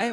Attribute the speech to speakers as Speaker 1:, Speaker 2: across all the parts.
Speaker 1: 哎，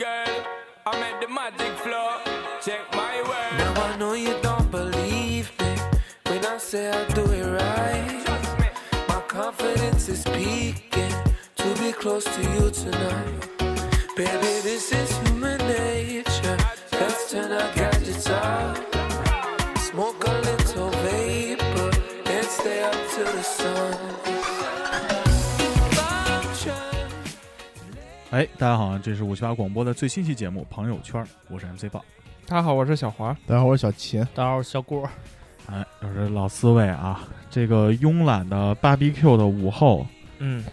Speaker 2: girl. I'm at the magic floor. Check my word.
Speaker 3: Now I know you don't believe me when I say I do it right.
Speaker 2: Trust me.
Speaker 3: My confidence is peaking to be close to you tonight. Baby, this is human nature. Let's turn our gadgets off. Smoke a little vapor and stay up till the sun. Function.
Speaker 4: 哎，大家好，这是五七八广播的最新期节目《朋友圈》，我是 MC 豹。
Speaker 5: 大家好，我是小华。
Speaker 6: 大家好，我是小秦。
Speaker 7: 大家好，小郭。
Speaker 4: 哎，又是老四位啊，这个慵懒的 BBQ 的午后，
Speaker 5: 嗯，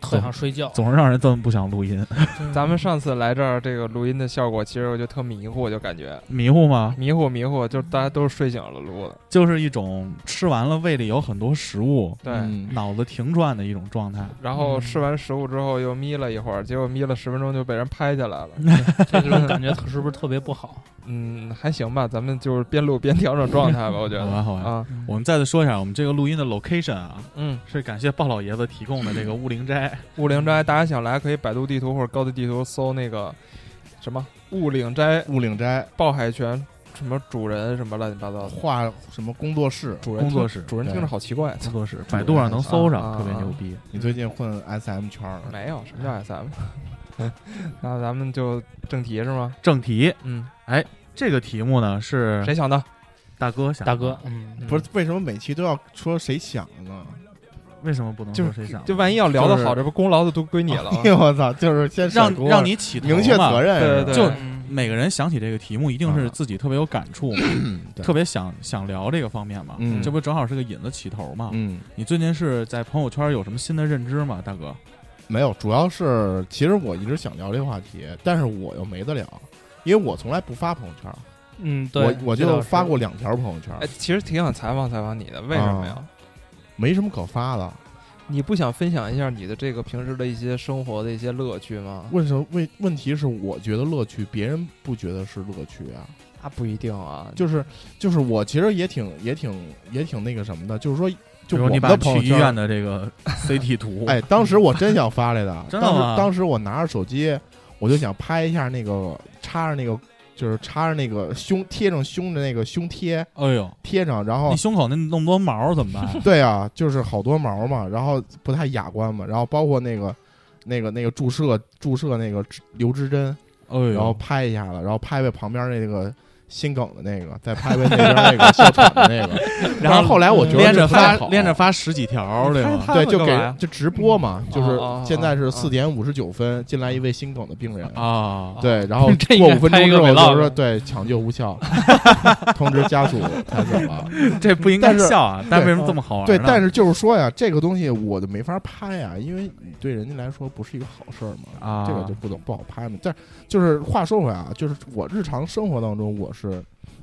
Speaker 4: 特想
Speaker 7: 睡觉
Speaker 4: 总是让人这么不想录音，
Speaker 5: 咱们上次来这儿，这个录音的效果，其实我就特迷糊，我就感觉
Speaker 4: 迷糊吗？
Speaker 5: 迷糊迷糊，就大家都是睡醒了录的。
Speaker 4: 就是一种吃完了胃里有很多食物，
Speaker 5: 对，
Speaker 6: 嗯
Speaker 4: 脑子停转的一种状态。
Speaker 5: 然后
Speaker 7: 嗯
Speaker 5: 吃完食物之后又眯了一会儿，结果眯了十分钟就被人拍下来了。
Speaker 8: 这种感觉是不是特别不 好？
Speaker 5: 嗯，还行吧，咱们就是边录边调整状态吧，我觉
Speaker 4: 好
Speaker 5: 得。
Speaker 4: 吧，好吧，
Speaker 5: 啊，
Speaker 4: 我们再次说一下，我们这个录音的 location 啊，
Speaker 5: 嗯，
Speaker 4: 是感谢鲍老爷子提供的这个乌灵斋。
Speaker 5: 雾灵斋，大家想来可以百度地图或者高德地图搜那个什么雾岭斋
Speaker 6: 雾岭斋
Speaker 5: 鲍海泉什么主人什么乱七八糟的
Speaker 6: 画什么工作室？
Speaker 5: 主人听
Speaker 4: 工作室
Speaker 5: 主人听着
Speaker 6: 对
Speaker 5: 好奇怪。
Speaker 4: 工作室，百度上能搜上，
Speaker 5: 啊
Speaker 4: 特别牛逼。
Speaker 6: 你最近混 SM 圈儿了？
Speaker 5: 没有，什么叫 SM？那咱们就正题是吗？
Speaker 4: 正题，
Speaker 5: 嗯，
Speaker 4: 这个题目呢是
Speaker 5: 谁想的？
Speaker 4: 大哥想的
Speaker 8: 大哥，，嗯，
Speaker 6: 不是，啊为什么每期都要说谁想呢？
Speaker 4: 为什么不能
Speaker 5: 就
Speaker 4: 说
Speaker 5: 是
Speaker 4: 谁想的？
Speaker 5: 就万一要聊
Speaker 6: 就
Speaker 5: 得
Speaker 6: 是
Speaker 5: 好，这不功劳的都归你了吗？
Speaker 6: 哎呦我操，就是先
Speaker 4: 让
Speaker 6: 闪过
Speaker 4: 让你起头嘛
Speaker 6: 明确责。任是吧，
Speaker 5: 对对
Speaker 4: 就
Speaker 8: 嗯
Speaker 4: 每个人想起这个题目，一定是
Speaker 6: 啊
Speaker 4: 自己特别有感触嘛，
Speaker 6: 嗯对
Speaker 4: 特别想想聊这个方面嘛。
Speaker 6: 嗯
Speaker 4: 这不正好是个引子起头嘛？
Speaker 6: 嗯，
Speaker 4: 你最近是在朋友圈有什么新的认知吗，大哥？
Speaker 6: 没有，主要是其实我一直想聊这个话题，但是我又没得聊，因为我从来不发朋友圈儿，
Speaker 8: 嗯，对，
Speaker 6: 我我
Speaker 8: 这倒
Speaker 6: 就是发过两条朋友圈儿
Speaker 5: 哎，，其实挺想采访采访你的，为什么呀
Speaker 6: 啊？没什么可发的。
Speaker 5: 你不想分享一下你的这个平时的一些生活的一些乐趣吗？
Speaker 6: 为什么？问问题是我觉得乐趣，别人不觉得是乐趣啊。
Speaker 5: 那不一定啊，
Speaker 6: 就是就是我其实也挺也挺也挺那个什么的，就是说
Speaker 4: 比
Speaker 6: 就
Speaker 4: 如
Speaker 6: 我
Speaker 4: 你
Speaker 6: 们
Speaker 4: 把
Speaker 6: 的朋
Speaker 4: 去
Speaker 6: 友
Speaker 4: 医
Speaker 6: 圈
Speaker 8: 啊
Speaker 4: 院的这 个 CT 图，
Speaker 6: 哎，当时我真想发来的，啊
Speaker 4: 真的
Speaker 6: 当时
Speaker 4: 吗
Speaker 6: 当时我拿着手机，我就想拍一下那个插着那个，就是插着那个胸贴上胸的那个胸贴
Speaker 4: 哎呦，
Speaker 6: 贴上，然后？
Speaker 4: 你胸口那那么多毛怎么办
Speaker 6: 对啊，就是好多毛嘛，然后不太雅观嘛，然后包括那个那个那个注射注射那个支留置针，
Speaker 4: 哎
Speaker 5: 哦
Speaker 6: 然后
Speaker 4: 呦，
Speaker 6: 拍一下子，然后拍拍旁边那个。心梗的那个，再拍拍那边那个哮 喘的那个，
Speaker 4: 然后
Speaker 6: 后后来我觉得
Speaker 4: 连
Speaker 6: 这
Speaker 4: 着
Speaker 6: 不太
Speaker 4: 发
Speaker 6: 好
Speaker 4: 连着发十几条，对吧？
Speaker 6: 对，就
Speaker 5: 干
Speaker 6: 给
Speaker 5: 嘛呀
Speaker 6: 就直播嘛，就是
Speaker 5: 哦哦
Speaker 6: 现在是
Speaker 5: 哦
Speaker 6: 四点五十九分，进来一位心梗的病人
Speaker 4: 啊，
Speaker 6: 对，然后
Speaker 8: 这应
Speaker 6: 过
Speaker 8: 该
Speaker 6: 五分
Speaker 8: 拍
Speaker 6: 钟
Speaker 8: 一
Speaker 6: 之
Speaker 8: 个
Speaker 6: 后就是
Speaker 8: vlog
Speaker 6: 说对抢救无效， 通知家属抬走了。
Speaker 4: 这不应该
Speaker 6: 但是
Speaker 4: 笑啊！但
Speaker 6: 对
Speaker 4: 为什么这么好玩呢？
Speaker 6: 对，但是就是说呀，这个东西我就没法拍呀，因为你对人家来说不是一个好事儿嘛，
Speaker 4: 啊，
Speaker 6: 这个就不懂不好拍嘛。但是就是话说回来啊，就是我日常生活当中，我是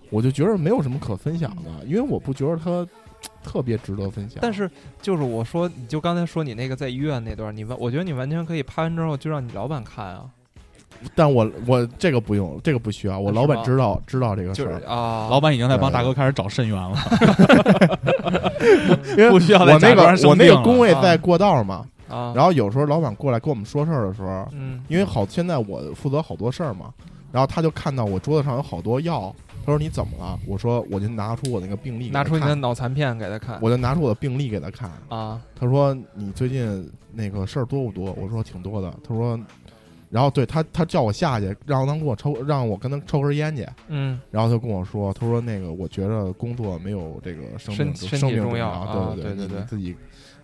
Speaker 6: 我就觉得没有什么可分享的，因为我不觉得它特别值得分享。
Speaker 5: 但是就是我说，你就刚才说你那个在医院那段，你完，我觉得你完全可以拍完之后就让你老板看啊，
Speaker 6: 但我我这个不用，这个不需要，我
Speaker 5: 是
Speaker 6: 老板
Speaker 5: 吗
Speaker 6: 知道知道这个
Speaker 5: 就
Speaker 6: 事
Speaker 5: 是
Speaker 6: 儿，
Speaker 5: 啊，
Speaker 4: 老板已经在帮
Speaker 6: 对
Speaker 4: 大哥开始找肾源了，
Speaker 6: 因为
Speaker 4: 不需要再
Speaker 6: 我那
Speaker 4: 假装
Speaker 6: 个
Speaker 4: 生
Speaker 6: 我那
Speaker 4: 病
Speaker 6: 个
Speaker 4: 了
Speaker 6: 工位
Speaker 5: 啊
Speaker 6: 在过道嘛，
Speaker 5: 啊，
Speaker 6: 然后有时候老板过来跟我们说事儿的时候，
Speaker 5: 嗯，
Speaker 6: 因为好现在我负责好多事儿嘛，然后他就看到我桌子上有好多药，他说你怎么了？我说我就拿出我那个病历给他
Speaker 5: 拿出你的
Speaker 6: 看，
Speaker 5: 脑残片给他看
Speaker 6: 我就拿出我的病历给他看。
Speaker 5: 啊，
Speaker 6: 他说你最近那个事儿多不多？我说挺多的。他说，然后对他他叫我下去，让他给我抽，让我跟他抽根烟去。
Speaker 5: 嗯，
Speaker 6: 然后他跟我说，他说那个我觉得工作没有这个生命
Speaker 5: 身身
Speaker 6: 重
Speaker 5: 体
Speaker 6: 生命
Speaker 5: 重要啊
Speaker 6: 要，对
Speaker 5: 对对
Speaker 6: 对
Speaker 5: 对
Speaker 6: 你自己。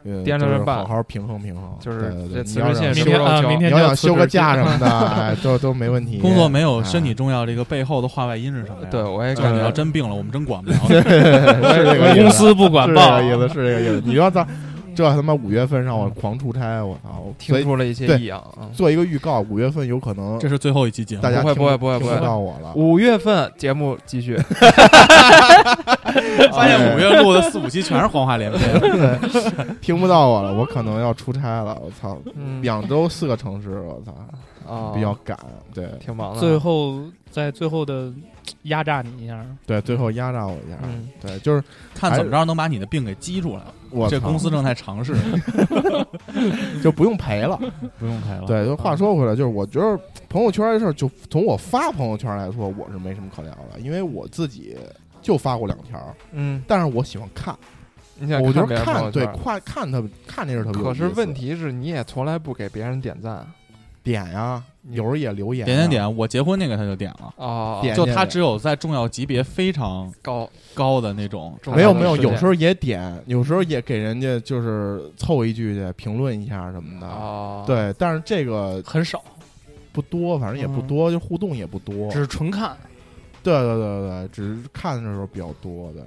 Speaker 6: 呃，
Speaker 5: 掂量
Speaker 6: 就是
Speaker 5: 着办
Speaker 6: 好好平衡平衡，
Speaker 5: 就是
Speaker 6: 对对对
Speaker 5: 这
Speaker 6: 你
Speaker 5: 辞
Speaker 6: 要
Speaker 5: 职
Speaker 6: 让
Speaker 5: 信
Speaker 8: 明
Speaker 6: 生
Speaker 5: 修
Speaker 8: 天
Speaker 5: 肉
Speaker 8: 啊，
Speaker 5: 交
Speaker 8: 明天
Speaker 6: 你
Speaker 8: 就
Speaker 6: 要
Speaker 8: 要
Speaker 6: 想
Speaker 8: 辞
Speaker 6: 休个
Speaker 8: 职
Speaker 6: 假什么的，哎，都都 没问题。
Speaker 4: 工作没有
Speaker 6: 哎
Speaker 4: 身体重要，这个背后的话外音是什么呀？
Speaker 5: 对，我也
Speaker 4: 就是
Speaker 5: 感
Speaker 4: 你
Speaker 5: 觉
Speaker 4: 要真病了，我们真管不了。
Speaker 6: 是这个 意
Speaker 8: 公
Speaker 6: 思，
Speaker 8: 司不管
Speaker 6: 是这
Speaker 8: 报
Speaker 6: 个，意思，是这个意思。你要咱这他妈五月份让我狂出差，我操！所
Speaker 5: 听
Speaker 6: 以
Speaker 5: 出了一些
Speaker 6: 对
Speaker 5: 异样啊。
Speaker 6: 做一个预告，五月份有可能
Speaker 4: 这是最后一期节目
Speaker 6: 大，家
Speaker 5: 不会
Speaker 6: 听
Speaker 5: 不会不会
Speaker 6: 听
Speaker 5: 不会
Speaker 6: 到我 了。
Speaker 5: 五月份节目继续，
Speaker 4: 发
Speaker 6: 哎
Speaker 4: 现五月录的四五期全是黄花连篇，
Speaker 6: 听不到我了，我可能要出差了，我操，
Speaker 5: 嗯
Speaker 6: 两周四个城市，我操，
Speaker 5: 啊，
Speaker 6: 比较赶，对
Speaker 5: 挺忙的。
Speaker 1: 最后在最后的压榨你一下，
Speaker 6: 对，最后压榨我一下，
Speaker 5: 嗯
Speaker 6: 对，就是
Speaker 4: 看怎么着能把你的病给激出来。
Speaker 6: 我
Speaker 4: 这
Speaker 6: 操
Speaker 4: 公司正在尝 试，
Speaker 6: 就不用赔了，
Speaker 4: 不用开了。
Speaker 6: 对，就话说回来，就是我觉得朋友圈这事儿，就从我发朋友圈来说，我是没什么可聊的，因为我自己就发过两条，
Speaker 5: 嗯，
Speaker 6: 但是我喜欢看，
Speaker 5: 你想
Speaker 6: 我觉
Speaker 5: 别
Speaker 6: 得
Speaker 5: 人朋
Speaker 6: 看
Speaker 5: 友
Speaker 6: 对
Speaker 5: 圈
Speaker 6: 看看他看这事儿特别有
Speaker 5: 可
Speaker 6: 意思。
Speaker 5: 是问题是你也从来不给别人点赞啊
Speaker 6: 点呀、有时候也留言、
Speaker 4: 点点，点，我结婚那个他就点了，，
Speaker 5: 哦
Speaker 6: 点
Speaker 4: 就他只有在重要级别非常
Speaker 5: 高
Speaker 4: 高的那种，
Speaker 5: 重
Speaker 6: 没
Speaker 5: 要
Speaker 6: 有
Speaker 5: 的
Speaker 6: 没有，
Speaker 5: 事件
Speaker 6: 有时候也点，有时候也给人家就是凑一句去评论一下什么的。
Speaker 5: 哦，
Speaker 6: 对，但是这个
Speaker 1: 很少，
Speaker 6: 不多，反正也不
Speaker 5: 嗯
Speaker 6: 多，就互动也不多。
Speaker 1: 只是纯看。
Speaker 6: 对对对对对，只是看的时候比较多。对，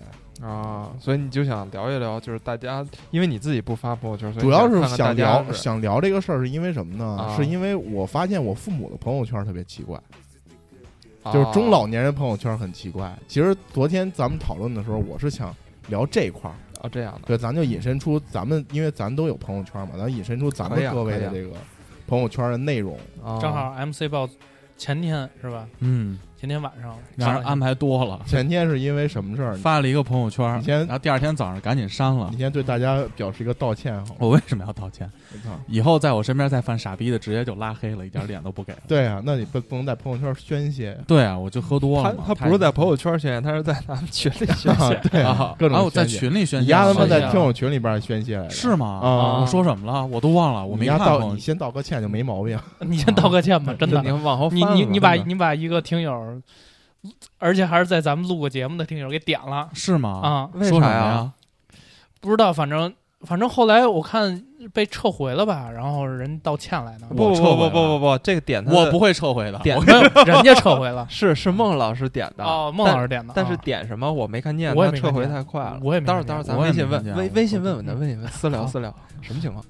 Speaker 5: 啊，所以你就想聊一聊，就是大家，因为你自己不发朋友圈，所以
Speaker 6: 主要
Speaker 5: 你
Speaker 6: 是
Speaker 5: 看看大
Speaker 6: 想
Speaker 5: 家
Speaker 6: 聊想聊这个事儿，是因为什么呢
Speaker 5: 啊？
Speaker 6: 是因为我发现我父母的朋友圈特别奇怪，
Speaker 5: 啊
Speaker 6: 就是中
Speaker 5: 哦
Speaker 6: 老年人朋友圈很奇怪。其实昨天咱们讨论的时候，我是想聊这一块儿，
Speaker 5: 啊这样的，
Speaker 6: 对，咱就引申出咱们，因为咱都有朋友圈嘛，咱引申出咱
Speaker 5: 可以
Speaker 6: 们
Speaker 5: 啊
Speaker 6: 各位的
Speaker 5: 可
Speaker 6: 这个朋友圈的内容。
Speaker 5: 啊
Speaker 1: 正好 MC 报前天是吧？
Speaker 4: 嗯，
Speaker 1: 前天晚上
Speaker 4: 然
Speaker 1: 看
Speaker 4: 后
Speaker 1: 了
Speaker 4: 安排多了，
Speaker 6: 前天是因为什么事儿？
Speaker 4: 发了一个朋友圈，
Speaker 6: 你先
Speaker 4: 然后第二天早上赶紧删了
Speaker 6: 你。先对大家表示一个道歉好吗？
Speaker 4: 我为什么要道歉？
Speaker 6: 我操！
Speaker 4: 以后在我身边再犯傻逼的，直接就拉黑了，一点脸都不给了。
Speaker 6: 对啊，那你不不能在朋友圈宣泄呀
Speaker 4: 对啊，我就喝多
Speaker 5: 他
Speaker 4: 了嘛。
Speaker 5: 他不是在朋友圈宣泄，他是在咱们群 里宣
Speaker 6: 啊
Speaker 5: 泄。
Speaker 6: 对
Speaker 4: 啊，
Speaker 6: 各种
Speaker 4: 啊，我在
Speaker 6: 宣泄
Speaker 4: 群里宣
Speaker 6: 你
Speaker 4: 泄
Speaker 6: 丫
Speaker 4: 了，
Speaker 6: 他妈在
Speaker 1: 宣泄
Speaker 6: 听友群里边宣泄来着
Speaker 4: 是吗？
Speaker 5: 哦
Speaker 6: 啊！
Speaker 4: 我说什么了？我都忘了，我没
Speaker 6: 你丫
Speaker 4: 看
Speaker 6: 道
Speaker 4: 朋
Speaker 6: 你
Speaker 4: 友圈。
Speaker 6: 先道个歉就没毛病。
Speaker 1: 你先道个歉吧， 真的
Speaker 5: 你。往后翻
Speaker 1: 你你你把
Speaker 5: 翻
Speaker 1: 你把一个听友，而且还是在咱们录过节目的听友给点了
Speaker 4: 是吗？
Speaker 1: 啊！
Speaker 5: 为
Speaker 4: 说什么
Speaker 5: 啥呀
Speaker 4: 呀？
Speaker 1: 不知道，反正反正后来我看被撤回了吧，然后人道歉来的
Speaker 5: 不，
Speaker 4: 我
Speaker 5: 不
Speaker 4: 撤回
Speaker 5: 不不
Speaker 4: 了
Speaker 5: 不不不，这个点他的
Speaker 4: 我不会撤回的。
Speaker 5: 点。
Speaker 4: 我
Speaker 1: 没有人 家撤回了
Speaker 5: 是是孟老师点的
Speaker 1: 哦，孟老师点的，
Speaker 5: 但是
Speaker 1: 啊
Speaker 5: 点什么我没看见，
Speaker 1: 我也
Speaker 5: 他
Speaker 1: 没
Speaker 5: 撤
Speaker 1: 看
Speaker 5: 回
Speaker 1: 见
Speaker 5: 太快了。
Speaker 1: 我也没
Speaker 5: 待会儿
Speaker 1: 看
Speaker 5: 待会儿
Speaker 1: 见
Speaker 5: 咱
Speaker 4: 我
Speaker 5: 微
Speaker 4: 也没
Speaker 5: 信
Speaker 4: 看
Speaker 5: 问
Speaker 4: 见我
Speaker 5: 微微
Speaker 4: 不
Speaker 5: 信
Speaker 4: 知
Speaker 5: 问问他，问一问私聊
Speaker 1: 好
Speaker 5: 私聊，什么情况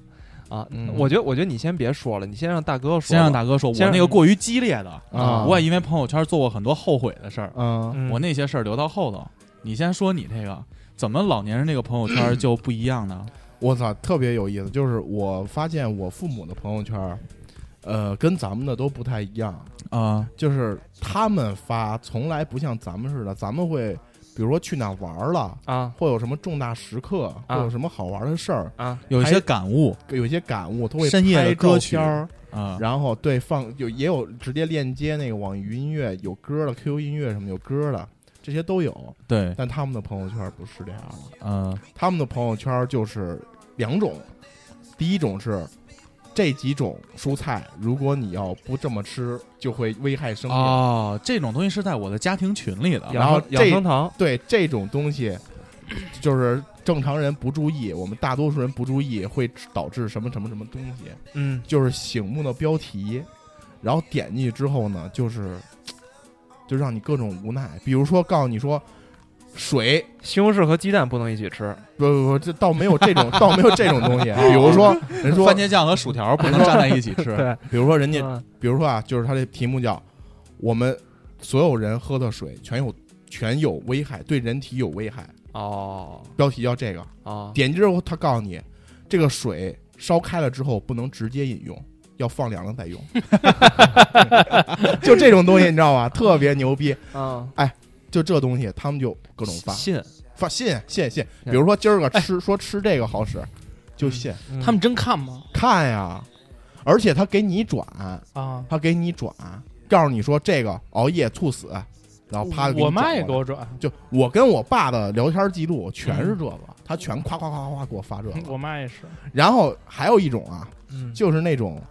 Speaker 5: 啊？
Speaker 9: 嗯
Speaker 5: 我觉得我觉得你先别说了，你先让大哥说吧。
Speaker 4: 先让大哥说，我
Speaker 5: 先让
Speaker 4: 那个过于激烈的
Speaker 6: 啊
Speaker 4: 我也因为朋友圈做过很多后悔的事儿，
Speaker 6: 嗯，
Speaker 5: 嗯
Speaker 4: 我那些事儿留到后头。你先说你这个，怎么老年人这个朋友圈就不一样呢？
Speaker 6: 我操，特别有意思，就是我发现我父母的朋友圈，呃，跟咱们的都不太一样。
Speaker 4: 啊，
Speaker 6: 就是他们发从来不像咱们似的，咱们会比如说去哪儿玩儿了，
Speaker 5: 啊
Speaker 6: 或有什么重大时刻，
Speaker 5: 啊
Speaker 6: 或有什么好玩的事儿，
Speaker 5: 啊
Speaker 4: 有一
Speaker 6: 还
Speaker 4: 些感悟
Speaker 6: 有一些感悟，都会
Speaker 4: 深夜的
Speaker 6: 拍
Speaker 4: 歌
Speaker 6: 照
Speaker 4: 曲
Speaker 6: 片儿，
Speaker 4: 啊，
Speaker 6: 然后对放有也有直接链接那个网易云音乐有歌的，QQ 音乐什么有歌的，这些都有。
Speaker 4: 对，
Speaker 6: 但他们的朋友圈不是这样的，
Speaker 4: 嗯
Speaker 6: 他们的朋友圈就是两种，第一种是。这几种蔬菜，如果你要不这么吃，就会危害生命。
Speaker 4: 哦，这种东西是在我的家庭群里的
Speaker 6: 然后
Speaker 5: 嗯养
Speaker 6: 这
Speaker 5: 生堂
Speaker 6: 对这种东西，就是正常人不注意，我们大多数人不注意，会导致什么什么什么东西？
Speaker 5: 嗯
Speaker 6: 就是醒目的标题，然后点进去之后呢，就是就让你各种无奈。比如说告诉你说，水
Speaker 5: 西红柿和鸡蛋不能一起吃，
Speaker 6: 不不不，这倒没有这种，倒没有这种东西。啊比如说，人说
Speaker 4: 番，茄酱和薯条不能站在一起吃，
Speaker 6: 比如说人家，
Speaker 5: 嗯
Speaker 6: 比如说啊，就是他这题目叫“我们所有人喝的水全有全有危害，对人体有危害”，
Speaker 5: 哦
Speaker 6: 标题叫这个。
Speaker 5: 哦
Speaker 6: 点击之后，他告诉你，这个水烧开了之后不能直接饮用，要放凉了再用。 就这种东西，你知道吗？特别牛逼。
Speaker 5: 嗯，
Speaker 6: 就这东西，他们就各种发
Speaker 5: 信
Speaker 6: 发信信信，比如说今儿个吃说吃这个好使，就信
Speaker 5: 嗯
Speaker 1: 他们真看吗？
Speaker 6: 看呀，而且他给你转，
Speaker 5: 嗯
Speaker 1: 啊，
Speaker 6: 他给你转，告诉你说这个熬夜猝死，然后啪就给你
Speaker 1: 我妈
Speaker 6: 转
Speaker 1: 也
Speaker 6: 过
Speaker 1: 给
Speaker 6: 来
Speaker 1: 我转，
Speaker 6: 就我跟我爸的聊天记录全是这个，
Speaker 4: 嗯
Speaker 6: 他全夸夸夸夸夸给我发这个，
Speaker 1: 我妈也是。
Speaker 6: 然后还有一种啊，
Speaker 5: 嗯
Speaker 6: 就是那种，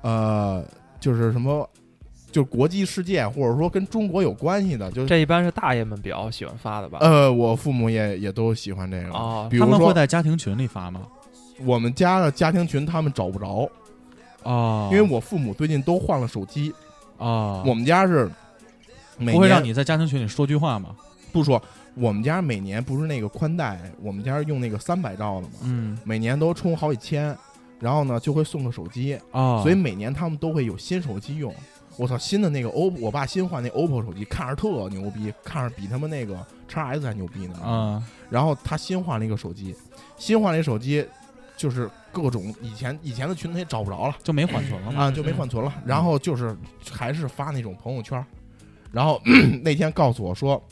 Speaker 6: 呃，就是什么，就是国际事件或者说跟中国有关系的，就是
Speaker 5: 这一般是大爷们比较喜欢发的吧？
Speaker 6: 呃，我父母也也都喜欢这个。
Speaker 5: 哦
Speaker 6: 比
Speaker 4: 他
Speaker 6: 如
Speaker 4: 们会
Speaker 6: 说
Speaker 4: 在家庭群里发吗？
Speaker 6: 我们家的家庭群，他们找不着，
Speaker 4: 哦，
Speaker 6: 因为我父母最近都换了手机。
Speaker 4: 哦，
Speaker 6: 我们家是每
Speaker 4: 不会
Speaker 6: 年
Speaker 4: 让你在家庭群里说句话吗？
Speaker 6: 不说，我们家每年不是那个宽带，我们家用那个三百兆的嘛，
Speaker 4: 嗯
Speaker 6: 每年都充好几千，然后呢就会送个手机，
Speaker 4: 啊，
Speaker 6: 所以每年他们都会有新手机用。我操，新的那个 OPPO，我爸新换那 OPPO 手机，看着特牛逼，看着比他们那个 x S 还牛逼呢。
Speaker 4: 啊，
Speaker 6: 然后他新换了一个手机，新换了一个手机，就是各种以前以前的群他也找不着了。
Speaker 4: 就没缓存了嘛。
Speaker 6: 啊，就没缓存了。然后就是还是发那种朋友圈儿，然后 那天告诉我说，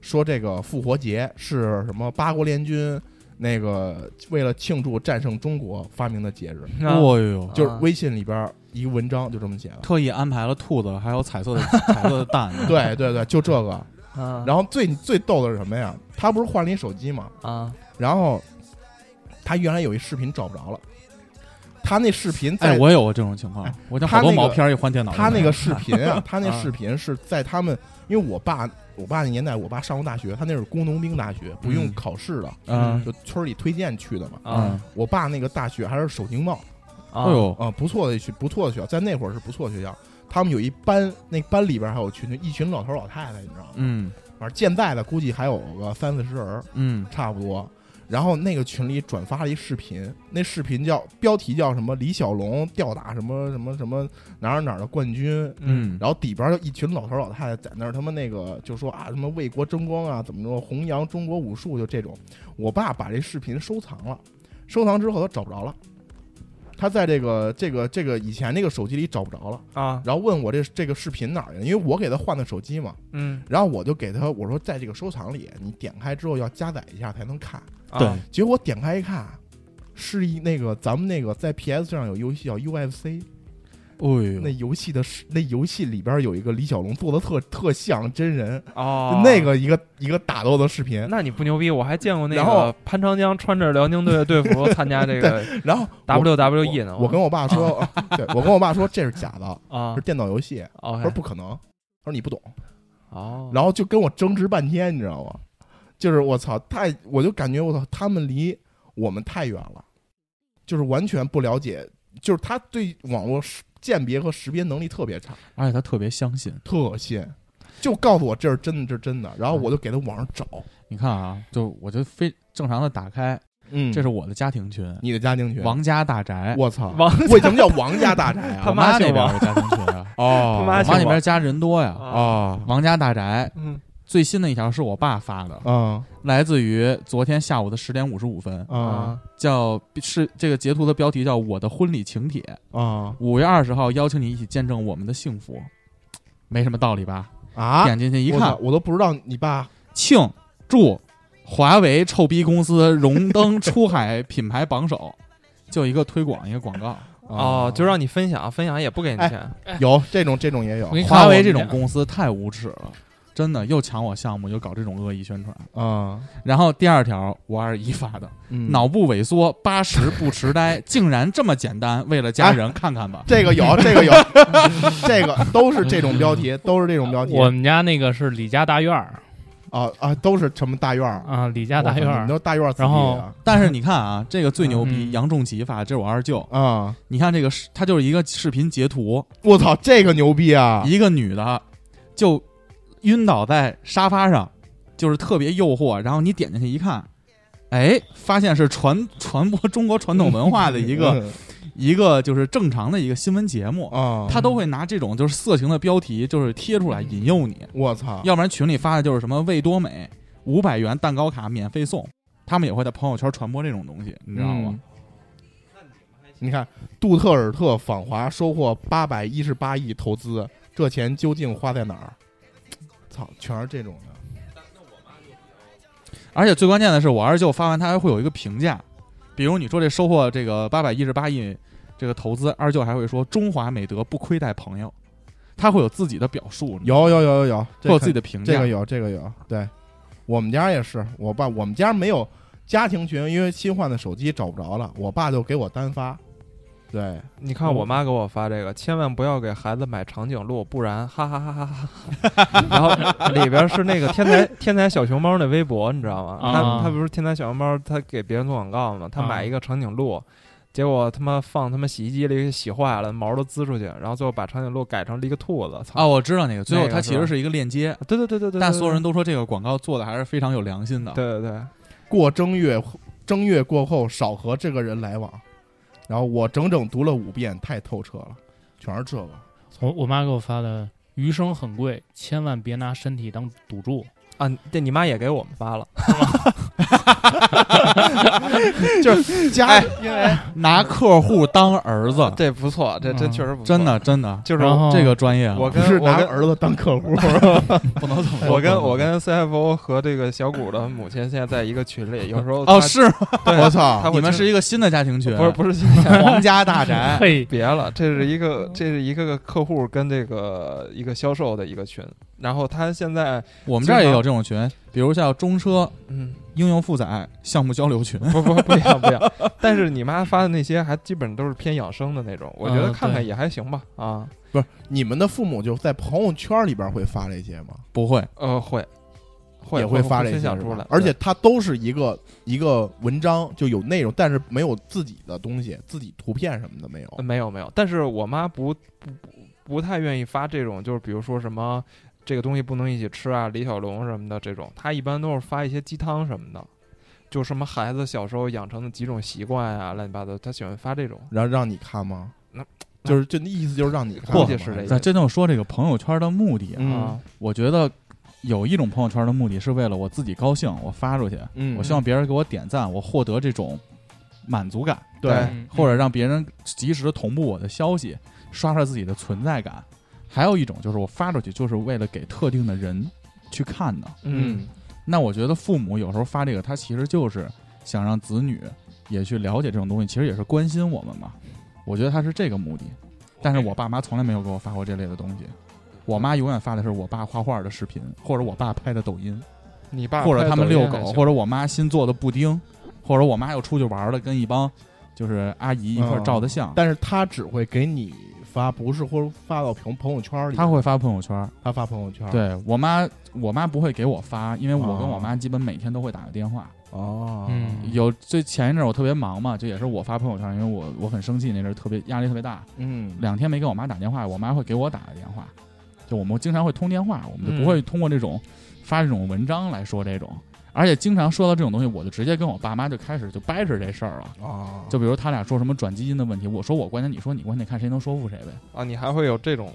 Speaker 6: 说这个复活节是什么八国联军那个为了庆祝战胜中国发明的节日，
Speaker 5: 啊呃
Speaker 4: 哦呦，
Speaker 6: 就是微信里边儿一个文章就这么 写的。
Speaker 4: 特意安排了兔子，还有彩色的 彩色的蛋。哎
Speaker 6: 对对对，就这个。
Speaker 5: 啊
Speaker 6: 然后最最逗的是什么呀？他不是换了一手机嘛，
Speaker 5: 啊
Speaker 6: 然后他原来有一视频找不着了，他那视频在
Speaker 4: 哎，我也有过这种情况，我家好
Speaker 6: 他
Speaker 4: 多
Speaker 6: 那个
Speaker 4: 毛片儿一换电脑就嗯没
Speaker 6: 他
Speaker 4: 了，
Speaker 6: 那个视频 啊，他那
Speaker 4: 啊
Speaker 6: 视频是在他们，因为我爸，我爸那年代，我爸上过大学，他那是工农兵大学，不用
Speaker 4: 嗯
Speaker 6: 考试的，
Speaker 4: 嗯
Speaker 6: 就村里推荐去的嘛。
Speaker 4: 嗯
Speaker 5: 啊，
Speaker 6: 我爸那个大学还是首经贸
Speaker 4: 哎呦，
Speaker 6: 啊，不错的学，不错的学校，在那会儿是不错的学校。他们有一班，那班里边还有群，一群老头老太太，你知道吗？
Speaker 4: 嗯
Speaker 6: 反正健在的估计还有个三四十人儿，
Speaker 4: 嗯
Speaker 6: 差不多。然后那个群里转发了一视频，那视频叫标题叫什么？李小龙吊打什么什么什么哪儿哪儿的冠军，
Speaker 4: 嗯，
Speaker 6: 然后底边儿就一群老头儿老太太在那儿，他们那个就说啊，什么为国争光啊，怎么着弘扬中国武术，就这种。我爸把这视频收藏了，收藏之后他找不着了，他在这个这个这个以前那个手机里找不着了，
Speaker 5: 啊
Speaker 6: 然后问我这这个视频哪儿去了，因为我给他换的手机嘛，
Speaker 5: 嗯
Speaker 6: 然后我就给他我说在这个收藏里，你点开之后要加载一下才能看。
Speaker 5: 啊
Speaker 4: 对
Speaker 6: 结果点开一看，是一那个咱们那个在 PS 上有游戏叫 UFC。
Speaker 4: 哎
Speaker 6: 那
Speaker 5: 嗯
Speaker 4: 呦，
Speaker 6: 游戏的是那游戏里边有一个李小龙做的特特像真人，
Speaker 5: 哦
Speaker 6: 就那个一个一个打斗的视频。
Speaker 5: 那你不牛逼，我还见过那
Speaker 6: 然后
Speaker 5: 个潘长江穿着辽宁队的队 服参加这个
Speaker 6: 然后我
Speaker 5: WWE 呢。
Speaker 6: 我跟我爸说，对我跟我爸说这是假的，
Speaker 5: 啊哎
Speaker 6: 是电脑游戏。他说
Speaker 5: ，OK，
Speaker 6: 不可能，他说你不懂，
Speaker 5: 哦，
Speaker 6: 然后就跟我争执半天，你知道吗？就是我操，太我就感觉我操，他们离我们太远了，就是完全不了解，就是他对网络识鉴别和识别能力特别差，
Speaker 4: 而且他特别相信。
Speaker 6: 特信，就告诉我这是真的，这是真的，然后
Speaker 5: 嗯
Speaker 6: 我就给他网上找，
Speaker 4: 你看啊，就我就非正常的打开，
Speaker 6: 嗯
Speaker 4: 这是我的家庭群，
Speaker 6: 你的家庭群，
Speaker 4: 王家大宅。
Speaker 6: 我操，
Speaker 5: 王
Speaker 6: 为 什么叫王家大宅啊？
Speaker 4: 我妈
Speaker 5: 妈
Speaker 4: 那
Speaker 5: 姓
Speaker 4: 边
Speaker 5: 王
Speaker 4: 是家庭群 啊，
Speaker 6: 哦，
Speaker 5: 他
Speaker 4: 我
Speaker 5: 妈
Speaker 4: 妈
Speaker 5: 姓
Speaker 4: 那
Speaker 5: 王
Speaker 4: 边家人多呀。
Speaker 6: 哦，
Speaker 4: 王家大宅
Speaker 5: 嗯
Speaker 4: 最新的一条是我爸发的，
Speaker 6: 嗯
Speaker 4: 来自于昨天下午的十点五十五分，
Speaker 6: 啊
Speaker 4: 叫是这个截图的标题叫“我的婚礼请帖
Speaker 6: 啊”，
Speaker 4: 五月二十号邀请你一起见证我们的幸福，没什么道理吧？
Speaker 6: 啊！
Speaker 4: 点进去一
Speaker 6: 我操
Speaker 4: 看，
Speaker 6: 我都不知道你爸
Speaker 4: 庆祝华为臭逼公司荣登出海品牌榜首，就一个推广一个广告。
Speaker 5: 哦，就让你分享，分享也不给你
Speaker 6: 哎
Speaker 5: 钱。
Speaker 6: 啊有这种这种也有
Speaker 1: 我给你看
Speaker 4: 华为
Speaker 1: 我们
Speaker 4: 这种
Speaker 1: 家
Speaker 4: 公司太无耻了，真的又抢我项目，又搞这种恶意宣传。
Speaker 6: 啊，
Speaker 4: 然后第二条五二一发的，
Speaker 6: 嗯
Speaker 4: 脑部萎缩八十不痴呆，竟然这么简单，为了
Speaker 1: 啊
Speaker 4: 家人看看吧。
Speaker 6: 这个有，这个有， 这个都是这种标题，都是这种标题。
Speaker 1: 我们家那个是李家大院儿
Speaker 6: 啊啊，都是什么大院儿，
Speaker 1: 啊，李家大院
Speaker 6: 我操你们
Speaker 1: 儿
Speaker 6: 都大院儿子弟
Speaker 1: 然后
Speaker 6: 啊
Speaker 4: 但是你看啊，这个最牛逼，
Speaker 1: 嗯
Speaker 4: 杨仲奇发，这是我二舅。
Speaker 6: 啊！
Speaker 4: 你看这个视，他就是一个视频截图，
Speaker 6: 我操，这个牛逼啊！
Speaker 4: 一个女的就晕倒在沙发上，就是特别诱惑。然后你点进去一看，哎，发现是传传播中国传统文化的一个一个就是正常的一个新闻节
Speaker 5: 哦
Speaker 4: 目，
Speaker 6: 啊，
Speaker 4: 他都会拿这种就是色情的标题就是贴出来引诱
Speaker 5: 嗯
Speaker 4: 你，
Speaker 6: 我操
Speaker 4: 要不然群里发的就是什么味多美五百元蛋糕卡免费送，他们也会在朋友圈传播这种东西，你知道吗？
Speaker 5: 嗯
Speaker 6: 嗯你看，杜特尔特访华收获八百一十八亿投资，这钱究竟花在哪儿？操，全是这种的。
Speaker 4: 而且最关键的是，我二舅发完他还会有一个评价，比如你说这收获这个八百一十八亿这个投资，二舅还会说中华美德不亏待朋友，他会有自己的表述，你知道
Speaker 6: 有有有有有，
Speaker 4: 吗会有自己
Speaker 6: 的
Speaker 4: 的评价。
Speaker 6: 这个有这个有，对我们家也是，我爸我们家没有家庭群，因为新换的手机找不着了，我爸就给我单发。对，
Speaker 5: 你看我妈给我发这个，千万不要给孩子买长颈鹿，不然哈哈哈哈哈哈。 然后里边是那个天才天才小熊猫那微博，你知道吗？
Speaker 1: 啊
Speaker 5: 他他不是天才小熊猫，他给别人做广告嘛？他
Speaker 1: 啊
Speaker 5: 买一个长颈鹿，结果他妈放他妈洗衣机里给洗坏了，毛都滋出去，然后最后把长颈鹿改成了一个兔子。
Speaker 4: 啊，
Speaker 5: 操！
Speaker 4: 我知道那个，最后
Speaker 5: 那
Speaker 4: 它
Speaker 5: 个是
Speaker 4: 其
Speaker 5: 吧
Speaker 4: 实是一个链接，
Speaker 5: 对对对对对，
Speaker 4: 但所有人
Speaker 5: 都
Speaker 4: 都说这个广告做的还是非常有良心的。
Speaker 5: 对对对，
Speaker 6: 过正月，正月过后少和这个人来往。然后我整整读了五遍，太透彻了，全是这个。
Speaker 10: 我我妈给我发的“余生很贵，千万别拿身体当赌注
Speaker 5: 啊，这你妈也给我们发了， 就是家，哎因为
Speaker 4: 拿客户当儿子，
Speaker 5: 这不错，这这
Speaker 10: 嗯
Speaker 5: 确实不错，
Speaker 4: 真的真的，
Speaker 5: 就是
Speaker 10: 然后
Speaker 4: 这个专业啊，
Speaker 5: 我
Speaker 6: 不
Speaker 5: 跟
Speaker 6: 是
Speaker 5: 我
Speaker 6: 拿
Speaker 5: 跟
Speaker 6: 儿子当客户，
Speaker 4: 不能这么说。
Speaker 5: 我跟我跟 CFO 和这个小谷的母亲现在在一个群里，有时候
Speaker 4: 哦
Speaker 5: 她
Speaker 4: 是吗，
Speaker 6: 我操！
Speaker 5: 她会
Speaker 4: 你们
Speaker 5: 经
Speaker 4: 是一个新的家庭群，
Speaker 5: 不是不是
Speaker 4: 皇家大”。 宅，
Speaker 10: 嘿，
Speaker 5: 别了，这是一个这是一个客户跟这个一个销售的一个群，然后他现在
Speaker 4: 我们这儿也有这种群，比如像中车
Speaker 5: 嗯
Speaker 4: 应用负载项目交流群，
Speaker 5: 不不不一样不一样，但是你妈发的那些还基本都是偏养生的那种，我觉得
Speaker 10: 嗯
Speaker 5: 看看
Speaker 10: 对
Speaker 5: 也还行吧啊
Speaker 6: 你们的父母就在朋友圈里边会发这些吗？
Speaker 4: 不会，
Speaker 5: 呃会会
Speaker 6: 也会发这些
Speaker 5: 分享
Speaker 6: 是
Speaker 5: 出
Speaker 6: 吧
Speaker 5: 来，
Speaker 6: 而且它都是一个一个文章，就有内容，但是没有自己的东西，自己图片什么的没有
Speaker 5: 呃。没有没有，但是我妈不不不不太愿意发这种，就是比如说什么这个东西不能一起吃啊，李小龙什么的这种，她一般都是发一些鸡汤什么的，就什么孩子小时候养成的几种习惯啊，乱七八糟，她喜欢发这种。
Speaker 6: 然后让你看吗？
Speaker 5: 那
Speaker 6: 就是就那意思就是让你看
Speaker 5: 估
Speaker 6: 吗，
Speaker 5: 计是这
Speaker 4: 咱
Speaker 5: 个
Speaker 4: 这就说这个朋友圈的目的啊，
Speaker 6: 嗯
Speaker 5: 啊，
Speaker 4: 我觉得有一种朋友圈的目的是为了我自己高兴，我发出去，
Speaker 6: 嗯，
Speaker 4: 我希望别人给我点赞，我获得这种满足感，
Speaker 6: 对
Speaker 5: 对
Speaker 4: 或者让别人及时的同步我的消息，刷刷自己的存在感。还有一种就是我发出去就是为了给特定的人去看的。
Speaker 5: 嗯，
Speaker 4: 那我觉得父母有时候发这个，他其实就是想让子女也去了解这种东西，其实也是关心我们嘛。我觉得他是这个目的。但是我爸妈从来没有给我发过这类的东西，我妈永远发的是我爸画画的视频，或者我爸拍的抖音。
Speaker 5: 你爸
Speaker 4: 或者他们遛狗，或
Speaker 5: 者
Speaker 4: 者我妈新做的布丁，或者我妈又出去玩了，跟一帮就是阿姨一块儿照的相。
Speaker 6: 但是他只会给你发，不是或者发到朋朋友圈里，
Speaker 4: 她会发朋友圈儿，
Speaker 6: 他发朋友圈，，
Speaker 4: 对我妈，我妈不会给我发，因为我跟
Speaker 6: 哦
Speaker 4: 我妈基本每天都会打个电话。
Speaker 6: 哦，
Speaker 10: 嗯，
Speaker 4: 有最前一阵儿我特别忙嘛，这也是我发朋友圈儿，因为我我很生气那阵儿，特别压力特别大，
Speaker 6: 嗯，
Speaker 4: 两天没给我妈打电话，我妈会给我打个电话，就我们经常会通电话，我们就
Speaker 5: 嗯
Speaker 4: 不会通过这种、发这种文章来说这种，而且经常说到这种东西，我就直接跟我爸妈就开始就掰扯这事儿了。
Speaker 6: 哦，
Speaker 4: 就比如他俩说什么转基因的问题，我说我观点，你说你观点，看谁能说服谁呗。
Speaker 5: 啊，你还会有这种，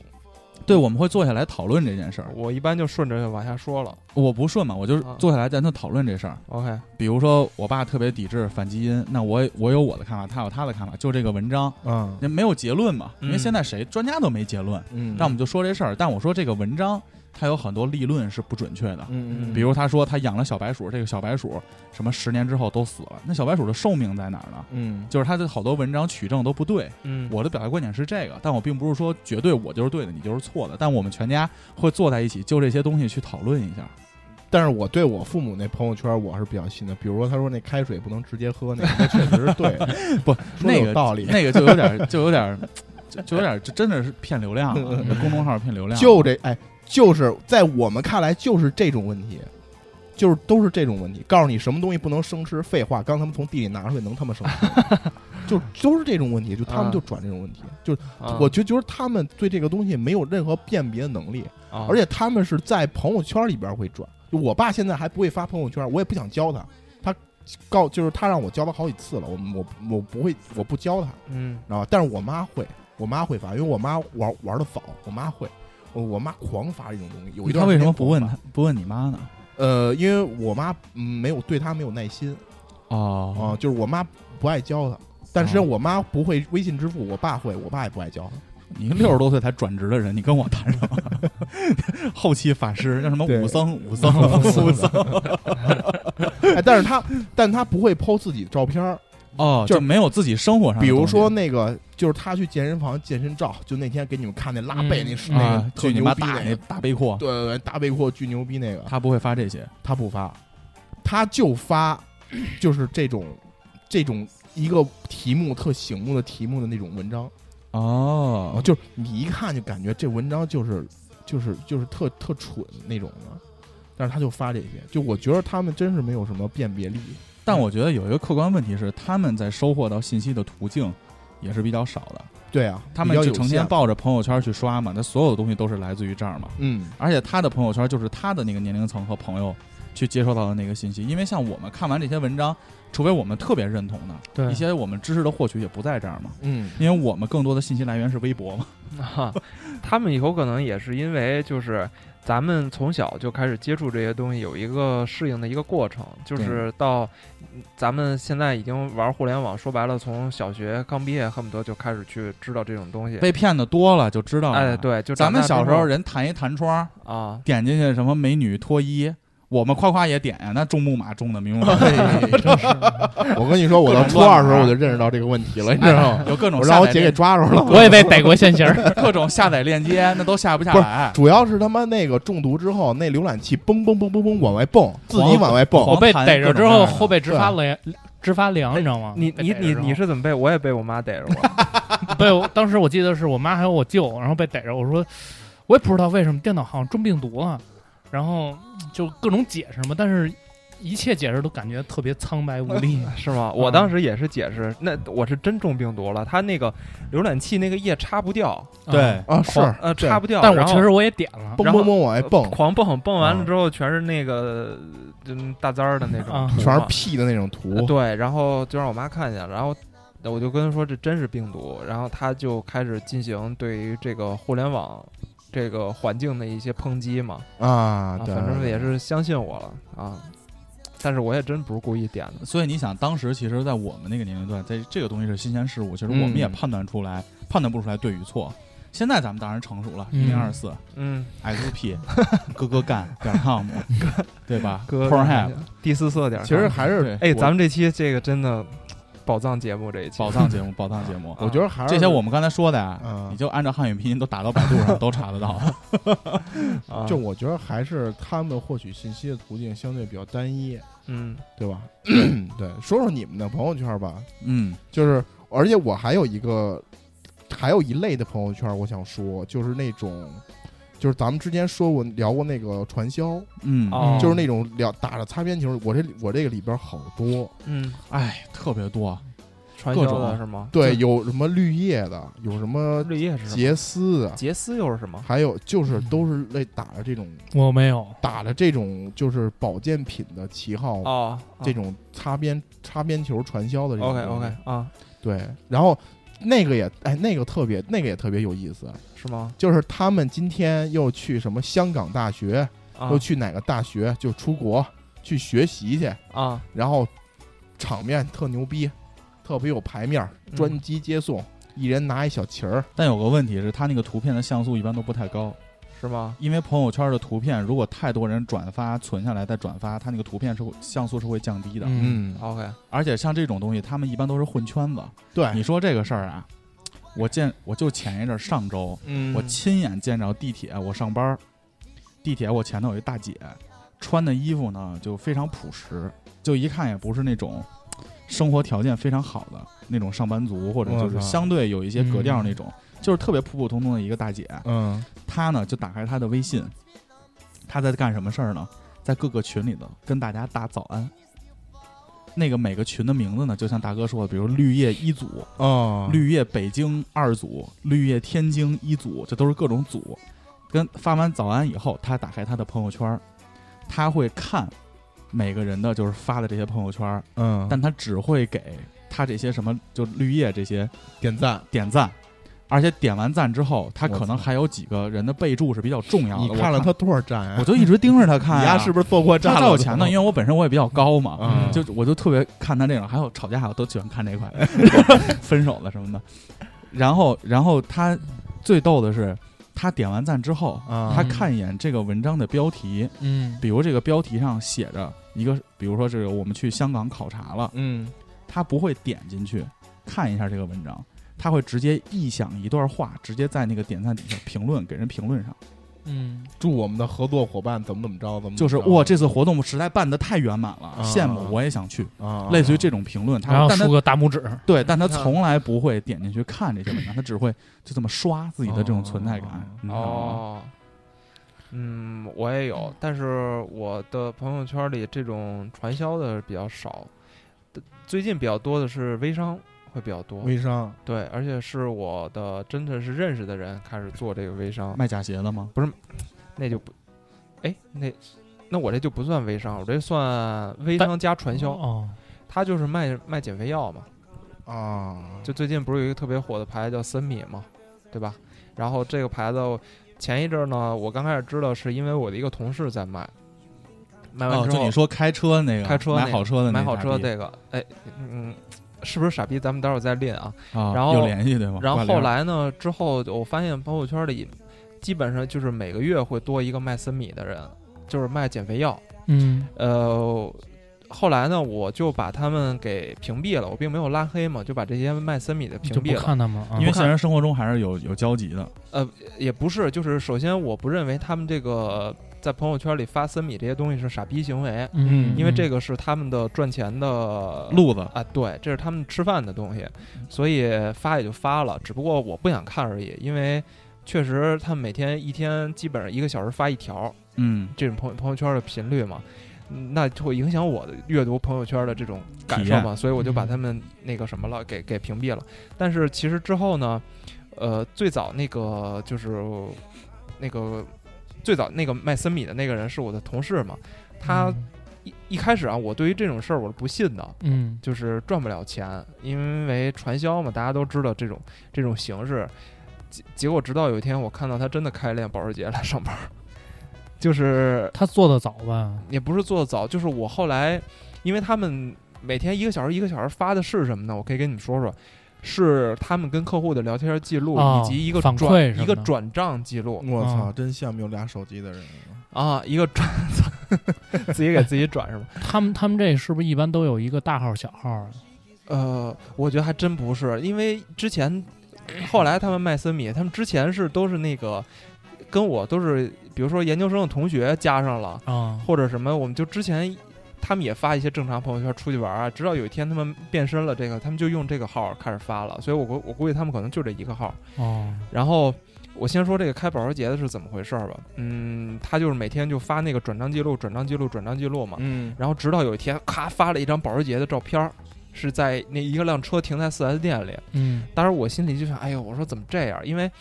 Speaker 4: 对，我们会坐下来讨论这件事儿。
Speaker 5: 我一般就顺着就往下说了。
Speaker 4: 我不顺嘛，我就是
Speaker 5: 啊
Speaker 4: 坐下来咱就讨论这事儿。
Speaker 5: OK，啊
Speaker 4: 比如说我爸特别抵制反基因，那我我有我的看法，他有他的看法，就这个文章
Speaker 6: 嗯
Speaker 4: 那没有结论嘛，因为
Speaker 5: 嗯
Speaker 4: 现在谁专家都没结论，
Speaker 6: 嗯，
Speaker 4: 那我们就说这事儿。但我说这个文章它有很多立论是不准确的。
Speaker 6: 嗯嗯，
Speaker 4: 比如他说他养了小白鼠，这个小白鼠什么十年之后都死了，那小白鼠的寿命在哪儿呢？
Speaker 6: 嗯
Speaker 4: 就是他的好多文章取证都不对，
Speaker 5: 嗯，
Speaker 4: 我的表达观点是这个，但我并不是说绝对我就是对的，你就是错的。但我们全家会坐在一起，就这些东西去讨论一下。
Speaker 6: 但是我对我父母那朋友圈我是比较信的，比如说他说那开水不能直接喝，那个 那确实是对的，
Speaker 4: 不
Speaker 6: 说的
Speaker 4: 那个
Speaker 6: 有道理，
Speaker 4: 那个就有 点，就有点，就就有点，就真的是骗流量了，这公众号骗流量了。
Speaker 6: 嗯就这哎，就是在我们看来就是这种问题。就是都是这种问题，告诉你什么东西不能生吃，废话，刚他们从地里拿出来能他妈生吃， 就都是这种问题，就他
Speaker 4: 嗯
Speaker 6: 们就转这种问题，就是
Speaker 5: 啊
Speaker 6: 我就觉得他们对这个东西没有任何辨别能力，
Speaker 5: 啊
Speaker 6: 而且他们是在朋友圈里边会转。就我爸现在还不会发朋友圈，我也不想教他，他告就是他让我教他好几次了，我我我不会，我不教他，
Speaker 5: 嗯
Speaker 6: 知道吧？但是我妈会，我妈会发，因为我妈玩玩的早，我妈会，我我妈狂发这种东西。有一
Speaker 4: 他
Speaker 6: 段
Speaker 4: 为
Speaker 6: 时间
Speaker 4: 什么不问
Speaker 6: 狂
Speaker 4: 他，不问你妈呢？
Speaker 6: 发？呃，因为我妈嗯没有对他没有耐心啊、
Speaker 4: 哦，
Speaker 6: 就是我妈不爱教他。但是
Speaker 4: 哦
Speaker 6: 我妈不会微信支付，我爸会，我爸也不爱教 他。
Speaker 4: 你一个六十多岁才转职的人，你跟我谈什么？ 后期法师叫什么
Speaker 6: 对
Speaker 4: 武僧？武 僧？武僧？
Speaker 6: 哎，但是他，但他不会剖自己的照片儿，
Speaker 4: 哦，
Speaker 6: 就是
Speaker 4: 就没有自己生活上的东
Speaker 6: 比
Speaker 4: 西，
Speaker 6: 如说那个，就是他去健身房健身照，就那天给你们看那拉背那是那个
Speaker 4: 啊，
Speaker 6: 特
Speaker 4: 去你
Speaker 6: 牛
Speaker 4: 妈
Speaker 6: 逼
Speaker 4: 大
Speaker 6: 那
Speaker 4: 那
Speaker 6: 个，
Speaker 4: 大背阔，
Speaker 6: 对对对，大背阔巨牛逼那个，
Speaker 4: 他不会发这些。
Speaker 6: 他不发，他就发，就是这种这种一个题目特醒目的题目的那种文章啊，
Speaker 4: 哦，
Speaker 6: 就是你一看就感觉这文章就是就是就是特特蠢那种的，但是他就发这些，就我觉得他们真是没有什么辨别力，
Speaker 5: 嗯
Speaker 4: 但我觉得有一个客观问题是，他们在收获到信息的途径也是比较少的。
Speaker 6: 对啊，
Speaker 4: 他
Speaker 6: 比
Speaker 4: 们
Speaker 6: 较
Speaker 4: 就
Speaker 6: 有
Speaker 4: 成天
Speaker 6: 限
Speaker 4: 抱着朋友圈去刷嘛，那所有的东西都是来自于这儿嘛。
Speaker 6: 嗯
Speaker 4: 而且他的朋友圈就是他的那个年龄层和朋友去接收到的那个信息。因为像我们看完这些文章，除非我们特别认同的，
Speaker 10: 对
Speaker 4: 一 些我们知识的获取也不在这儿嘛。
Speaker 6: 嗯
Speaker 4: 因为我们更多的信息来源是微博嘛。
Speaker 5: 哈，啊他们有可能也是因为就是咱们从小就开始接触这些东西，有一个适应的一个过程，就是到咱们现在已经玩互联网，说白了，从小学刚毕业，恨不得就开始去知道这种东西。
Speaker 4: 被骗的多了就知道了。
Speaker 5: 哎，，对，就
Speaker 4: 咱们
Speaker 5: 长大
Speaker 4: 小
Speaker 5: 之
Speaker 4: 时候
Speaker 5: 后
Speaker 4: 人弹一弹窗，
Speaker 5: 啊，
Speaker 4: 点进去什么美女脱衣，我们夸夸也点呀，那中木马中的 明白
Speaker 6: 我跟你说，我到初二的时候我就认识到这个问 题了， 你知道吗？
Speaker 4: 有各种
Speaker 6: 我
Speaker 4: 下
Speaker 6: 让我
Speaker 4: 载
Speaker 6: 姐给
Speaker 4: 链
Speaker 6: 抓着了。
Speaker 10: 我也被逮过现行儿，
Speaker 4: 各种下载链接，那都下不下
Speaker 6: 不是
Speaker 4: 来。
Speaker 6: 主要是他妈那个中毒之后，那浏览器嘣嘣嘣嘣嘣往外蹦，自己往外
Speaker 4: 狂
Speaker 6: 蹦。
Speaker 10: 我被
Speaker 4: 盘
Speaker 10: 逮着
Speaker 4: 各种
Speaker 10: 之
Speaker 4: 各
Speaker 10: 后
Speaker 4: 样的
Speaker 10: 后背直发凉，直发凉，你知道吗？
Speaker 5: 你
Speaker 10: 被
Speaker 5: 你
Speaker 10: 逮着
Speaker 5: 你
Speaker 10: 之后
Speaker 5: 你是怎么被？我也被我妈逮着过。
Speaker 10: 被我当时我记得是我妈还有我舅，然后被逮着，我说我也不知道为什么电脑好像中病毒了，然后就各种解释嘛，但是一切解释都感觉特别苍白无力。
Speaker 5: 是吗？我当时也是解释，那我是真中病毒了。它那个浏览器那个页插不掉，
Speaker 4: 对，
Speaker 6: 啊，是，
Speaker 5: 呃，
Speaker 6: 对
Speaker 5: 插不掉。
Speaker 10: 但我
Speaker 5: 然后
Speaker 10: 确实我也点了
Speaker 6: 嘣
Speaker 5: 然
Speaker 6: 嘣
Speaker 5: 后呃
Speaker 6: 嘣往外哎蹦，嗯
Speaker 5: 狂蹦，蹦完了之后全是那个嗯大灾儿的那种
Speaker 10: 啊
Speaker 5: 图嘛，
Speaker 6: 全是 P 的那种图。
Speaker 5: 对，然后就让我妈看见，然后我就跟她说这真是病毒，然后她就开始进行对于这个互联网这个环境的一些抨击嘛，
Speaker 6: 啊，对，
Speaker 5: 呃反正也是相信我了啊，但是我也真不是故意点的，
Speaker 4: 所以你想，当时其实，在我们那个年龄段，在这个东西是新鲜事物，其实我们也
Speaker 6: 嗯
Speaker 4: 判断出来，判断不出来对与错。现在咱们当然成熟了，一
Speaker 10: 嗯
Speaker 4: 零二四、
Speaker 5: 嗯，
Speaker 4: XP、哥哥干点 com，对 吧？
Speaker 5: 哥
Speaker 4: Pornhub
Speaker 5: 第四色点儿，
Speaker 6: 其实还是
Speaker 4: 对
Speaker 5: 哎，
Speaker 6: 我
Speaker 5: 咱们这期这个真的宝藏节目这一期，
Speaker 4: 宝藏节目，宝藏节 目，
Speaker 6: 我觉得还是
Speaker 4: 这些我们刚才说的呀
Speaker 6: 嗯，
Speaker 4: 你就按照汉语拼音都打到百度上，都查得到。
Speaker 5: 啊，
Speaker 6: 就我觉得还是他们获取信息的途径相对比较单一，
Speaker 5: 嗯
Speaker 6: 对吧？嗯对，说说你们的朋友圈吧，
Speaker 4: 嗯，
Speaker 6: 就是而且我还有一个，还有一类的朋友圈，我想说，就是那种。就是咱们之前说过聊过那个传销，
Speaker 4: 嗯，
Speaker 5: 哦
Speaker 6: 就是那种聊打着擦边球，我这我这个里边好多，
Speaker 5: 嗯，
Speaker 4: 哎，特别多，
Speaker 5: 传
Speaker 4: 各
Speaker 5: 销
Speaker 4: 种
Speaker 5: 的是吗？
Speaker 6: 对，
Speaker 5: 这，
Speaker 6: 有什么绿叶的，有什么
Speaker 5: 绿叶是什么？
Speaker 6: 杰斯的，
Speaker 5: 杰斯又是什么？
Speaker 6: 还有就是都是类打着这种
Speaker 10: 我没有，
Speaker 6: 打着这种就是保健品的旗号，
Speaker 5: 哦，
Speaker 6: 这种擦边擦边球传销的这种
Speaker 5: OK
Speaker 6: 东西
Speaker 5: OK 啊，
Speaker 6: 对，然后那个也哎那个特别那个也特别有意思，
Speaker 5: 是吗？
Speaker 6: 就是他们今天又去什么香港大学，
Speaker 5: 啊
Speaker 6: 又去哪个大学就出国去学习去，
Speaker 5: 啊，
Speaker 6: 然后场面特牛逼，特别有排面儿，
Speaker 5: 嗯
Speaker 6: 专机接送，一人拿一小旗儿，
Speaker 4: 但有个问题是，它那个图片的像素一般都不太高。
Speaker 5: 是吗？
Speaker 4: 因为朋友圈的图片，如果太多人转发、存下来再转发，它那个图片是会像素是会降低的。
Speaker 6: 嗯，
Speaker 5: OK，
Speaker 4: 而且像这种东西，他们一般都是混圈子。你
Speaker 6: 对，
Speaker 4: 说这个事儿啊，我见我就前一阵儿上周，
Speaker 5: 嗯
Speaker 4: 我亲眼见着地铁，我上班儿，地铁我前头有一大姐，穿的衣服呢就非常朴实，就一看也不是那种生活条件非常好的那种上班族，或者就
Speaker 6: 我
Speaker 4: 是
Speaker 6: 操
Speaker 4: 相对有一些格调那种，就是特别普普通通的一个大姐。
Speaker 6: 嗯
Speaker 4: 他呢就打开他的微信，他在干什么事儿呢？在各个群里头跟大家打早安。那个每个群的名字呢，就像大哥说的，比如绿叶一组、
Speaker 6: 哦
Speaker 4: 绿叶北京二组、绿叶天津一组，这都是各种组。跟发完早安以后，他打开他的朋友圈儿，他会看每个人的就是发的这些朋友圈儿，
Speaker 6: 嗯，
Speaker 4: 但他只会给他这些什么就绿叶这些
Speaker 6: 点赞，
Speaker 4: 点赞，而且点完赞之后，他
Speaker 6: 我
Speaker 4: 可能
Speaker 6: 操
Speaker 4: 还有几个人的备注是比较重要的。
Speaker 6: 你
Speaker 4: 我
Speaker 6: 看了
Speaker 4: 他
Speaker 6: 他，多少站呀
Speaker 4: 我？就一直盯着他看、
Speaker 6: 你
Speaker 4: 呀，
Speaker 6: 丫是不是坐过站
Speaker 4: 他
Speaker 6: 了？
Speaker 4: 在我前头，因为我本身我也比较高嘛，
Speaker 6: 嗯
Speaker 4: 就我就特别看他这种，还有吵架我都喜欢看这一块， 分手了什么的。然后，然后他最逗的是，他点完赞之后，
Speaker 6: 啊
Speaker 4: 他看一眼这个文章的标题，
Speaker 10: 嗯，
Speaker 4: 比如这个标题上写着一个，比如说这个我们去香港考察了，
Speaker 6: 嗯
Speaker 4: 他不会点进去看一下这个文章，他会直接臆想一段话，直接在那个点赞底下评论，给人评论上，
Speaker 10: 嗯，
Speaker 6: 祝我们的合作伙伴怎么怎么着，怎
Speaker 5: 嗯
Speaker 6: 么
Speaker 4: 就是哇，这次活动实在办得太圆满了，
Speaker 6: 啊
Speaker 4: 羡慕我也想去，
Speaker 6: 啊，
Speaker 4: 类似于这种评论。
Speaker 10: 然
Speaker 4: 他
Speaker 10: 后
Speaker 4: 但
Speaker 10: 竖
Speaker 4: 他
Speaker 10: 个大拇指，
Speaker 4: 对，但他从来不会点进去看这些文章，他只会就这么刷自己的这种存在感
Speaker 6: 哦。
Speaker 4: 你知啊道吗，
Speaker 5: 哦，嗯，我也有，但是我的朋友圈里这种传销的比较少。最近比较多的是微商会比较多，
Speaker 6: 微商
Speaker 5: 对，而且是我的真的是认识的人开始做这个微商，
Speaker 4: 啊卖假鞋的吗？
Speaker 5: 那就不，哎，那那我这就不算微商，我这算微商加传销，
Speaker 10: 哦，
Speaker 5: 他就是卖卖减肥药嘛。
Speaker 6: 啊，
Speaker 5: 就最近不是有一个特别火的牌子叫森米嘛，对吧？然后这个牌子前一阵儿呢，我刚开始知道是因为我的一个同事在卖，卖完
Speaker 4: 哦，
Speaker 5: 之
Speaker 4: 就
Speaker 5: 后、
Speaker 4: 你说开车那个，
Speaker 5: 开车那个
Speaker 4: 买好车的那
Speaker 5: 买
Speaker 4: 个
Speaker 5: 好
Speaker 4: 傻
Speaker 5: 车
Speaker 4: 逼
Speaker 5: 这个，哎，嗯，是不是傻逼？咱们待会儿再练啊。
Speaker 4: 啊，
Speaker 5: 然后
Speaker 4: 有联系对吗？
Speaker 5: 然
Speaker 4: 挂
Speaker 5: 后
Speaker 4: 啊
Speaker 5: 后
Speaker 4: 铃儿
Speaker 5: 来呢，之后我发现朋友圈里基本上就是每个月会多一个卖森米的人，就是卖减肥药。
Speaker 10: 嗯
Speaker 5: 呃，后来呢，我就把他们给屏蔽了，我并没有拉黑嘛，就把这些卖森米的屏
Speaker 10: 就不
Speaker 5: 蔽了。
Speaker 10: 看他们啊，
Speaker 4: 因为现实生活中还是有有交集的，
Speaker 5: 也不是，就是首先我不认为他们这个在朋友圈里发森米这些东西是傻逼行为，
Speaker 10: 嗯，
Speaker 5: 因为这
Speaker 10: 个
Speaker 5: 个是他们的赚钱的
Speaker 11: 路子
Speaker 5: 啊，对，这是他们吃饭的东西，
Speaker 10: 嗯
Speaker 5: 所以发也就发了，只不过我不想看而已，因为确实他们每天一天基本上一个小时发一条
Speaker 4: 嗯，
Speaker 5: 这种朋友朋友圈的频率嘛，嗯那就会影响我的阅读朋友圈的这种感受
Speaker 4: 体
Speaker 5: 嘛，所以我就把
Speaker 10: 嗯
Speaker 5: 他们那个什么了，给给屏蔽了。但是其实之后呢，呃，最早那个就是那个最早那个卖森米的那个人是我的同事嘛，他一一开始啊，我对于这种事儿我是不信的，
Speaker 10: 嗯
Speaker 5: 就是赚不了钱，因为传销嘛，大家都知道这种这种形式。结结果直到有一天，我看到他真的开了一辆保时捷来上班儿，就是
Speaker 10: 他做的早吧，
Speaker 5: 也不是做的早，就是我后来，因为他们每天一个小时一个小时发的是什么呢？我可以跟你说说，是他们跟客户的聊天记录，
Speaker 10: 哦
Speaker 5: 以及一个
Speaker 10: 反
Speaker 5: 转
Speaker 10: 馈什么
Speaker 5: 一个
Speaker 10: 的
Speaker 5: 转账记录
Speaker 6: 我操，
Speaker 10: 啊
Speaker 6: 真羡慕有俩手机的人。
Speaker 5: 啊，一个转 自己给自己转是吗？
Speaker 10: 他们他们这是不是一般都有一个大号小号啊？
Speaker 5: 呃，我觉得还真不是，因为之前后来他们卖森米，他们之前是都是那个跟我都是，比如说研究生的同学加上了。
Speaker 10: 啊
Speaker 5: 或者什么，我们就之前他们也发一些正常朋友圈出去玩啊，直到有一天他们变身了，这个他们就用这个号开始发了，所以我估我估计他们可能就这一个号。
Speaker 10: 哦，
Speaker 5: 然后我先说这个开保时捷的是怎么回事儿吧，嗯，他就是每天就发那个转账记录、转账记录、转账记录嘛，
Speaker 6: 嗯，
Speaker 5: 然后直到有一天咔发了一张保时捷的照片儿，是在那一个辆车停在 4S 店里，
Speaker 10: 嗯
Speaker 5: 当时我心里就想，哎呦，我说怎么这样？因为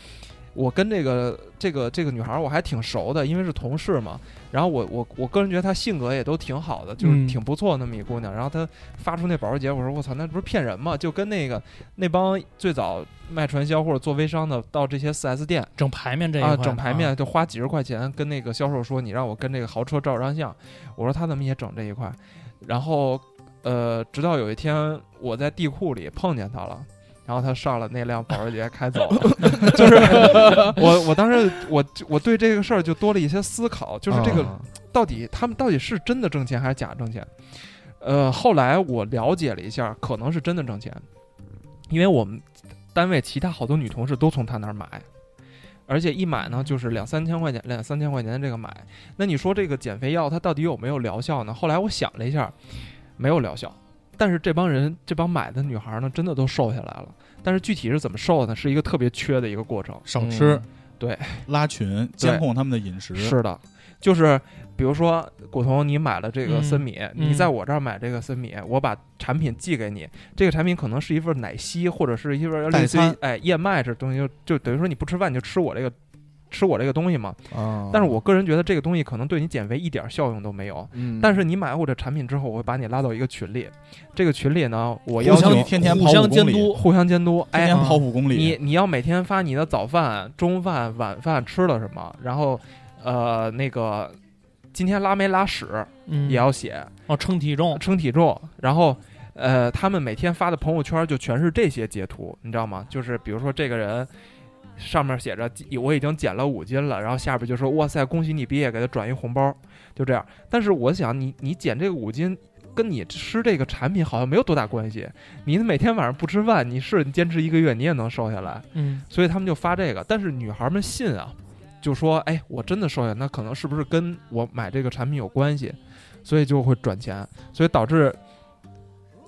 Speaker 5: 我跟这个这个这个女孩儿我还挺熟的，因为是同事嘛。然后我我我个人觉得她性格也都挺好的，就是
Speaker 10: 嗯
Speaker 5: 挺不错那么一姑娘。然后她发出那保时捷，我说我操，那不是骗人吗？就跟那个那帮最早卖传销或者做微商的到这些 4S 店
Speaker 10: 整排面这一块
Speaker 5: 啊，
Speaker 10: 儿
Speaker 5: 整排面就花几十块钱跟那个销售说，你让我跟这个豪车照张相。我说他怎么也整这一块？然后，呃，直到有一天我在地库里碰见他了。然后他上了那辆保时捷开走了，就是我我当时我我对这个事儿就多了一些思考，就是这个
Speaker 6: 啊
Speaker 5: 到底他们到底是真的挣钱还是假挣钱？呃，后来我了解了一下，可能是真的挣钱，因为我们单位其他好多女同事都从他那儿买，而且一买呢就是两三千块钱，两三千块钱这个买。那你说这个减肥药它到底有没有疗效呢？后来我想了一下，没有疗效。但是这帮人，这帮买的女孩呢，真的都瘦下来了。但是具体是怎么瘦的呢？是一个特别缺的一个过程。
Speaker 4: 少吃，
Speaker 5: 对，
Speaker 4: 拉群，监控他们的饮食，
Speaker 5: 是的，就是比如说，古潼，你买了这个
Speaker 10: 嗯
Speaker 5: 森米，
Speaker 10: 嗯
Speaker 5: 你在我这儿买这个森米，我把产品寄给你，这个产品可能是一份奶昔，或者是一份类似
Speaker 4: 代
Speaker 5: 于
Speaker 4: 餐
Speaker 5: 哎燕麦这东西，就就等于说你不吃饭你就吃我这个吃我这个东西嘛。
Speaker 4: 哦
Speaker 6: 啊，
Speaker 5: 但是我个人觉得这个东西可能对你减肥一点效用都没有。
Speaker 6: 嗯，
Speaker 5: 但是你买我这产品之后，我会把你拉到一个群里，这个群里呢，我要
Speaker 4: 互
Speaker 5: 求
Speaker 4: 相天天跑
Speaker 10: 互
Speaker 4: 五
Speaker 10: 相
Speaker 4: 公
Speaker 10: 监
Speaker 4: 里，
Speaker 10: 督，
Speaker 5: 互相监督，
Speaker 4: 天
Speaker 5: 哎
Speaker 4: 天，跑五公里，
Speaker 5: 你你要每天发你的早饭、中饭、晚饭吃了什么，然后呃那个今天拉没拉屎
Speaker 10: 嗯
Speaker 5: 也要写，
Speaker 10: 哦称体重，
Speaker 5: 称体重，然后呃他们每天发的朋友圈就全是这些截图，你知道吗？就是比如说这个人。上面写着我已经减了五斤了，然后下边就说哇塞，恭喜你毕业，给他转一红包，就这样。但是我想你，你减这个五斤，跟你吃这个产品好像没有多大关系。你每天晚上不吃饭，你是你坚持一个月，你也能瘦下来。
Speaker 10: 嗯
Speaker 5: 所以他们就发这个。但是女孩们信啊，就说：“哎，我真的瘦下，那可能是不是跟我买这个产品有关系？”所以就会转钱，所以导致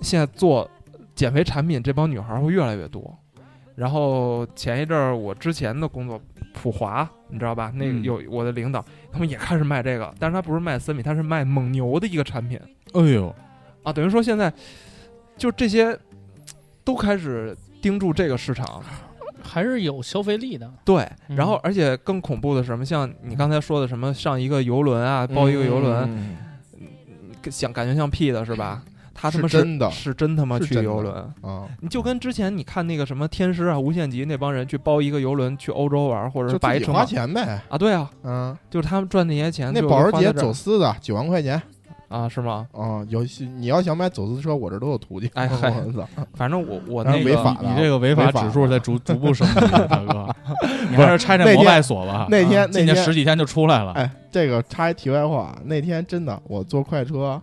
Speaker 5: 现在做减肥产品这帮女孩会越来越多。然后前一阵儿我之前的工作普华，你知道吧？那个
Speaker 4: 嗯
Speaker 5: 有我的领导，他们也开始卖这个，但是他不是卖森米，他是卖蒙牛的一个产品
Speaker 4: 哎呦，
Speaker 5: 啊，等于说现在。就这些都开始盯住这个市场。
Speaker 10: 还是有消费力的。
Speaker 5: 对，
Speaker 10: 嗯
Speaker 5: 然后而且更恐怖的是什么，像你刚才说的什么上一个游轮啊，
Speaker 6: 嗯
Speaker 5: 包一个游轮，想感觉像屁的是吧？他他妈
Speaker 6: 嗯是真的
Speaker 5: 是真他妈
Speaker 6: 是
Speaker 5: 去
Speaker 6: 真的
Speaker 5: 游轮。
Speaker 6: 啊，
Speaker 5: 你就跟之前你看那个什么天师啊、无限极那帮人去包一个游轮去欧洲玩，或者
Speaker 6: 就是
Speaker 5: 把
Speaker 6: 自
Speaker 5: 一
Speaker 6: 己
Speaker 5: 城
Speaker 6: 花
Speaker 5: 堡
Speaker 6: 钱呗，
Speaker 5: 啊，对啊，
Speaker 6: 嗯，
Speaker 5: 就是他们赚那些钱
Speaker 6: 那
Speaker 5: 就
Speaker 6: 保时
Speaker 5: 花在
Speaker 6: 捷
Speaker 5: 这儿
Speaker 6: 走私的九万块钱
Speaker 5: 啊，是吗？
Speaker 6: 啊，有你要想买走私车，我这都有 途径。
Speaker 5: 哎嗨
Speaker 6: 我操，
Speaker 5: 反正我我
Speaker 6: 当然
Speaker 5: 那
Speaker 6: 违
Speaker 5: 个
Speaker 6: 法
Speaker 11: 你
Speaker 6: 了
Speaker 11: 这个违
Speaker 6: 违
Speaker 11: 法
Speaker 6: 法
Speaker 11: 指数在逐逐步升级，大哥，你还是拆
Speaker 6: 那
Speaker 11: 拆
Speaker 6: 天
Speaker 11: 摩拜锁吧。
Speaker 6: 那天
Speaker 11: 啊
Speaker 6: 那
Speaker 11: 进去
Speaker 6: 天
Speaker 11: 十几天就出来了，
Speaker 6: 哎，这个插一题外话，那天真的我坐快车，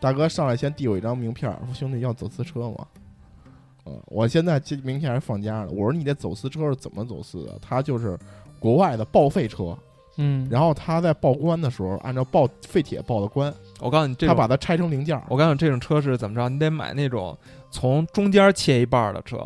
Speaker 6: 大哥上来先递我一张名片儿，说兄弟要走私车吗？嗯，我现在这名片还放家呢。我说你这走私车是怎么走私的？他就是国外的报废车，
Speaker 10: 嗯，，
Speaker 6: 然后他在报关的时候按照报废铁报的关，
Speaker 5: 我告诉你这
Speaker 6: 他
Speaker 5: 种
Speaker 6: 把它拆成零件儿。
Speaker 5: 我告诉你，这种车是怎么着？你得买那种从中间切一半儿的车，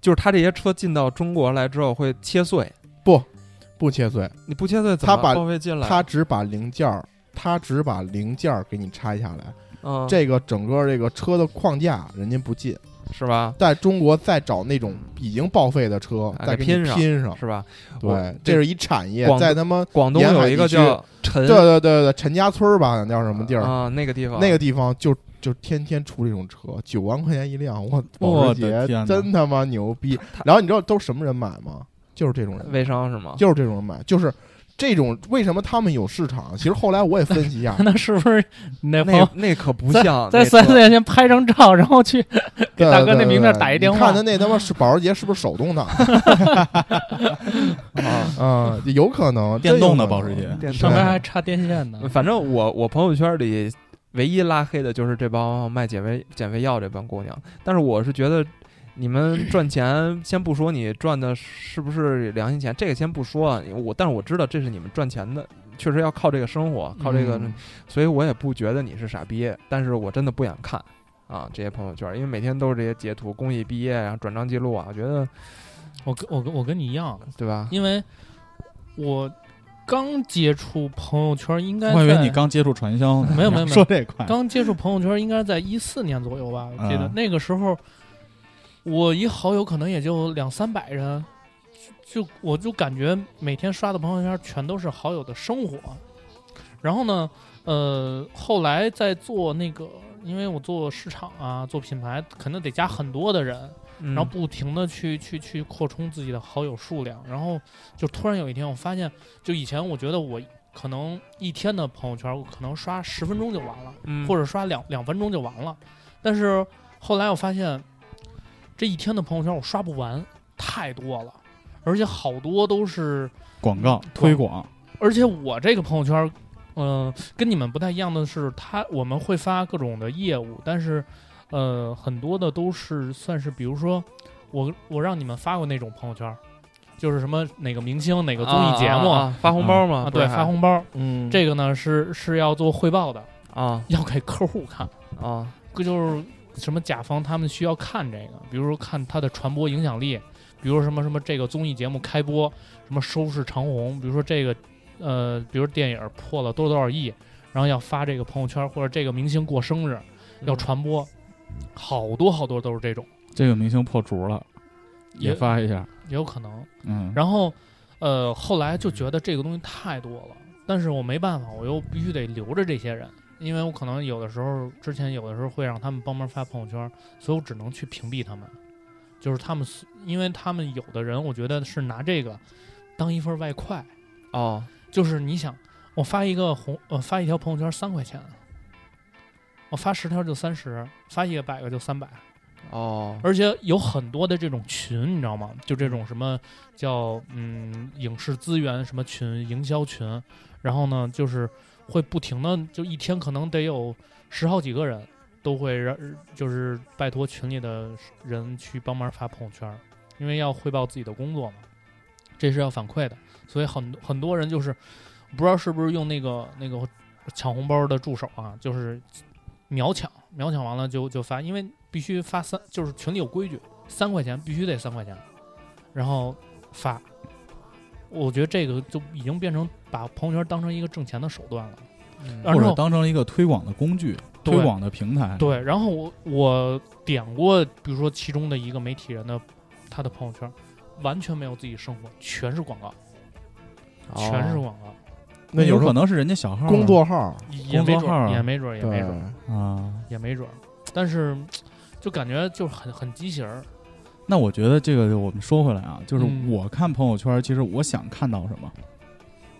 Speaker 5: 就是它这些车进到中国来之后会切碎，
Speaker 6: 不切碎，
Speaker 5: 你不切碎怎
Speaker 6: 他
Speaker 5: 么
Speaker 6: 把
Speaker 5: 报废进来？
Speaker 6: 他只把零件儿，他只把零件儿给你拆下来。
Speaker 5: 嗯，
Speaker 6: 这个整个这个车的框架人家不进，
Speaker 5: 是吧？
Speaker 6: 在中国再找那种已经报废的车
Speaker 5: 哎
Speaker 6: 再
Speaker 5: 给
Speaker 6: 给你
Speaker 5: 拼上
Speaker 6: 拼上。
Speaker 5: 是吧？
Speaker 6: 对
Speaker 5: 我，
Speaker 6: 这是一产业
Speaker 5: 广，
Speaker 6: 在他妈
Speaker 5: 广东
Speaker 6: 沿海
Speaker 5: 有一个
Speaker 6: 地区
Speaker 5: 叫陈
Speaker 6: 对对对对陈家村儿吧，好像叫什么地儿，
Speaker 5: 啊、那个地方，
Speaker 6: 那个地方就就天天出这种车，九万块钱一辆，我保
Speaker 11: 我
Speaker 6: 时
Speaker 11: 的天
Speaker 6: 捷
Speaker 11: 哪
Speaker 6: 真他妈牛逼。然后你知道都什么人买吗？就是这种人，
Speaker 5: 微商是吗？
Speaker 6: 就是这种人买，就是这种为什么他们有市场？其实后来我也分析一下
Speaker 10: 那是不是你那朋
Speaker 5: 那
Speaker 6: 哦
Speaker 10: 友
Speaker 5: 那可不像
Speaker 10: 在
Speaker 5: 那
Speaker 10: 三
Speaker 5: 车
Speaker 10: 四年前拍张照，然后去
Speaker 6: 对
Speaker 10: 大哥
Speaker 6: 对
Speaker 10: 那
Speaker 6: 对
Speaker 10: 名片
Speaker 6: 对
Speaker 10: 打一
Speaker 6: 你
Speaker 10: 电话
Speaker 6: 看他那他妈是保时捷是不是手动挡？
Speaker 5: 啊。
Speaker 6: 啊，有可能
Speaker 11: 电动的
Speaker 6: 真有
Speaker 11: 保
Speaker 6: 可
Speaker 11: 时
Speaker 6: 能
Speaker 11: 捷，
Speaker 5: 电
Speaker 10: 上
Speaker 5: 动
Speaker 10: 面还插电线呢。
Speaker 5: 反正我我朋友圈里唯一拉黑的就是这帮卖减肥减肥药这帮姑娘，但是我是觉得。你们赚钱，先不说你赚的是不是良心钱，这个先不说啊。我，但是我知道这是你们赚钱的，确实要靠这个生活，靠这个，
Speaker 10: 嗯
Speaker 5: 所以我也不觉得你是傻逼。但是我真的不想看啊这些朋友圈，因为每天都是这些截图，公益毕业啊，转账记录啊，我觉得
Speaker 10: 我跟我跟我跟你一样，
Speaker 5: 对吧？
Speaker 10: 因为我刚接触朋友圈，应该
Speaker 11: 我以为
Speaker 10: 在
Speaker 11: 你刚接触传销呢。
Speaker 10: 没有没有没有
Speaker 11: 说这
Speaker 4: 哎
Speaker 11: 块，
Speaker 10: 刚接触朋友圈应该在一四年左右吧，我记得、
Speaker 11: 啊
Speaker 10: 那个时候，我一好友可能也就两三百人，就就我就感觉每天刷的朋友圈全都是好友的生活。然后呢，呃，后来在做那个，因为我做市场啊，做品牌，肯定得加很多的人，
Speaker 5: 然
Speaker 10: 然后不停的去去去扩充自己的好友数量，然后就突然有一天我发现，就以前我觉得我可能一天的朋友圈，我可能刷十分钟就完了。或
Speaker 5: 者
Speaker 10: 者刷两两分钟就完了。但是后来我发现，这一天的朋友圈我刷不完，太多了，而且好多都是，
Speaker 11: 广告推广，
Speaker 10: 而且我这个朋友圈，嗯、跟你们不太一样的是，他我们会发各种的业务，但是，呃，很多的都是算是，比如说我我让你们发过那种朋友圈，就是什么哪个明星哪
Speaker 5: 哪
Speaker 10: 个综艺节目。
Speaker 5: 发红包嘛，
Speaker 10: 啊
Speaker 5: 不是
Speaker 10: 对，
Speaker 5: 还
Speaker 10: 发红包，
Speaker 5: 嗯
Speaker 10: 这个呢是是要做汇报的，
Speaker 5: 啊
Speaker 10: 要给客户看。
Speaker 5: 啊
Speaker 10: 这就是什么甲方他们需要看这个，比如说看它的传播影响力，比如说什么什么这个综艺节目开播什么收视长虹，比如说这个呃，比如电影破了多少多少亿，然后要发这个朋友圈，或者这个明星过生日
Speaker 5: 嗯
Speaker 10: 要传播，好多好多都是这种，
Speaker 11: 这个明星破竹了，也
Speaker 10: 也
Speaker 11: 发一下。
Speaker 10: 也有可能。
Speaker 11: 嗯，
Speaker 10: 然后呃，后来就觉得这个东西太多了，但是我没办法，我又必须得留着这些人。因为我可能有的时候之前有的时候会让他们帮忙发朋友圈，所以我只能去屏蔽他们。就是他们，因为他们有的人，我觉得是拿这个当一份外快。
Speaker 5: 哦，
Speaker 10: 就是你想，我发一个红，呃，发一条朋友圈三块钱，我发十条就三十，发一百个就三百，
Speaker 5: 哦，
Speaker 10: 而且有很多的这种群，你知道吗？就这种什么叫嗯影视资源什么群、营销群，然后呢，就是会不停的，就一天可能得有十好几个人都会让，就是拜托群里的人去帮忙发朋友圈，因为要汇报自己的工作嘛，这是要反馈的，所以很很多人就是不知道是不是用那个那个抢红包的助手啊，就是秒抢，秒抢完了就就发，因为必须发三，就是群里有规矩，三块钱必须得三块钱，然后发。我觉得这个就已经变成把朋友圈当成一个挣钱的手段了，
Speaker 5: 嗯
Speaker 10: 然
Speaker 11: 或者
Speaker 10: 后
Speaker 11: 当成一个推广的工具，
Speaker 10: 对
Speaker 4: 推广的平台。
Speaker 10: 对，然后我我点过，比如说其中的一个媒体人的他的朋友圈，完全没有自己生活，全是广告，
Speaker 5: 哦
Speaker 10: 全
Speaker 4: 哦
Speaker 10: 是广告，
Speaker 6: 那
Speaker 4: 有
Speaker 6: 有时
Speaker 4: 可
Speaker 6: 候
Speaker 4: 能是人家小号啊
Speaker 6: 工作号，
Speaker 10: 也
Speaker 4: 工
Speaker 10: 没
Speaker 4: 作
Speaker 10: 准
Speaker 4: 号
Speaker 10: 儿，
Speaker 4: 啊
Speaker 10: 也没准儿，也没
Speaker 6: 对
Speaker 10: 准儿，
Speaker 4: 啊。
Speaker 10: 也没准儿。但是就感觉就是很很畸形儿，
Speaker 4: 那我觉得这个我们说回来啊，就是
Speaker 10: 嗯
Speaker 4: 我看朋友圈，其实我想看到什么，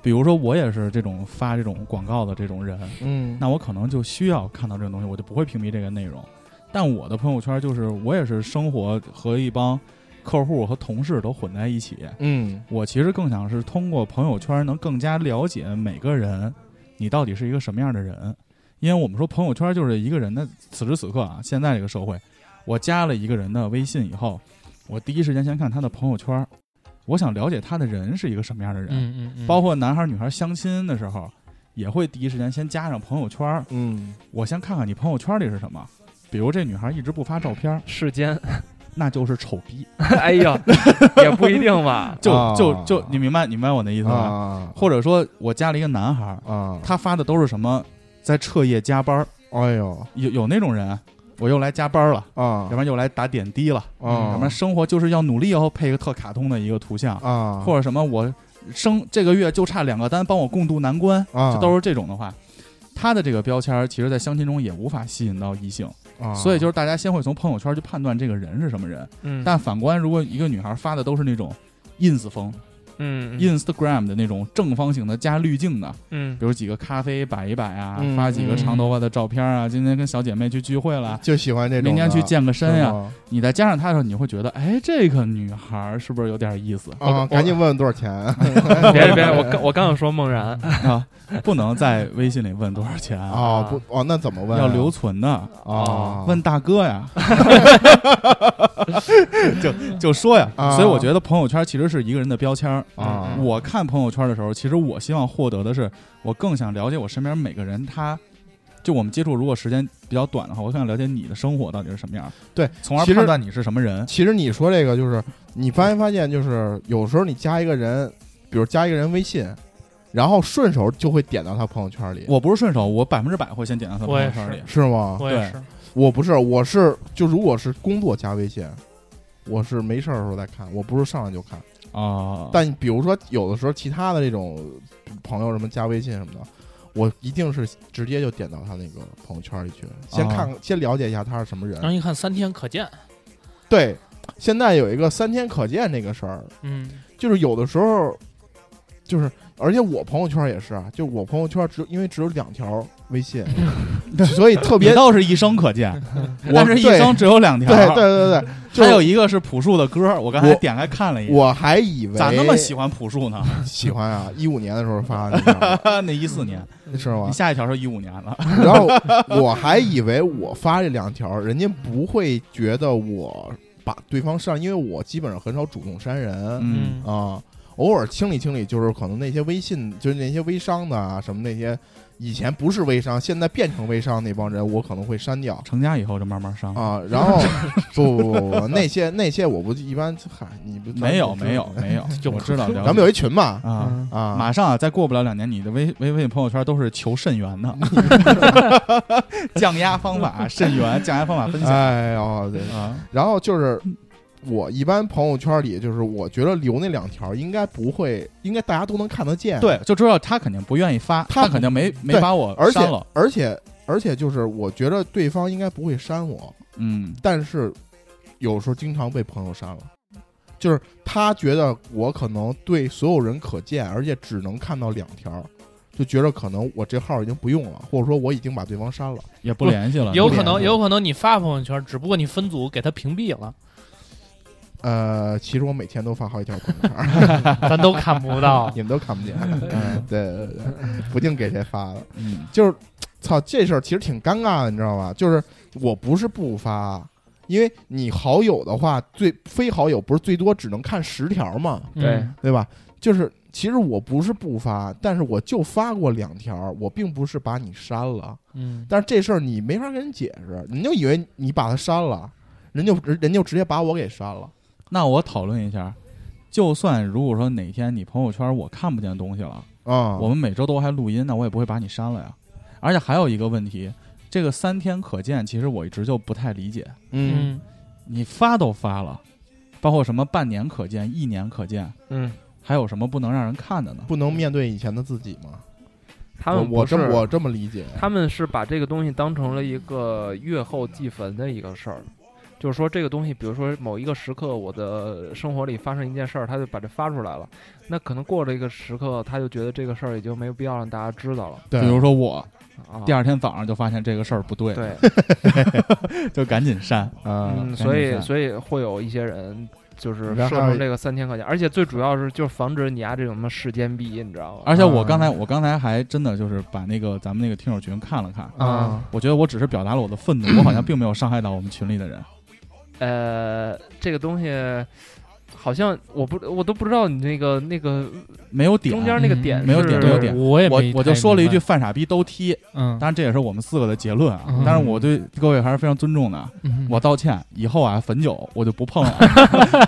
Speaker 4: 比如说我也是这种发这种广告的这种人，
Speaker 6: 嗯，
Speaker 4: 那我可能就需要看到这种东西，我就不会屏蔽这个内容。但我的朋友圈就是我也是生活和一帮客户和同事都混在一起，
Speaker 6: 嗯
Speaker 4: 我其实更想是通过朋友圈能更加了解每个人，你到底是一个什么样的人。因为我们说朋友圈就是一个人的此时此刻啊，现在这个社会，我加了一个人的微信以后，我第一时间先看他的朋友圈，我想了解他的人是一个什么样的人，
Speaker 10: 嗯嗯嗯，
Speaker 4: 包括男孩女孩相亲的时候，也会第一时间先加上朋友圈，
Speaker 6: 嗯，
Speaker 4: 我先看看你朋友圈里是什么。比如这女孩一直不发照片，
Speaker 5: 世间，
Speaker 4: 那就是丑逼，
Speaker 5: 哎呀， 也 不一定吧。
Speaker 4: 就、
Speaker 6: 啊
Speaker 4: 就就你明白你明白我那意思吧？
Speaker 6: 啊
Speaker 4: 或者说我加了一个男孩儿，
Speaker 6: 啊，
Speaker 4: 他发的都是什么在彻夜加班儿，
Speaker 6: 哎呦
Speaker 4: 有有那种人，我又来加班了，
Speaker 6: 啊
Speaker 4: 要不然又来打点滴了，
Speaker 6: 啊，
Speaker 4: 要不然生活就是要努力哦，配一个特卡通的一个图像，
Speaker 6: 啊，
Speaker 4: 或者什么我生这个月就差两个单，帮我共度难关，
Speaker 6: 啊
Speaker 4: 就都是这种的话。他的这个标签儿其实，在相亲中也无法吸引到异性，
Speaker 6: 啊，
Speaker 4: 所以就是大家先会从朋友圈去判断这个人是什么人。
Speaker 5: 嗯
Speaker 4: 但反观，如果一个女孩发的都是那种 ins 风、
Speaker 5: 嗯
Speaker 4: Instagram 的那种正方形的加滤镜的，
Speaker 5: 嗯
Speaker 4: 比如几个咖啡摆一摆啊，
Speaker 6: 嗯
Speaker 4: 发几个长头发的照片啊，今天跟小姐妹去聚会了。
Speaker 6: 就喜欢这种的，
Speaker 4: 明天去健个身呀、
Speaker 6: 啊
Speaker 4: 你再加上她的时候，你会觉得，哎，这个女孩是不是有点意思
Speaker 6: 啊，赶紧问问多少钱，
Speaker 5: 嗯，别别，我刚我刚想说梦然，
Speaker 4: 啊？不能在微信里问多少钱，
Speaker 6: 啊不哦，那怎么问啊？
Speaker 4: 要留存的，
Speaker 6: 啊？
Speaker 4: 问大哥 呀， 就就说呀。
Speaker 6: 啊
Speaker 4: 所以我觉得朋友圈其实是一个人的标签儿。
Speaker 6: 啊
Speaker 4: 我看朋友圈的时候，其实我希望获得的是，我更想了解我身边每个人他。就我们接触，如果时间比较短的话，我更想了解你的生活到底是什么样，
Speaker 6: 对，
Speaker 4: 从而
Speaker 6: 其实
Speaker 4: 判断你是什么人。
Speaker 6: 其实你说这个就是，你发没发现就是有时候你加一个人，比如加一个人微信，然后顺手就会点到他朋友圈里，
Speaker 4: 我不是顺手，我百分之百会先点到他的
Speaker 10: 我
Speaker 4: 朋
Speaker 10: 也
Speaker 4: 友圈里。
Speaker 6: 是吗？
Speaker 10: 我
Speaker 4: 对
Speaker 10: 也是，
Speaker 6: 我不是，我是就如果是工作加微信，我是没事儿的时候再看，我不是上来就看。
Speaker 4: 啊，
Speaker 6: 但比如说有的时候其他的这种朋友什么加微信什么的。我一定是直接就点到他那个朋友圈里去，先
Speaker 4: 啊
Speaker 6: 看，先了解一下他是什么人
Speaker 4: 哎
Speaker 10: 然。后一看三天可见，
Speaker 6: 对，现在有一个三天可见这个事儿，
Speaker 10: 嗯
Speaker 6: 就是有的时候，就是而且我朋友圈也是啊，就我朋友圈只有因为只有两条微信，所以特
Speaker 4: 别
Speaker 6: 别
Speaker 4: 倒是一生可见，但是一
Speaker 6: 对
Speaker 4: 生只有两条。
Speaker 6: 对对对对，就
Speaker 4: 还有一个是朴树的歌，我刚才
Speaker 6: 我
Speaker 4: 点开看了一眼，
Speaker 6: 我还以为
Speaker 4: 咋那么喜欢朴树呢？
Speaker 6: 喜欢啊？一五年的时候发的，你知道吗
Speaker 4: 那一四年，
Speaker 6: 是吗
Speaker 4: 你？下一条是一五年了。
Speaker 6: 然后我还以为我发这两条，人家不会觉得我把对方删了，因为我基本上很少主动删人。
Speaker 4: 嗯，
Speaker 6: 啊，偶尔清理清理，就是可能那些微信，就是那些微商的啊，什么那些以前不是微商，现在变成微商那帮人，我可能会删掉
Speaker 4: 成家以后就慢慢上。
Speaker 6: 啊。然后 不不不不，那些那些我不一般，嗨，你不
Speaker 4: 没有没有，没 有，
Speaker 10: 有
Speaker 4: 我知道。
Speaker 6: 咱们咱们有一群嘛
Speaker 4: 啊，
Speaker 6: 啊，
Speaker 4: 马上啊，再过不了两年，你的微微微信朋友圈都是求肾源 的，降压方法、肾源降压方法分享
Speaker 6: 哎呦，对
Speaker 4: 啊。
Speaker 6: 然后就是。我一般朋友圈里，就是我觉得留那两条应该不会，应该大家都能看得见。
Speaker 4: 对，就知道他肯定不愿意发，
Speaker 6: 哎他
Speaker 4: 他肯定没没
Speaker 6: 对
Speaker 4: 把我
Speaker 6: 而且
Speaker 4: 删了。
Speaker 6: 而且而且就是我觉得对方应该不会删我，
Speaker 4: 嗯，
Speaker 6: 但是有时候经常被朋友删了，就是他觉得我可能对所有人可见，而且只能看到两条，就觉得可能我这号已经不用了，或者说我已经把对方删了。
Speaker 4: 也不联系了。
Speaker 10: 有
Speaker 4: 你
Speaker 10: 可
Speaker 4: 脸
Speaker 10: 能
Speaker 4: 上
Speaker 10: 有可能你发朋友圈，只不过你分组给他屏蔽 了，
Speaker 6: 呃，其实我每天都发好几条朋友圈儿，
Speaker 10: 咱都看不 到
Speaker 6: 你，们都看不见。嗯，对对对，不定给谁发的。
Speaker 4: 嗯
Speaker 6: 就是，操，这事儿其实挺尴尬的，你知道吧？就是我不是不发，因为你好友的话，最非好友不是最多只能看十条嘛？
Speaker 5: 对
Speaker 6: 对吧？就是其实我不是不发，但是我就发过两条，我并不是把你删了。
Speaker 10: 嗯，
Speaker 6: 但是这事儿你没法跟人解释，人就以为你把他删了，人就人就直接把我给删了。
Speaker 4: 那我讨论一下，就算如果说哪天你朋友圈我看不见东西了，
Speaker 6: 啊、
Speaker 4: 我们每周都还录音，那我也不会把你删了呀。而且还有一个问题，这个三天可见，其实我一直就不太理解。
Speaker 6: 嗯，
Speaker 4: 你发都发了，包括什么半年可见、一年可见，
Speaker 5: 嗯，
Speaker 4: 还有什么不能让人看的呢？
Speaker 6: 不能面对以前的自己吗？
Speaker 5: 他们
Speaker 6: 我我
Speaker 5: 不是
Speaker 6: 这我这么理解，
Speaker 5: 他们是把这个东西当成了一个月后祭坟的一个事儿，就是说这个东西，比如说某一个时刻，我的生活里发生一件事儿，他就把这发出来了。那可能过了一个时刻，他就觉得这个事儿已经没有必要让大家知道了
Speaker 6: 对
Speaker 4: 比如说我
Speaker 5: 啊。
Speaker 4: 第二天早上就发现这个事儿不对，
Speaker 5: 对，
Speaker 4: 就赶紧删。
Speaker 6: 啊，
Speaker 5: 嗯，
Speaker 4: 赶
Speaker 5: 所
Speaker 4: 紧
Speaker 5: 以
Speaker 4: 看
Speaker 5: 所以会有一些人就是
Speaker 6: 然
Speaker 5: 设
Speaker 6: 后
Speaker 5: 成这个三千块钱，而且最主要是就是防止你丫、这种什么世间币，你知道吗？
Speaker 4: 而且我
Speaker 6: 嗯
Speaker 4: 刚才、我刚才还真的就是把那个咱们那个听友群看了看，
Speaker 6: 啊，
Speaker 4: 我觉得我只是表达了我的愤怒，我好像并没有伤害到我们群里的人。
Speaker 5: 呃，这个东西好像我不我都不知道你那个那个
Speaker 4: 没有点，
Speaker 5: 中间那个点
Speaker 4: 没有点
Speaker 5: 是
Speaker 4: 没有点
Speaker 10: 我也
Speaker 4: 我
Speaker 10: 没
Speaker 4: 我就
Speaker 10: 太
Speaker 4: 说了一句“
Speaker 10: 明
Speaker 4: 犯傻逼都踢”，
Speaker 10: 白，嗯，
Speaker 4: 当然这也是我们四个的结论啊
Speaker 10: 嗯。
Speaker 4: 但是我对各位还是非常尊重的，
Speaker 10: 嗯
Speaker 4: 我道歉，以后啊汾酒我就不碰了，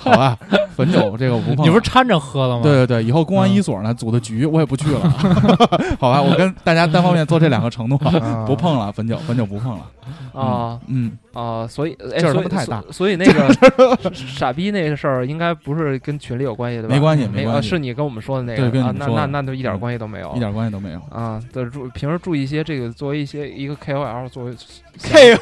Speaker 4: 好吧？汾酒这个我不碰了。
Speaker 10: 你不是掺着喝了吗？
Speaker 4: 对，对对，以后公安一所呢组的局我也不去了， 好吧？我跟大家单方面做这两个承诺，啊
Speaker 6: 啊
Speaker 4: 不碰了汾酒，汾酒不碰了。
Speaker 5: 啊
Speaker 4: 嗯，
Speaker 5: 啊，所以哎，
Speaker 4: 劲儿他
Speaker 5: 所
Speaker 4: 妈
Speaker 5: 以
Speaker 4: 太大
Speaker 5: 所 所以那个傻逼那个事儿应该不是跟群里有关系对吧？
Speaker 4: 没关系
Speaker 5: 没
Speaker 4: 没关系
Speaker 5: 呃是你跟我们说的那
Speaker 4: 对
Speaker 5: 个
Speaker 4: 跟你
Speaker 5: 啊
Speaker 4: 们，
Speaker 5: 那
Speaker 4: 说
Speaker 5: 那
Speaker 4: 的嗯
Speaker 5: 那就一点关系都没有，
Speaker 4: 一点关系都没有。
Speaker 5: 啊，对，注平时注意一些这个，作为一些一个 KOL 作为
Speaker 4: K，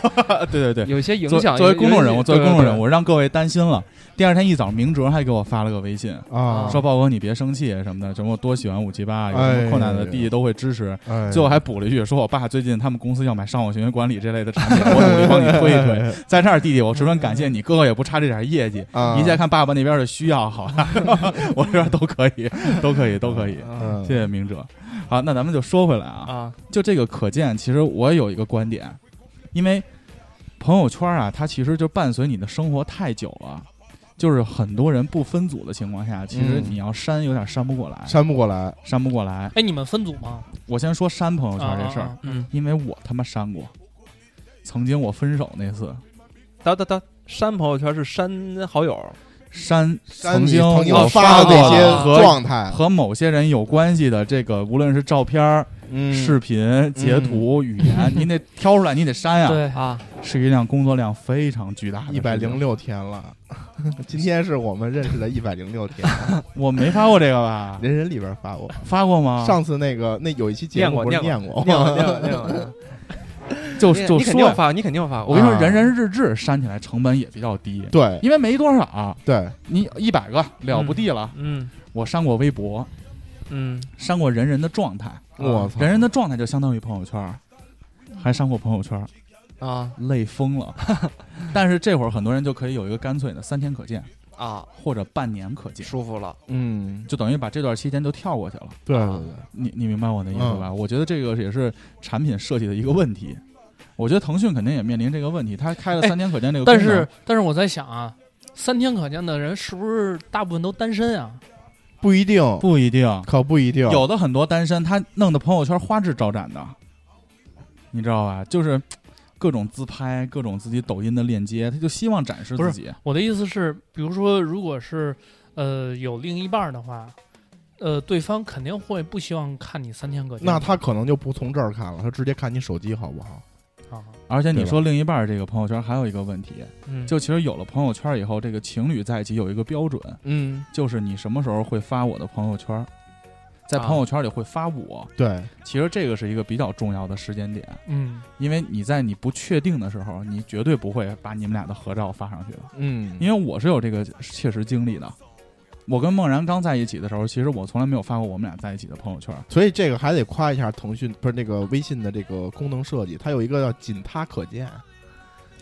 Speaker 4: 对对对，
Speaker 5: 有一些哎影
Speaker 4: 作
Speaker 5: 响，
Speaker 4: 作为
Speaker 5: 有
Speaker 4: 公众人物，作为公众人，
Speaker 5: 有一些
Speaker 4: 物，让各位担心了。第二天一早，明哲还给我发了个微信，
Speaker 6: 啊，
Speaker 4: 说豹哥你别生气什么的，什么我多喜欢五七八，有
Speaker 6: 哎
Speaker 4: 什么困难的
Speaker 6: 呀
Speaker 4: 弟都会支持。
Speaker 6: 哎
Speaker 4: 最后还补了一句，说我爸最近他们公司要买商务行为管理这类的产品，我努力帮你推一 推。在这儿，弟弟，我十分感谢你，哥哥也不差这点业绩。
Speaker 6: 啊
Speaker 4: 一切看爸爸那边的需要，好 吧，我这边都可 以，都可以，都可以。
Speaker 6: 嗯
Speaker 4: 谢谢明哲。好，那咱们就说回来
Speaker 5: 对对
Speaker 4: 啊，
Speaker 5: 啊，
Speaker 4: 就这个可见，其实我也有一个观点，因为朋友圈啊，它其实就伴随你的生活太久了。就是很多人不分组的情况下，其实
Speaker 6: 嗯
Speaker 4: 你要删有点删不过来，
Speaker 6: 删不过来，
Speaker 4: 删不过来。
Speaker 10: 哎，你们分组吗？
Speaker 4: 我先说删朋友圈这事儿，
Speaker 10: 啊，
Speaker 5: 嗯，
Speaker 4: 因为我他妈删过，曾经我分手那次
Speaker 5: 哒哒哒，删朋友圈是删好友，
Speaker 4: 删，
Speaker 6: 删
Speaker 4: 曾
Speaker 6: 你
Speaker 4: 经
Speaker 6: 曾经
Speaker 4: 我
Speaker 6: 发的那
Speaker 4: 过
Speaker 6: 些
Speaker 4: 和
Speaker 6: 状态，
Speaker 4: 和某些人有关系的这个，无论是照片儿、
Speaker 6: 嗯
Speaker 4: 视频、截图、语 言，你得挑出来，你得删呀。
Speaker 10: 对
Speaker 5: 啊，
Speaker 4: 是一辆工作量非常巨大的，
Speaker 6: 一百零。六天了， 今天是我们认识的一百零六天，
Speaker 4: 我没发过这个 吧？
Speaker 6: 人人里边发过。
Speaker 4: 发过吗？
Speaker 6: 上次那个那有一期节目不是
Speaker 5: 念
Speaker 6: 过
Speaker 5: 念
Speaker 6: 吗？
Speaker 5: 过念过念过念过，
Speaker 4: 就
Speaker 5: 你
Speaker 4: 就
Speaker 5: 你肯定有
Speaker 4: 说，
Speaker 5: 发，你肯定有发，
Speaker 4: 我
Speaker 5: 我
Speaker 4: 跟你说，
Speaker 6: 啊
Speaker 4: 人人日志删起来成本也比较低，
Speaker 6: 对
Speaker 4: 因为没多少，啊
Speaker 6: 对，
Speaker 4: 你一百个了不地了。
Speaker 5: 嗯
Speaker 4: 我删过微博，
Speaker 5: 嗯，
Speaker 4: 删过人人的状态，
Speaker 6: 我操
Speaker 4: 人人的状态就相当于朋友圈儿，还上过朋友圈儿，
Speaker 5: 啊
Speaker 4: 累疯了。 但是这会儿很多人就可以有一个干脆的三天可见，
Speaker 5: 啊，
Speaker 4: 或者半年可见，
Speaker 5: 舒服了，
Speaker 6: 嗯，
Speaker 4: 就等于把这段期间就跳过去了。
Speaker 6: 对
Speaker 5: 啊
Speaker 6: 对对
Speaker 4: 你你明白我的意思吧？我觉得这个也是产品设计的一个问题。我觉得腾讯肯定也面临这个问题，它开了
Speaker 10: 哎
Speaker 4: 三天可见这个功
Speaker 10: 但
Speaker 4: 能，
Speaker 10: 是但是我在想啊，三天可见的人是不是大部分都单身啊？
Speaker 6: 不一定，
Speaker 4: 不一定，
Speaker 6: 可不一定，
Speaker 4: 有的很多单身，他弄的朋友圈花枝招展的，你知道吧？就是各种自拍，各种自己抖音的链接，他就希望展示
Speaker 10: 不
Speaker 4: 自
Speaker 10: 是
Speaker 4: 己。
Speaker 10: 我的意思是，比如说，如果是呃有另一半儿的话，呃，对方肯定会不希望看你三天可见。
Speaker 6: 那他可能就不从这儿看了，他直接看你手机好不好？
Speaker 10: 啊，
Speaker 4: 而且你
Speaker 6: 对吧
Speaker 4: 说另一半儿这个朋友圈还有一个问题，
Speaker 5: 嗯
Speaker 4: 就其实有了朋友圈以后，这个情侣在一起有一个标准，
Speaker 5: 嗯
Speaker 4: 就是你什么时候会发我的朋友圈，在
Speaker 5: 啊
Speaker 4: 朋友圈里会发我。
Speaker 6: 对，
Speaker 4: 其实这个是一个比较重要的时间点，
Speaker 10: 嗯，
Speaker 4: 因为你在你不确定的时候，你绝对不会把你们俩的合照发上去的。
Speaker 6: 嗯
Speaker 4: 因为我是有这个切实经历的。我跟梦然刚在一起的时候，其实我从来没有发过我们俩在一起的朋友 圈。
Speaker 6: 所以这个还得夸一下腾讯，不是那个微信的这个功能设计，它有一个叫“仅他可见”，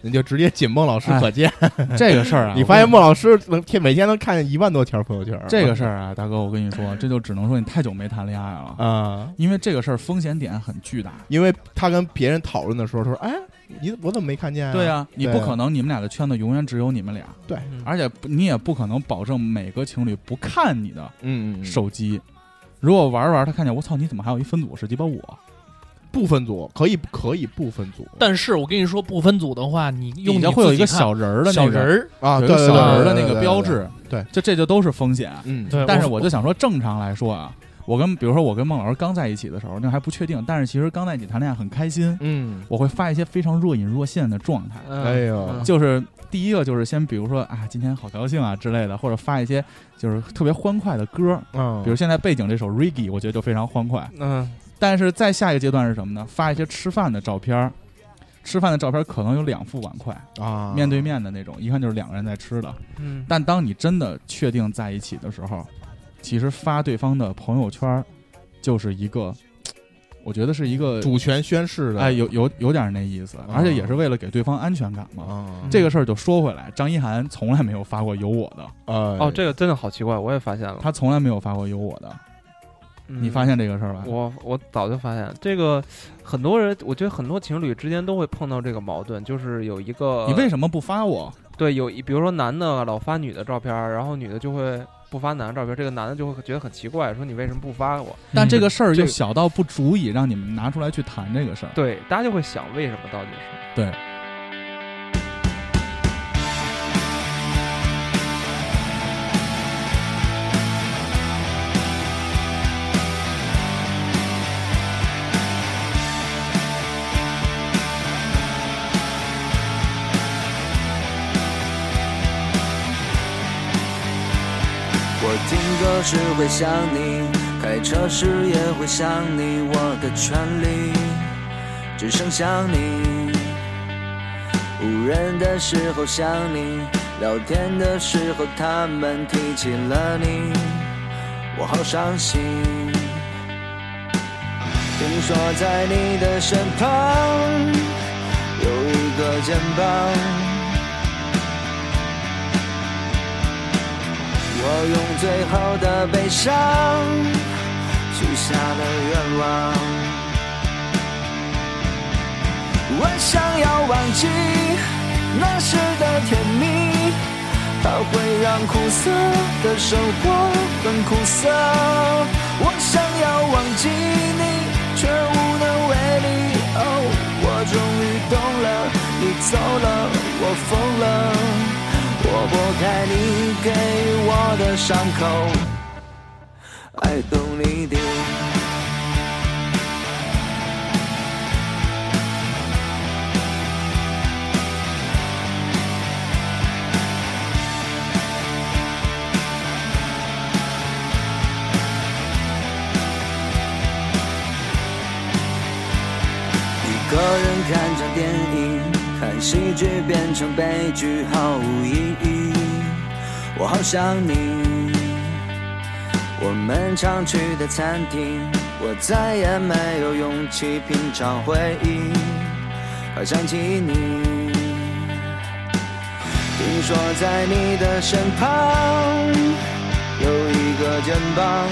Speaker 6: 你就直接“仅孟老师可见
Speaker 4: 这个事儿啊”，，
Speaker 6: 你
Speaker 4: 我
Speaker 6: 发现
Speaker 4: 跟
Speaker 6: 孟老师能天每天能看见一万多条朋友圈，
Speaker 4: 这个事儿啊，大哥，我跟你说，这就只能说你太久没谈恋爱了，
Speaker 6: 啊，
Speaker 4: 因为这个事儿风险点很巨大。
Speaker 6: 因为他跟别人讨论的时候说：“哎，你我怎么没看见、啊？”
Speaker 4: 对
Speaker 6: 呀、
Speaker 4: 啊，你不可能你们俩的圈子永远只有你们俩，
Speaker 5: 嗯
Speaker 4: 而且你也不可能保证每个情侣不看你的
Speaker 6: 嗯，嗯，
Speaker 4: 手机。如果玩着玩，着他看见我操，你怎么还有一分组是鸡巴我？
Speaker 6: 不分组可以可以不分组，
Speaker 10: 但是我跟你说，不分组的话，你
Speaker 4: 底
Speaker 10: 用你
Speaker 4: 下会有
Speaker 10: 自
Speaker 4: 一
Speaker 10: 己
Speaker 4: 个
Speaker 10: 看
Speaker 4: 小人儿的
Speaker 10: 小
Speaker 4: 那个
Speaker 10: 人，儿，
Speaker 6: 啊，
Speaker 4: 有一
Speaker 6: 对
Speaker 4: 个小人儿的
Speaker 6: 对
Speaker 4: 那
Speaker 6: 对
Speaker 4: 个
Speaker 6: 对
Speaker 4: 标
Speaker 6: 对
Speaker 4: 志，
Speaker 6: 对对
Speaker 4: 就这就都是风险。
Speaker 6: 嗯，
Speaker 10: 对，
Speaker 4: 但是
Speaker 10: 我
Speaker 4: 我就想说，正常来说啊，我跟比如说我跟孟老师刚在一起的时候，那还不确定，但是其实刚在一起谈恋爱很开心，
Speaker 6: 嗯，
Speaker 4: 我会发一些非常若隐若现的状态。
Speaker 5: 嗯
Speaker 6: 哎呦
Speaker 5: 嗯
Speaker 4: 就是第一个就是先比如说啊，今天好高兴啊之类的，或者发一些就是特别欢快的歌，
Speaker 6: 啊，
Speaker 4: 比如现在背景这首 Reggae，我觉得就非常欢快。
Speaker 5: 嗯
Speaker 4: 但是再下一个阶段是什么呢？发一些吃饭的照片儿，吃饭的照片儿可能有两副碗筷，
Speaker 6: 啊，
Speaker 4: 面对面的那种，一看就是两个人在吃的。
Speaker 5: 嗯，
Speaker 4: 但当你真的确定在一起的时候，其实发对方的朋友圈儿就是一个，我觉得是一个
Speaker 6: 主啊权宣誓的，
Speaker 4: 哎，有有有点那意思，而且也是为了给对方安全感嘛。
Speaker 6: 啊，
Speaker 4: 这个事儿就说回来，张一涵从来没有发过有我的，
Speaker 6: 呃，
Speaker 5: 哦，这个真的好奇怪，我也发现了。
Speaker 4: 他从来没有发过有我的。
Speaker 5: 你
Speaker 4: 你发现这个事儿吧？
Speaker 5: 嗯我我早就发现了这个，很多人我觉得很多情侣之间都会碰到这个矛盾，就是有一个
Speaker 4: 你为什么不发我？
Speaker 5: 对有一比如说男的老发女的照片儿，然后女的就会不发男的照片儿，这个男的就会觉得很奇怪，说你为什么不发我？
Speaker 4: 但这个事儿
Speaker 5: 这
Speaker 4: 又
Speaker 5: 个
Speaker 4: 小到不足以让你们拿出来去谈这个事儿。
Speaker 5: 对，大家就会想为什么到底是
Speaker 4: 对。
Speaker 12: 我听歌时会想你，开车时也会想你，我的权利只剩想你。无人的时候想你，聊天的时候他们提起了你，我好伤心。听说在你的身旁有一个肩膀。我用最后的悲伤许下了愿望。我想要忘记那时的甜蜜，它会让苦涩的生活更苦涩。我想要忘记你，却无能为力。哦，我终于懂了，你走了，我疯了，我拨开你给我的伤口。I don't need you. 一个人看着电影，看喜剧变成悲剧，毫无意义。我好想你，我们常去的餐厅，我再也没有勇气品尝回忆，好想起你。听说在你的身旁有一个肩膀。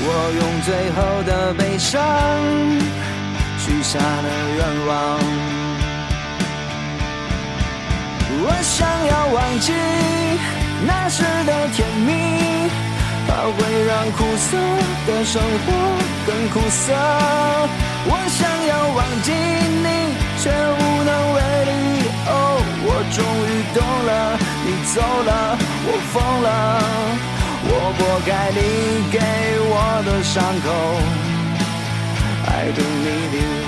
Speaker 12: 我用最后的悲伤许下了愿望。我想要忘记那时的甜蜜，它会让苦涩的生活更苦涩。我想要忘记你，却无能为力。哦，我终于懂了，你走了，我疯了。我拨开你给我的伤口，I don't need you。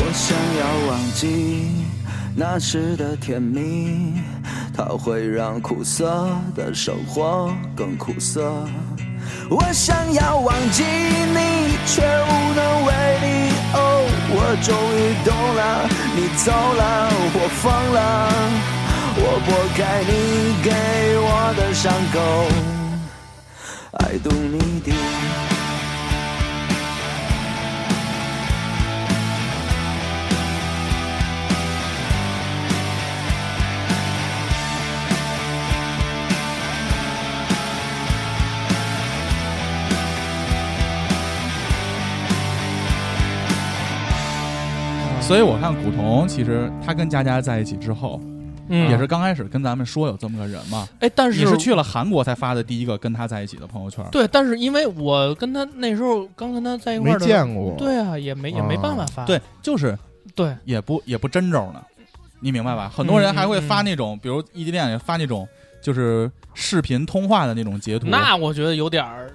Speaker 12: 我想要忘记那时的甜蜜，它会让苦涩的生活更苦涩。我想要忘记你，却无能为力。哦，我终于懂了，你走了，我疯了，我拨开你给我的伤口。I don't need you.
Speaker 4: 所以我看古潼，其实他跟佳佳在一起之后，
Speaker 10: 嗯
Speaker 4: 也是刚开始跟咱们说有这么个人嘛。
Speaker 10: 哎，但
Speaker 4: 你是去了韩国才发的第一个跟他在一起的朋友圈。
Speaker 10: 对，但是因为我跟他那时候刚跟他在一块
Speaker 6: 没
Speaker 10: 儿的，
Speaker 6: 见过，
Speaker 4: 啊
Speaker 10: 对啊，也没也没办法发，
Speaker 4: 对，就是
Speaker 10: 对
Speaker 4: 也不也不真着呢。你明白吧？很多人
Speaker 10: 嗯
Speaker 4: 还会
Speaker 10: 嗯
Speaker 4: 发那种，比如异地恋也发那种，就是视频通话的那种截图，
Speaker 10: 嗯那我觉得有点儿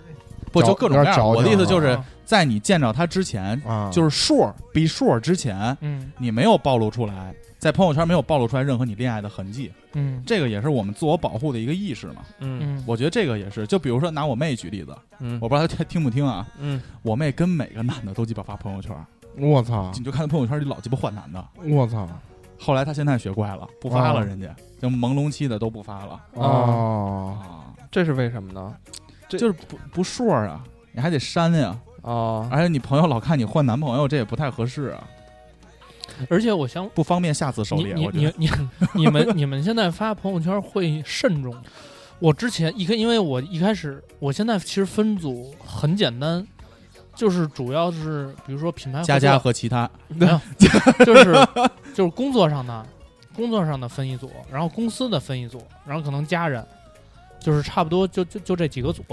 Speaker 4: 不就
Speaker 6: 找
Speaker 4: 各种
Speaker 6: 有
Speaker 4: 各
Speaker 6: 点
Speaker 4: 样的。
Speaker 6: 矫情
Speaker 4: 我的意思
Speaker 6: 啊
Speaker 4: 就是
Speaker 10: 啊
Speaker 4: 在你见着他之前，
Speaker 6: 啊，
Speaker 4: 就是 sure be sure 之前，
Speaker 10: 嗯
Speaker 4: 你没有暴露出来，在朋友圈没有暴露出来任何你恋爱的痕迹，
Speaker 10: 嗯
Speaker 4: 这个也是我们自我保护的一个意识嘛。
Speaker 5: 嗯
Speaker 10: 嗯，
Speaker 4: 我觉得这个也是，就比如说拿我妹举例子，
Speaker 5: 嗯
Speaker 4: 我不知道她听不听啊，
Speaker 5: 嗯
Speaker 4: 我妹跟每个男的都鸡巴发朋友
Speaker 6: 啊
Speaker 4: 圈，
Speaker 6: 我操，
Speaker 4: 你就啊看她朋友圈里老鸡巴换男的。
Speaker 6: 我操，
Speaker 4: 后来她现在学乖了，不发
Speaker 6: 哦
Speaker 4: 了，人家就朦胧期的都不发了
Speaker 6: 哦，
Speaker 4: 啊，
Speaker 5: 这是为什么呢？这
Speaker 4: 就是不不 sure 啊，你还得删呀、
Speaker 6: 啊
Speaker 5: 哦，
Speaker 4: 而且你朋友老看你换男朋友，这也不太合适啊，
Speaker 10: 而且我想。
Speaker 4: 不方便下次狩
Speaker 10: 你
Speaker 4: 猎。
Speaker 10: 你
Speaker 4: 我觉
Speaker 10: 你
Speaker 4: 得，
Speaker 10: 你你们你们现在发朋友圈会慎重。我之前一开，因为我一开始，我现在其实分组很简单，就是主要是比如说品牌合
Speaker 4: 佳
Speaker 10: 作
Speaker 4: 佳和其他，
Speaker 10: 没有， 就是 就是工作上的，工作上的分一组，然后公司的分一组，然后可能家人，就是差不多就就就这几个组。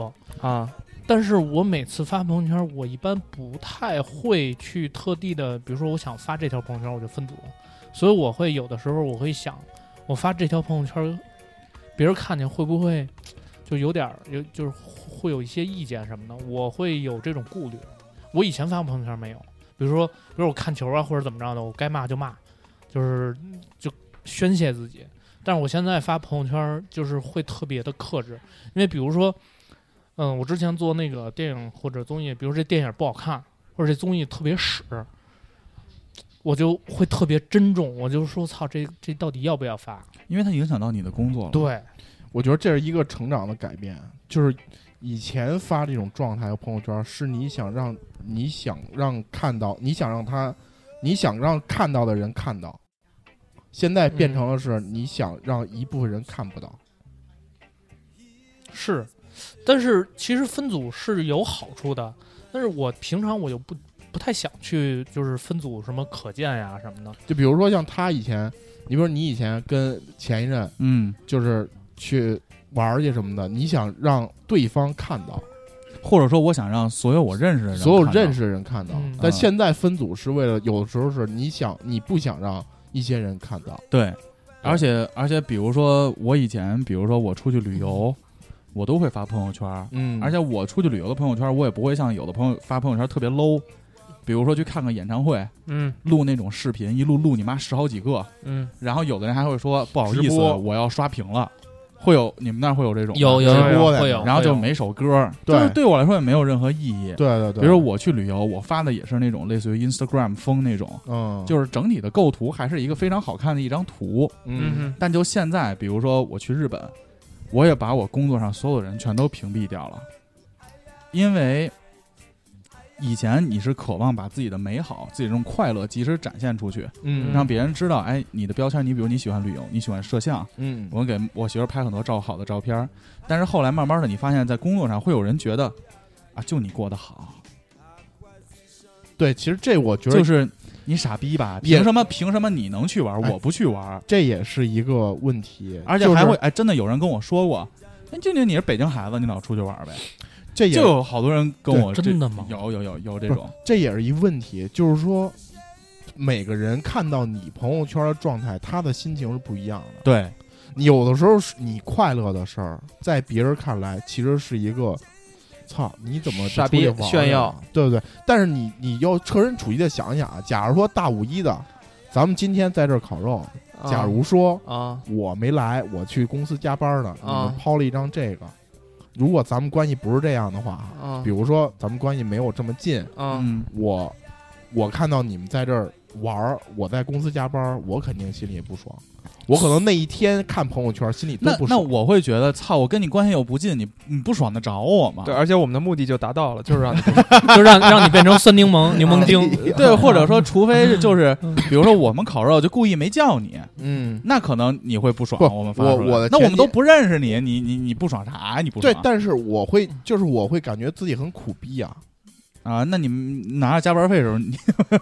Speaker 5: 啊，
Speaker 10: 但是我每次发朋友圈，我一般不太会去特地的，比如说我想发这条朋友圈，我就分组，所以我会有的时候我会想，我发这条朋友圈，别人看见会不会就有点儿有就是会有一些意见什么的，我会有这种顾虑。我以前发朋友圈没有，比如说比如我看球啊或者怎么着的，我该骂就骂，就是就宣泄自己。但是我现在发朋友圈就是会特别的克制，因为比如说。嗯，我之前做那个电影或者综艺，比如这电影不好看，或者这综艺特别屎，我就会特别珍重，我就说操，这这到底要不要发？
Speaker 4: 因为它影响到你的工作了。
Speaker 10: 对，
Speaker 6: 我觉得这是一个成长的改变，就是以前发这种状态和朋友圈，是你想让你想让看到，你想让他，你想让看到的人看到，现在变成了是你想让一部分人看不到。
Speaker 10: 是，但是其实分组是有好处的，但是我平常我又不不太想去，就是分组什么可见呀什么的，
Speaker 6: 就比如说像他以前，你比如你以前跟前一任
Speaker 4: 嗯，
Speaker 6: 就是去玩儿去什么的，你想让对方看到，
Speaker 4: 或者说我想让所有我认识的人，
Speaker 6: 所有认，识的人看到
Speaker 10: 嗯，
Speaker 6: 但现在分组是为了有的时候是你想你不想让一些人看到。
Speaker 4: 对，而且而且，比如说我以前，比如说我出去旅游，我都会发朋友圈儿，
Speaker 6: 嗯
Speaker 4: 而且我出去旅游的朋友圈儿，我也不会像有的朋友发朋友圈儿特别 low，比如说去看个演唱会，
Speaker 5: 嗯
Speaker 4: 录那种视频，一录录你妈十好几个，
Speaker 5: 嗯，
Speaker 4: 然后有的人还会说不好意
Speaker 6: 直
Speaker 4: 思，
Speaker 6: 播
Speaker 4: 我要刷屏了，会有你们那儿会有这种吗
Speaker 10: 有有
Speaker 6: 直播的
Speaker 10: 会有，
Speaker 4: 然后
Speaker 10: 会
Speaker 4: 就
Speaker 10: 有
Speaker 4: 每首歌，
Speaker 6: 对
Speaker 4: 就是对我来说也没有任何意义。
Speaker 6: 对对对，
Speaker 4: 比如说我去旅游，我发的也是那种类似于 Instagram 风那种，
Speaker 6: 嗯，
Speaker 4: 就是整体的构图还是一个非常好看的一张图。
Speaker 5: 嗯
Speaker 4: 但就现在，比如说我去日本，我也把我工作上所有人全都屏蔽掉了，因为以前你是渴望把自己的美好、自己这种快乐及时展现出去，
Speaker 6: 嗯
Speaker 4: 让别人知道，哎，你的标签，你比如你喜欢旅游，你喜欢摄像，
Speaker 6: 嗯
Speaker 4: 我给我媳妇儿拍很多照好的照片儿，但是后来慢慢的，你发现在工作上会有人觉得，啊，就你过得好，
Speaker 6: 对，其实这我觉得
Speaker 4: 就是你傻逼吧？
Speaker 6: 也
Speaker 4: 凭什么？凭什么你能去玩儿，
Speaker 6: 哎
Speaker 4: 我不去玩儿？
Speaker 6: 这也是一个问题，
Speaker 4: 而且还
Speaker 6: 就
Speaker 4: 会
Speaker 6: 是
Speaker 4: 哎，真的有人跟我说过，那就你你是北京孩子，你老出去玩儿呗？
Speaker 6: 这也
Speaker 4: 就有好多人跟我
Speaker 10: 对
Speaker 4: 这
Speaker 10: 真的吗
Speaker 4: 有有有有这
Speaker 6: 不
Speaker 4: 种，
Speaker 6: 这也是一问题，就是说每个人看到你朋友圈的状态，他的心情是不一样的。
Speaker 4: 对
Speaker 6: 你有的时候是你快乐的事儿，在别人看来其实是一个。操！你怎么就
Speaker 5: 傻逼
Speaker 6: 出去玩儿
Speaker 5: 炫耀
Speaker 6: 了，对不对？但是你你要设身处地的想一想啊，假如说大五一的，咱们今天在这儿烤肉，
Speaker 5: 啊
Speaker 6: 假如说
Speaker 5: 啊，
Speaker 6: 我没来，我去公司加班呢。你
Speaker 5: 啊
Speaker 6: 们抛了一张这个，如果咱们关系不是这样的话，
Speaker 5: 啊
Speaker 6: 比如说咱们关系没有这么近，
Speaker 5: 啊
Speaker 4: 嗯，
Speaker 6: 我我看到你们在这儿玩儿，我在公司加班，我肯定心里也不爽。我可能那一天看朋友圈，心里都
Speaker 4: 那
Speaker 6: 不
Speaker 4: 那
Speaker 6: 爽。
Speaker 4: 我会觉得操，我跟你关系又不近，你你不爽的找我吗？
Speaker 5: 对，而且我们的目的就达到了，就是 让你
Speaker 10: 就让让你变成酸柠檬柠檬精，
Speaker 4: 对，或者说，除非是就是，
Speaker 10: 嗯
Speaker 4: 比如说我们烤肉就故意没叫你，
Speaker 6: 嗯，
Speaker 4: 那可能你会不爽。
Speaker 6: 不
Speaker 4: 我们发出来
Speaker 6: 我我的
Speaker 4: 那我们
Speaker 6: 前提
Speaker 4: 都不认识你，你你你不爽啥呀？你不爽
Speaker 6: 对，但是我会，就是我会感觉自己很苦逼啊，
Speaker 4: 啊？那你们拿着加班费的时候，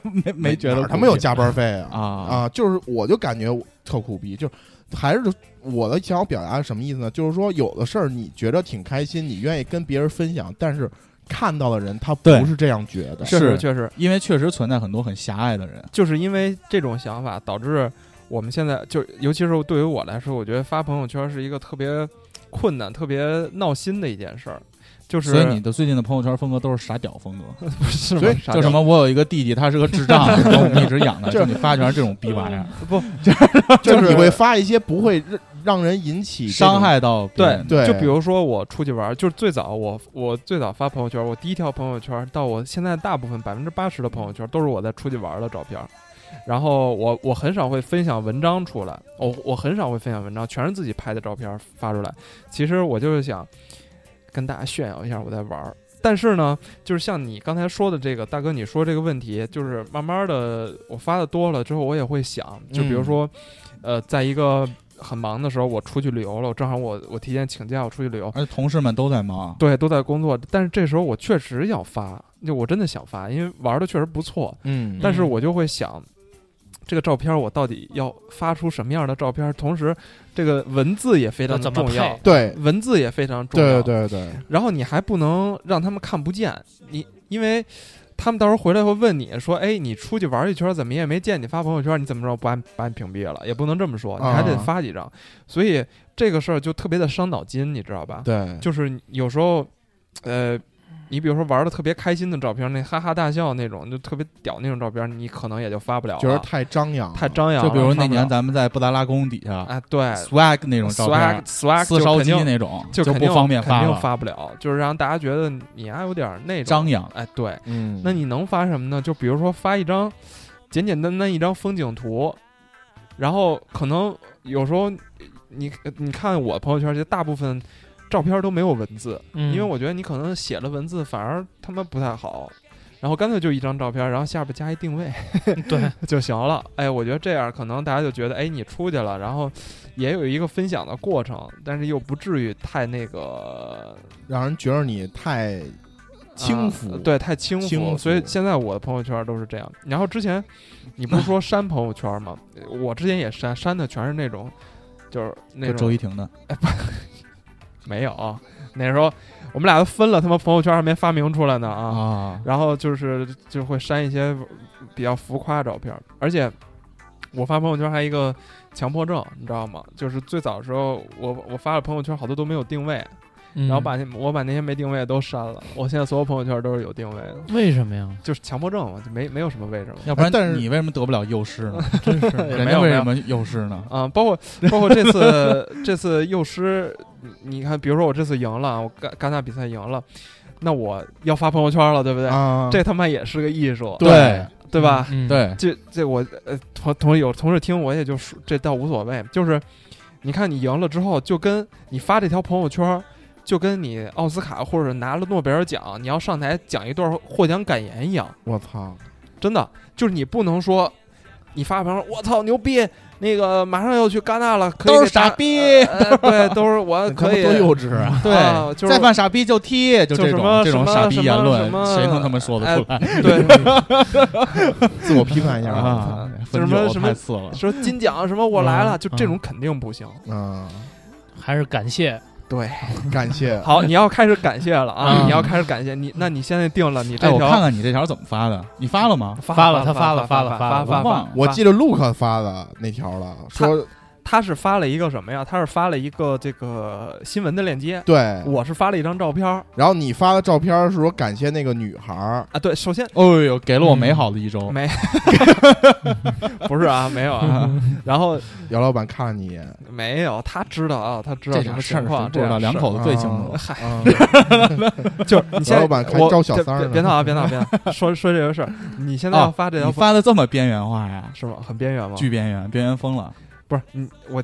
Speaker 4: 你 没没觉
Speaker 6: 哪
Speaker 4: 得
Speaker 6: 儿他们有
Speaker 4: 苦
Speaker 6: 加班费啊
Speaker 4: 逼？啊？
Speaker 6: 啊，就是我就感觉我特苦逼，就是还是我的想要表达是什么意思呢？就是说有的事儿你觉得挺开心，你愿意跟别人分享，但是看到的人他
Speaker 4: 对
Speaker 6: 不是这样觉得。
Speaker 4: 是
Speaker 5: 确实确实，
Speaker 4: 因为确实存在很多很狭隘的人，
Speaker 5: 就是因为这种想法导致我们现在就，尤其是对于我来说，我觉得发朋友圈是一个特别困难、特别闹心的一件事儿，就是
Speaker 4: 所以你的最近的朋友圈风格都是傻屌风格，
Speaker 5: 不是吗
Speaker 6: 所以
Speaker 5: 傻
Speaker 4: 就
Speaker 5: 屌
Speaker 4: 什么我有一个弟弟，他是个智 障，然后我们一直养他，
Speaker 6: 这
Speaker 4: 就你发全是这种逼玩意儿，
Speaker 6: 就是你会发一些不会让让人引起这种
Speaker 4: 伤害到别
Speaker 5: 对
Speaker 4: 人
Speaker 6: 对
Speaker 5: 就比如说我出去玩儿，就是最早我我最早发朋友圈，我第一条朋友圈到我现在大部分百分之八十的朋友圈都是我在出去玩儿的照片儿，然后我我很少会分享文章出来，我我很少会分享文章，全是自己拍的照片儿发出来。其实我就是想跟大家炫耀一下我在玩儿。但是呢，就是像你刚才说的这个，大哥，你说这个问题，就是慢慢的，我发的多了之后，我也会想，就比如说，呃，在一个很忙的时候，我出去旅游了，正好我我提前请假，我出去旅游，
Speaker 4: 而且同事们都在忙，
Speaker 5: 对，都在工作，但是这时候我确实要发，就我真的想发，因为玩的确实不错，
Speaker 6: 嗯，
Speaker 5: 但是我就会想，这个照片我到底要发出什么样的照片？同时，这个文字也非常
Speaker 10: 要怎么
Speaker 5: 重要
Speaker 10: 配，
Speaker 6: 对
Speaker 5: 文字也非常重要
Speaker 6: 对，对对，
Speaker 5: 然后你还不能让他们看不见你，因为他们到时候回来会问你说：“哎，你出去玩一圈，怎么也没见你发朋友圈，你怎么着把你把你屏蔽了？”也不能这么说，你还得
Speaker 6: 啊
Speaker 5: 发几张。所以这个事儿就特别的伤脑筋，你知道吧？
Speaker 6: 对，
Speaker 5: 就是你有时候，呃，你比如说玩的特别开心的照片，那哈哈大笑那种，就特别屌那种照片，你可能也就发不了了，
Speaker 6: 觉得太张扬了，
Speaker 5: 太张扬了。
Speaker 4: 就比如那
Speaker 5: 发
Speaker 4: 年
Speaker 5: 不了
Speaker 4: 咱们在布达拉宫底下
Speaker 5: 啊哎，对
Speaker 4: swag 那种照
Speaker 5: ，swag
Speaker 4: 片，
Speaker 5: swag
Speaker 4: 四
Speaker 5: 就
Speaker 4: 烧
Speaker 5: 肯
Speaker 4: 鸡
Speaker 5: 定
Speaker 4: 那种
Speaker 5: 就肯
Speaker 4: 不
Speaker 5: 定
Speaker 4: 方便发
Speaker 5: 肯定
Speaker 4: 了，
Speaker 5: 发不了，就是让大家觉得你啊还有点儿那种
Speaker 4: 张扬。
Speaker 5: 哎，对，
Speaker 6: 嗯，
Speaker 5: 那你能发什么呢？就比如说发一张简简单单一张风景图，然后可能有时候你你看我朋友圈，其实大部分照片都没有文字，
Speaker 10: 因
Speaker 5: 因
Speaker 6: 嗯
Speaker 5: 为我觉得你可能写了文字反而他妈不太好。然后干脆就一张照片，然后下边加一定位
Speaker 6: 嗯
Speaker 10: 对
Speaker 5: 就行了。哎，我觉得这样可能大家就觉得，哎，你出去了，然后也有一个分享的过程，但是又不至于太那个
Speaker 6: 让人觉得你太轻浮
Speaker 5: 啊对，太轻浮，
Speaker 6: 轻浮
Speaker 5: 所以现在我的朋友圈都是这样。然后之前你不是说删朋友圈吗？呃我之前也删，删的全是那种，就是那
Speaker 4: 就周
Speaker 5: 种
Speaker 4: 一婷的，
Speaker 5: 没有。那时候我们俩都分了，他妈朋友圈还没发明出来呢啊。
Speaker 4: 啊，
Speaker 5: 然后就是就会删一些比较浮夸的照片，而且我发朋友圈还有一个强迫症，你知道吗？就是最早的时候我我发了朋友圈，好多都没有定位，
Speaker 10: 嗯
Speaker 5: 然后把那我把那些没定位的都删了。我现在所有朋友圈都是有定位的。
Speaker 10: 为什么呀？
Speaker 5: 就是强迫症嘛，就没没有什么为什么。
Speaker 4: 要不然
Speaker 6: 哎但是
Speaker 4: 你为什么得不了幼师 呢？
Speaker 10: 真是
Speaker 5: 也
Speaker 4: 人
Speaker 5: 没
Speaker 4: 家
Speaker 5: 有
Speaker 4: 为
Speaker 5: 没有
Speaker 4: 什么幼师呢？
Speaker 5: 啊、包括包括这次这次幼师，你你看，比如说我这次赢了，我戛戛纳比赛赢了，那我要发朋友圈了，对不对？
Speaker 6: 啊，
Speaker 5: 这他妈也是个艺术，
Speaker 4: 对
Speaker 5: 对吧？
Speaker 10: 嗯，
Speaker 4: 对，
Speaker 5: 这这我呃同同有同事听我也就说这倒无所谓，就是你看你赢了之后，就跟你发这条朋友圈儿，就跟你奥斯卡或者拿了诺贝尔奖，你要上台讲一段获奖感言一样。
Speaker 6: 我操，
Speaker 5: 真的就是你不能说你发朋友圈，我操牛逼，那个马上要去戛纳了，可以
Speaker 4: 都是
Speaker 5: 给大
Speaker 4: 傻逼
Speaker 5: 呃对，都是我
Speaker 6: 你他妈
Speaker 5: 可以
Speaker 6: 多幼稚啊！
Speaker 5: 啊就 是
Speaker 4: 再犯傻逼就踢，就这
Speaker 5: 就什
Speaker 4: 种
Speaker 5: 么
Speaker 4: 这种
Speaker 5: 什么
Speaker 4: 傻逼
Speaker 5: 什么
Speaker 4: 言论
Speaker 5: 什，么哎
Speaker 4: 谁能他妈说得出来
Speaker 5: 对，
Speaker 6: 自我批判一下 啊
Speaker 4: 啊？
Speaker 5: 就什么
Speaker 4: 分手
Speaker 5: 什么
Speaker 4: 太次了，
Speaker 5: 说金奖什么我来了，
Speaker 10: 嗯
Speaker 5: 就这种肯定不行。
Speaker 6: 啊！嗯
Speaker 10: 还是感谢
Speaker 5: 对，
Speaker 6: 感谢，
Speaker 5: 好，你要开始感谢了啊，
Speaker 10: 嗯
Speaker 5: 你要开始感谢你，那你现在定了你
Speaker 4: 哎，
Speaker 5: 这
Speaker 4: 我看
Speaker 5: 条。
Speaker 4: 看你这条怎么发的？你发了吗？
Speaker 10: 发了
Speaker 5: 了，
Speaker 10: 他
Speaker 5: 发
Speaker 10: 发了
Speaker 5: 了，
Speaker 10: 发
Speaker 5: 发
Speaker 10: 了
Speaker 4: 发了
Speaker 5: 发
Speaker 4: 忘了
Speaker 5: 发。
Speaker 6: 我记得陆克发的那条了，说
Speaker 5: 他是发了一个什么呀？他是发了一个这个新闻的链接，
Speaker 6: 对，
Speaker 5: 我是发了一张照片儿
Speaker 6: 然后你发的照片是说感谢那个女孩儿，
Speaker 5: 啊。对，首先
Speaker 4: 哦呦，给了
Speaker 5: 嗯
Speaker 4: 我美好的一周。
Speaker 5: 没不是啊，没有 啊。然后
Speaker 6: 姚老板看了你一眼，
Speaker 5: 没有，他知道啊，他知道
Speaker 4: 这
Speaker 5: 什
Speaker 4: 点
Speaker 5: 么
Speaker 4: 事儿
Speaker 5: 情
Speaker 4: 谁
Speaker 5: 况，
Speaker 4: 不知道，
Speaker 5: 这点
Speaker 4: 两
Speaker 5: 事儿
Speaker 4: 口子最清楚。
Speaker 6: 啊
Speaker 5: 嗨，
Speaker 6: 啊
Speaker 5: 就是你现在
Speaker 6: 老板看
Speaker 5: 我
Speaker 6: 招小
Speaker 5: 这
Speaker 6: 三儿
Speaker 5: 别
Speaker 6: 呢
Speaker 5: 别闹啊，别闹，别 闹，说说这个事儿，你现在
Speaker 4: 哦
Speaker 5: 要发这条
Speaker 4: 你
Speaker 5: 朋友
Speaker 4: 发的这么边缘化呀？
Speaker 5: 是吗？很边缘吗？
Speaker 4: 巨边缘，边缘疯了。
Speaker 5: 不是你我，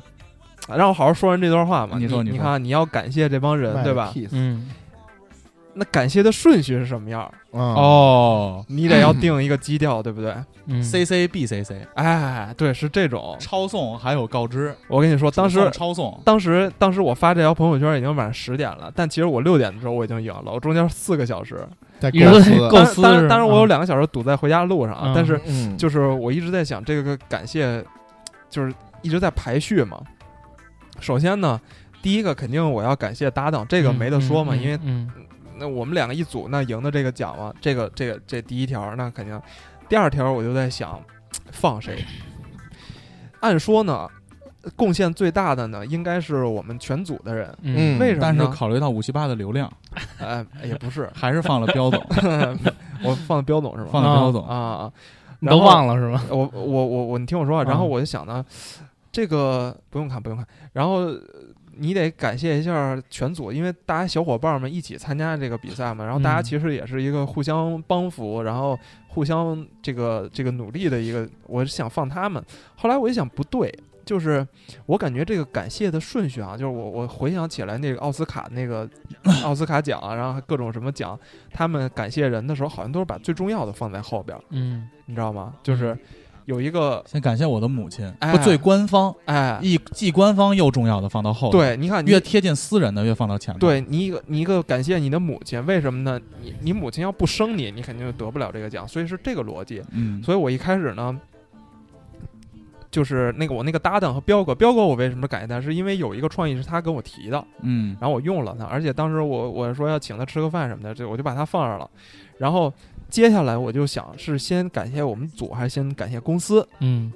Speaker 5: 啊让我好好说完这段话嘛。
Speaker 4: 你
Speaker 5: 你
Speaker 4: 说你
Speaker 5: 你
Speaker 4: 说
Speaker 5: 看啊你要感谢这帮 人，对吧？
Speaker 10: 嗯，
Speaker 5: 那感谢的顺序是什么样儿？
Speaker 6: 哦，
Speaker 4: 哦
Speaker 5: 你得要定一个基调，对不对？
Speaker 10: 嗯
Speaker 4: ，C C B C C，
Speaker 5: 哎，对，是这种。
Speaker 4: 抄送还有告知，
Speaker 5: 我跟你说，当时
Speaker 4: 主动抄送
Speaker 5: 当时当时我发这条朋友圈已经晚上十点了，但其实我六点的时候我已经赢了，我中间四个小时
Speaker 6: 在
Speaker 10: 一直
Speaker 6: 构
Speaker 10: 在
Speaker 6: 思，
Speaker 10: 构思
Speaker 5: 当然当
Speaker 10: 是
Speaker 5: 然
Speaker 10: 吧
Speaker 5: 当然我有两个小时堵在回家路上啊，
Speaker 10: 嗯
Speaker 5: 但是
Speaker 6: 嗯，
Speaker 5: 就是我一直在想这个感谢，就是一直在排序嘛。首先呢，第一个肯定我要感谢搭档，这个没得说嘛，
Speaker 10: 嗯嗯
Speaker 5: 因为
Speaker 10: 嗯
Speaker 5: 那我们两个一组，那赢的这个奖嘛，这个这个这第一条，那肯定。第二条我就在想，放谁？按说呢，贡献最大的呢，应该是我们全组的人。
Speaker 6: 嗯
Speaker 5: 为什么
Speaker 4: 但是
Speaker 5: 呢？
Speaker 4: 考虑到五七八的流量，，
Speaker 5: 哎，也不是
Speaker 4: 还是放了彪总，
Speaker 5: 我放的彪总是吧？
Speaker 4: 放了彪总。
Speaker 5: 啊啊，
Speaker 10: 你嗯都忘了是吧？
Speaker 5: 我我我我，你听我说啊，然后
Speaker 4: 嗯
Speaker 5: 我就想呢，这个不用看不用看，然后呃你得感谢一下全组，因为大家小伙伴们一起参加这个比赛嘛，然后大家
Speaker 10: 嗯
Speaker 5: 其实也是一个互相帮扶，然后互相这个这个努力的一个，我是想放他们，后来我一想不对。就是我感觉这个感谢的顺序啊，就是我我回想起来那个奥斯卡那个奥斯卡奖啊，然后各种什么奖，他们感谢人的时候，好像都是把最重要的放在后边儿，
Speaker 10: 嗯，
Speaker 5: 你知道吗？就是有一个
Speaker 4: 先感谢我的母亲，
Speaker 5: 哎
Speaker 4: 不最官方，
Speaker 5: 哎，
Speaker 4: 一既官方又重要的放到后头，，
Speaker 5: 对，你看你
Speaker 4: 越贴近私人的越放到前面。，
Speaker 5: 对你一个你一个感谢你的母亲，为什么呢？你你母亲要不生你，你肯定就得不了这个奖，所以是这个逻辑。
Speaker 4: 嗯，
Speaker 5: 所以我一开始呢，就是那个我那个搭档和彪哥，彪哥我为什么感谢他，是因为有一个创意是他跟我提的，
Speaker 4: 嗯，
Speaker 5: 然后我用了它，而且当时我我说要请他吃个饭什么的，这我就把它放上了，然后。接下来我就想是先感谢我们组，还是先感谢公司？
Speaker 10: 嗯，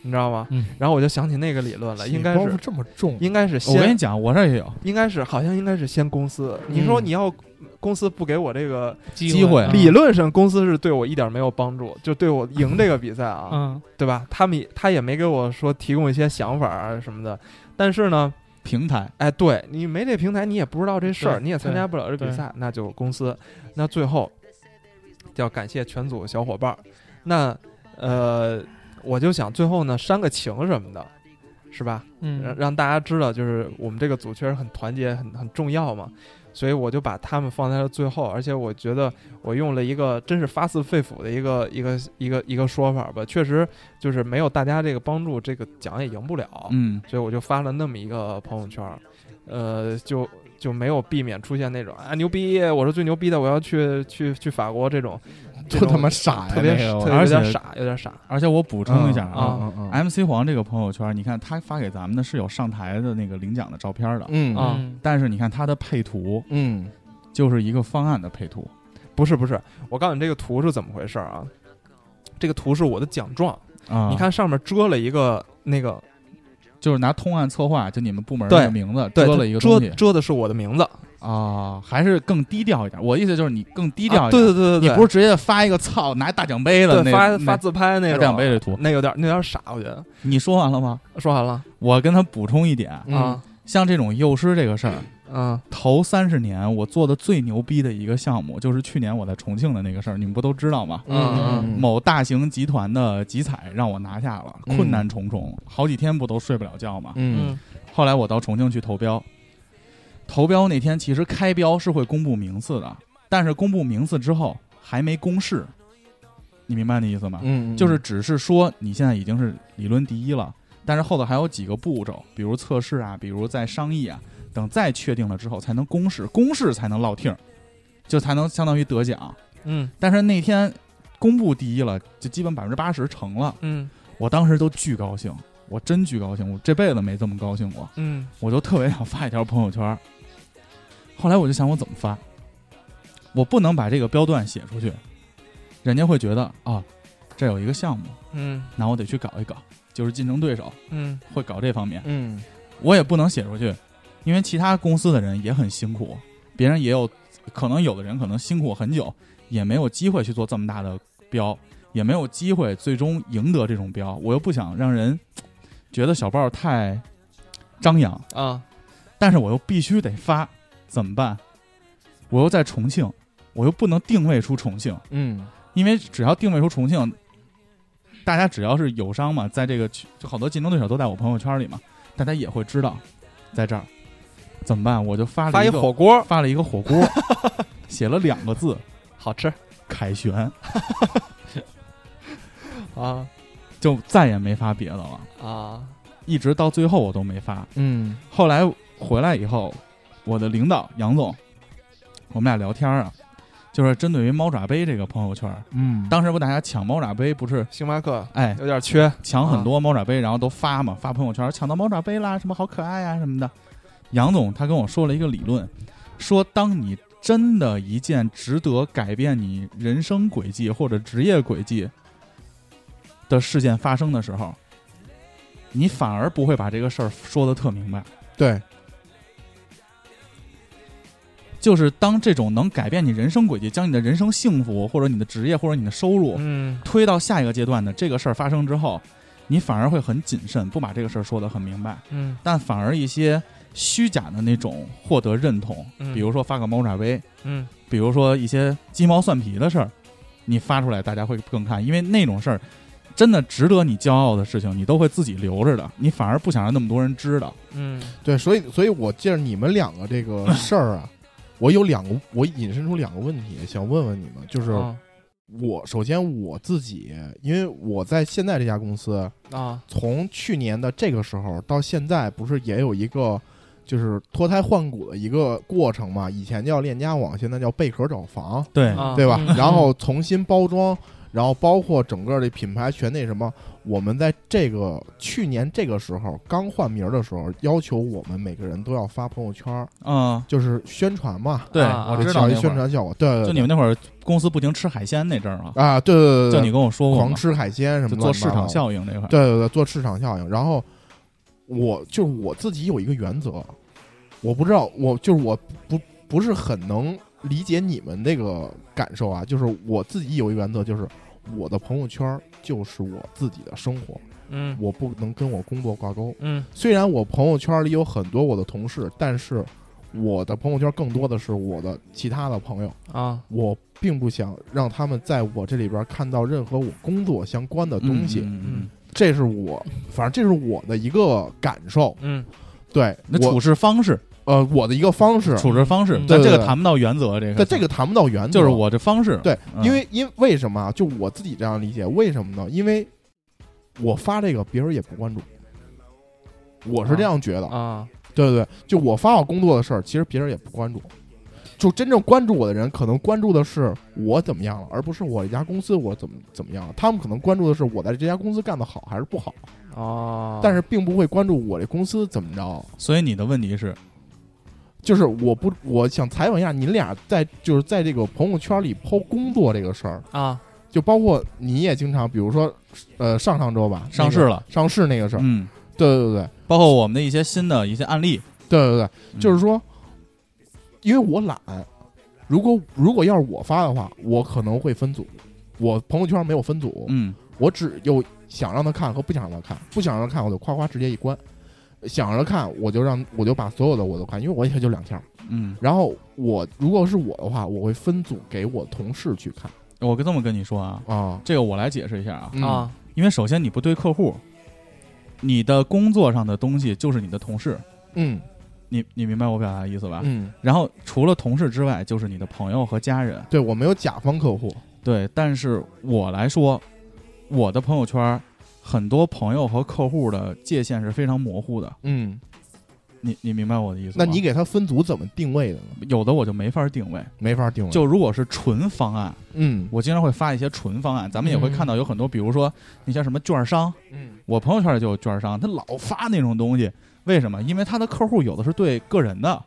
Speaker 5: 你知道吗？
Speaker 10: 嗯
Speaker 5: 然后我就想起那个理论了，应该
Speaker 6: 包袱
Speaker 5: 是
Speaker 6: 这么重，
Speaker 5: 应该是
Speaker 4: 我跟
Speaker 5: 先
Speaker 4: 你讲，我这儿也有，
Speaker 5: 应该是好像应该是先公司。你说你要公司不给我这个，
Speaker 4: 机会
Speaker 10: 啊
Speaker 4: 嗯
Speaker 5: 理论上公司是对我一点没有帮助，就对我赢这个比赛啊，
Speaker 10: 嗯
Speaker 5: 对吧？他们也他也没给我说提供一些想法啊什么的。但是呢，
Speaker 4: 平台，
Speaker 5: 哎，对你没这平台，你也不知道这事儿，
Speaker 10: 对
Speaker 5: 你也参加不了这比赛，那就公司。那最后要感谢全组小伙伴儿。那呃，我就想最后呢煽个情什么的，是吧？让
Speaker 10: 嗯，
Speaker 5: 让大家知道，就是我们这个组确实很团结，很很重要嘛。所以我就把他们放在了最后，而且我觉得我用了一个真是发自肺腑的一个一个一个一个说法吧，确实就是没有大家这个帮助，这个奖也赢不了。
Speaker 4: 嗯，
Speaker 5: 所以我就发了那么一个朋友圈儿，呃，就就没有避免出现那种啊牛逼，我是最牛逼的，我要去去去法国这种，这
Speaker 6: 多
Speaker 5: 种
Speaker 6: 他妈傻呀！
Speaker 5: 特别
Speaker 6: 那个
Speaker 5: 特
Speaker 6: 我
Speaker 5: 别有
Speaker 4: 而
Speaker 5: 点
Speaker 4: 且
Speaker 5: 傻，有点傻。
Speaker 4: 而且我补充一下
Speaker 5: 嗯
Speaker 4: 啊
Speaker 5: 啊
Speaker 6: 嗯嗯
Speaker 4: ，MC 黄这个朋友圈，你看他发给咱们的是有上台的那个领奖的照片的，
Speaker 6: 嗯
Speaker 5: 啊
Speaker 10: 嗯
Speaker 4: 但是你看他的配图
Speaker 6: 嗯
Speaker 4: 就是一个方案的配图，
Speaker 5: 不是不是，我告诉你这个图是怎么回事儿啊？这个图是我的奖状，
Speaker 4: 啊，
Speaker 5: 你看上面遮了一个那个，
Speaker 4: 就是拿通案策划，就你们部门
Speaker 5: 对
Speaker 4: 的名字
Speaker 5: 对，
Speaker 4: 遮了一个
Speaker 5: 遮
Speaker 4: 东西
Speaker 5: 遮的是我的名字，
Speaker 4: 啊，还是更低调一点。我意思就是你更低调
Speaker 5: 啊
Speaker 4: 一
Speaker 5: 对
Speaker 4: 点，
Speaker 5: 对对对对，
Speaker 4: 你不是直接发一个操拿大奖杯了
Speaker 5: 对
Speaker 4: 那
Speaker 5: 发
Speaker 4: 那
Speaker 5: 发自拍那
Speaker 4: 拿
Speaker 5: 种
Speaker 4: 奖杯这图，
Speaker 5: 那有点那有点傻，我觉得。
Speaker 4: 你说完了吗？
Speaker 5: 说完了
Speaker 4: 我跟他补充一点，
Speaker 6: 嗯
Speaker 5: 啊，
Speaker 4: 像这种幼师这个事儿，
Speaker 5: 嗯
Speaker 4: 头三十年我做的最牛逼的一个项目，就是去年我在重庆的那个事儿，你们不都知道吗？
Speaker 5: 嗯
Speaker 4: 某大型集团的集采让我拿下了，困难重重，好几天不都睡不了觉吗？
Speaker 6: 嗯
Speaker 5: 嗯
Speaker 4: 后来我到重庆去投标，投标那天其实开标是会公布名次的，但是公布名次之后还没公示，你明白那意思吗？
Speaker 6: 嗯
Speaker 4: 啊就是只是说你现在已经是理论第一了，但是后头还有几个步骤，比如测试啊，比如再商议啊，等再确定了之后才能公示，公示才能落听儿，就才能相当于得奖。
Speaker 5: 嗯
Speaker 4: 但是那天公布第一了，就基本百分之八十成了，
Speaker 5: 嗯
Speaker 4: 我当时都巨高兴，我真巨高兴，我这辈子没这么高兴过，
Speaker 5: 嗯
Speaker 4: 我就特别想发一条朋友圈儿。后来我就想，我怎么发？我不能把这个标段写出去，人家会觉得啊，这有一个项目，
Speaker 5: 嗯
Speaker 4: 那我得去搞一搞，就是竞争对手
Speaker 5: 嗯
Speaker 4: 会搞这方面，
Speaker 6: 嗯
Speaker 4: 我也不能写出去，因为其他公司的人也很辛苦，别人也有可能有的人可能辛苦很久，也没有机会去做这么大的标，也没有机会最终赢得这种标，我又不想让人觉得小报太张扬，
Speaker 5: 啊
Speaker 4: 但是我又必须得发，怎么办？我又在重庆，我又不能定位出重庆，
Speaker 6: 嗯
Speaker 4: 因为只要定位出重庆，大家只要是友商嘛，在这个区就好多竞争对手都在我朋友圈里嘛，大家也会知道，在这儿怎么办？我就发
Speaker 5: 发
Speaker 4: 了
Speaker 5: 一
Speaker 4: 一 个
Speaker 5: 火锅
Speaker 4: 发了一个火锅，写了两个字
Speaker 5: 好吃
Speaker 4: “凯旋
Speaker 5: 啊”，
Speaker 4: 就再也没发别的了，
Speaker 5: 啊
Speaker 4: 一直到最后我都没发。
Speaker 6: 嗯
Speaker 4: 后来回来以后，我的领导杨总，我们俩聊天啊，就是针对于猫爪杯这个朋友圈，
Speaker 6: 嗯
Speaker 4: 当时不大家抢猫爪杯不是？
Speaker 5: 星巴克
Speaker 4: 哎，
Speaker 5: 有点缺
Speaker 4: 抢很多猫爪杯，然后都发嘛，发朋友圈抢到猫爪杯啦，什么好可爱呀、什么的。杨总他跟我说了一个理论，说当你真的一件值得改变你人生轨迹或者职业轨迹的事件发生的时候，你反而不会把这个事儿说的特明白。
Speaker 6: 对，
Speaker 4: 就是当这种能改变你人生轨迹，将你的人生幸福或者你的职业或者你的收入
Speaker 5: 嗯，
Speaker 4: 推到下一个阶段的这个事儿发生之后，你反而会很谨慎，不把这个事儿说得很明白。
Speaker 5: 嗯
Speaker 4: 但反而一些虚假的那种获得认同，
Speaker 5: 嗯
Speaker 4: 比如说发个猫爪杯，
Speaker 5: 嗯
Speaker 4: 比如说一些鸡毛蒜皮的事儿，你发出来大家会更看，因为那种事儿真的值得你骄傲的事情，你都会自己留着的，你反而不想让那么多人知道。
Speaker 5: 嗯
Speaker 6: 对，所以所以我借着你们两个这 个事儿啊，我有两个，我引申出两个问题，想问问你们，就是
Speaker 5: 啊
Speaker 6: 我首先我自己，因为我在现在这家公司，
Speaker 5: 啊
Speaker 6: 从去年的这个时候到现在，不是也有一个就是脱胎换骨的一个过程嘛？以前叫链家网，现在叫贝壳找房，
Speaker 4: 对
Speaker 5: 啊，
Speaker 6: 对吧？
Speaker 10: 嗯
Speaker 6: 然后重新包装，然后包括整个的品牌全那什么，我们在这个去年这个时候刚换名儿的时候，要求我们每个人都要发朋友圈儿，
Speaker 4: 嗯，
Speaker 6: 就是宣传嘛，
Speaker 4: 对，
Speaker 5: 啊
Speaker 4: 我
Speaker 6: 得
Speaker 4: 知
Speaker 6: 找
Speaker 4: 道
Speaker 6: 一
Speaker 4: 那会
Speaker 6: 宣
Speaker 4: 儿，
Speaker 6: 传效果。对对对
Speaker 4: 就你们那会儿公司不停吃海鲜那阵儿啊，
Speaker 6: 啊，对对对
Speaker 4: 就
Speaker 6: 对，
Speaker 4: 你跟我说过
Speaker 6: 狂
Speaker 4: 嘛，
Speaker 6: 吃海鲜什么
Speaker 4: 就
Speaker 6: 的，
Speaker 4: 做市场效应那块儿。
Speaker 6: 对对对，做市场效应。然后我就是我自己有一个原则，我不知道，我就是我不不是很能理解你们这个感受啊。就是我自己有一个原则，就是我的朋友圈就是我自己的生活，
Speaker 5: 嗯
Speaker 6: 我不能跟我工作挂钩。
Speaker 5: 嗯
Speaker 6: 虽然我朋友圈里有很多我的同事，但是我的朋友圈更多的是我的其他的朋友。
Speaker 5: 啊
Speaker 6: 我并不想让他们在我这里边看到任何我工作相关的东西，
Speaker 4: 嗯嗯嗯
Speaker 6: 这是我，反正这是我的一个感受，
Speaker 5: 嗯
Speaker 6: 对
Speaker 4: 那
Speaker 6: 我
Speaker 4: 处事方式，
Speaker 6: 呃我的一个方式，
Speaker 4: 处事方式，
Speaker 5: 嗯
Speaker 4: 但
Speaker 6: 对
Speaker 4: 这
Speaker 6: 对
Speaker 4: 个
Speaker 6: 对
Speaker 4: 谈不到原则，这个
Speaker 6: 但这个谈不到原则，
Speaker 4: 就是我这方式，
Speaker 6: 对，
Speaker 4: 嗯
Speaker 6: 因为因为什么啊？就我自己这样理解，为什么呢？因为我发这个别人也不关注，我是这样觉得，
Speaker 5: 啊
Speaker 6: 对对对，就我发我工作的事儿，其实别人也不关注。就真正关注我的人，可能关注的是我怎么样了，而不是我这家公司我怎么怎么样了。他们可能关注的是我在这家公司干的好还是不好，
Speaker 5: 哦，
Speaker 6: 但是并不会关注我这公司怎么着。
Speaker 4: 所以你的问题是，
Speaker 6: 就是我不，我想采访一下你俩在就是在这个朋友圈里抛工作这个事儿，
Speaker 5: 啊
Speaker 6: 就包括你也经常，比如说，呃，上上周吧，
Speaker 4: 上市
Speaker 6: 那个
Speaker 4: 了
Speaker 6: 上市那个事儿，
Speaker 4: 嗯，
Speaker 6: 对对对
Speaker 4: 包括我们的一些新的一些案例，
Speaker 6: 对对对，
Speaker 4: 嗯
Speaker 6: 就是说，因为我懒，如果如果要是我发的话，我可能会分组，我朋友圈没有分组，
Speaker 4: 嗯，
Speaker 6: 我只有想让他看和不想让他看，不想让他看我就夸夸直接一关，想让他看我就让我就把所有的我都看，因为我也就两条。
Speaker 4: 嗯，
Speaker 6: 然后我如果是我的话，我会分组给我同事去看
Speaker 4: 我跟这么跟你说啊，
Speaker 6: 啊
Speaker 4: 这个我来解释一下
Speaker 6: 嗯
Speaker 4: 啊，
Speaker 5: 啊
Speaker 4: 因为首先你不对客户，你的工作上的东西就是你的同事，
Speaker 6: 嗯
Speaker 4: 你你明白我表达的意思吧？
Speaker 6: 嗯，
Speaker 4: 然后除了同事之外，就是你的朋友和家人，
Speaker 6: 对我没有甲方客户，
Speaker 4: 对。但是我来说，我的朋友圈很多朋友和客户的界限是非常模糊的，
Speaker 6: 嗯，
Speaker 4: 你你明白我的意思吗？
Speaker 6: 那你给他分组怎么定位的呢？
Speaker 4: 有的我就没法定位，
Speaker 6: 没法定位，
Speaker 4: 就如果是纯方案，
Speaker 6: 嗯
Speaker 4: 我经常会发一些纯方案，咱们也会
Speaker 5: 嗯
Speaker 4: 看到有很多，比如说那些什么券商，
Speaker 6: 嗯
Speaker 4: 我朋友圈里就有券商，他老发那种东西，为什么？因为他的客户有的是对个人的，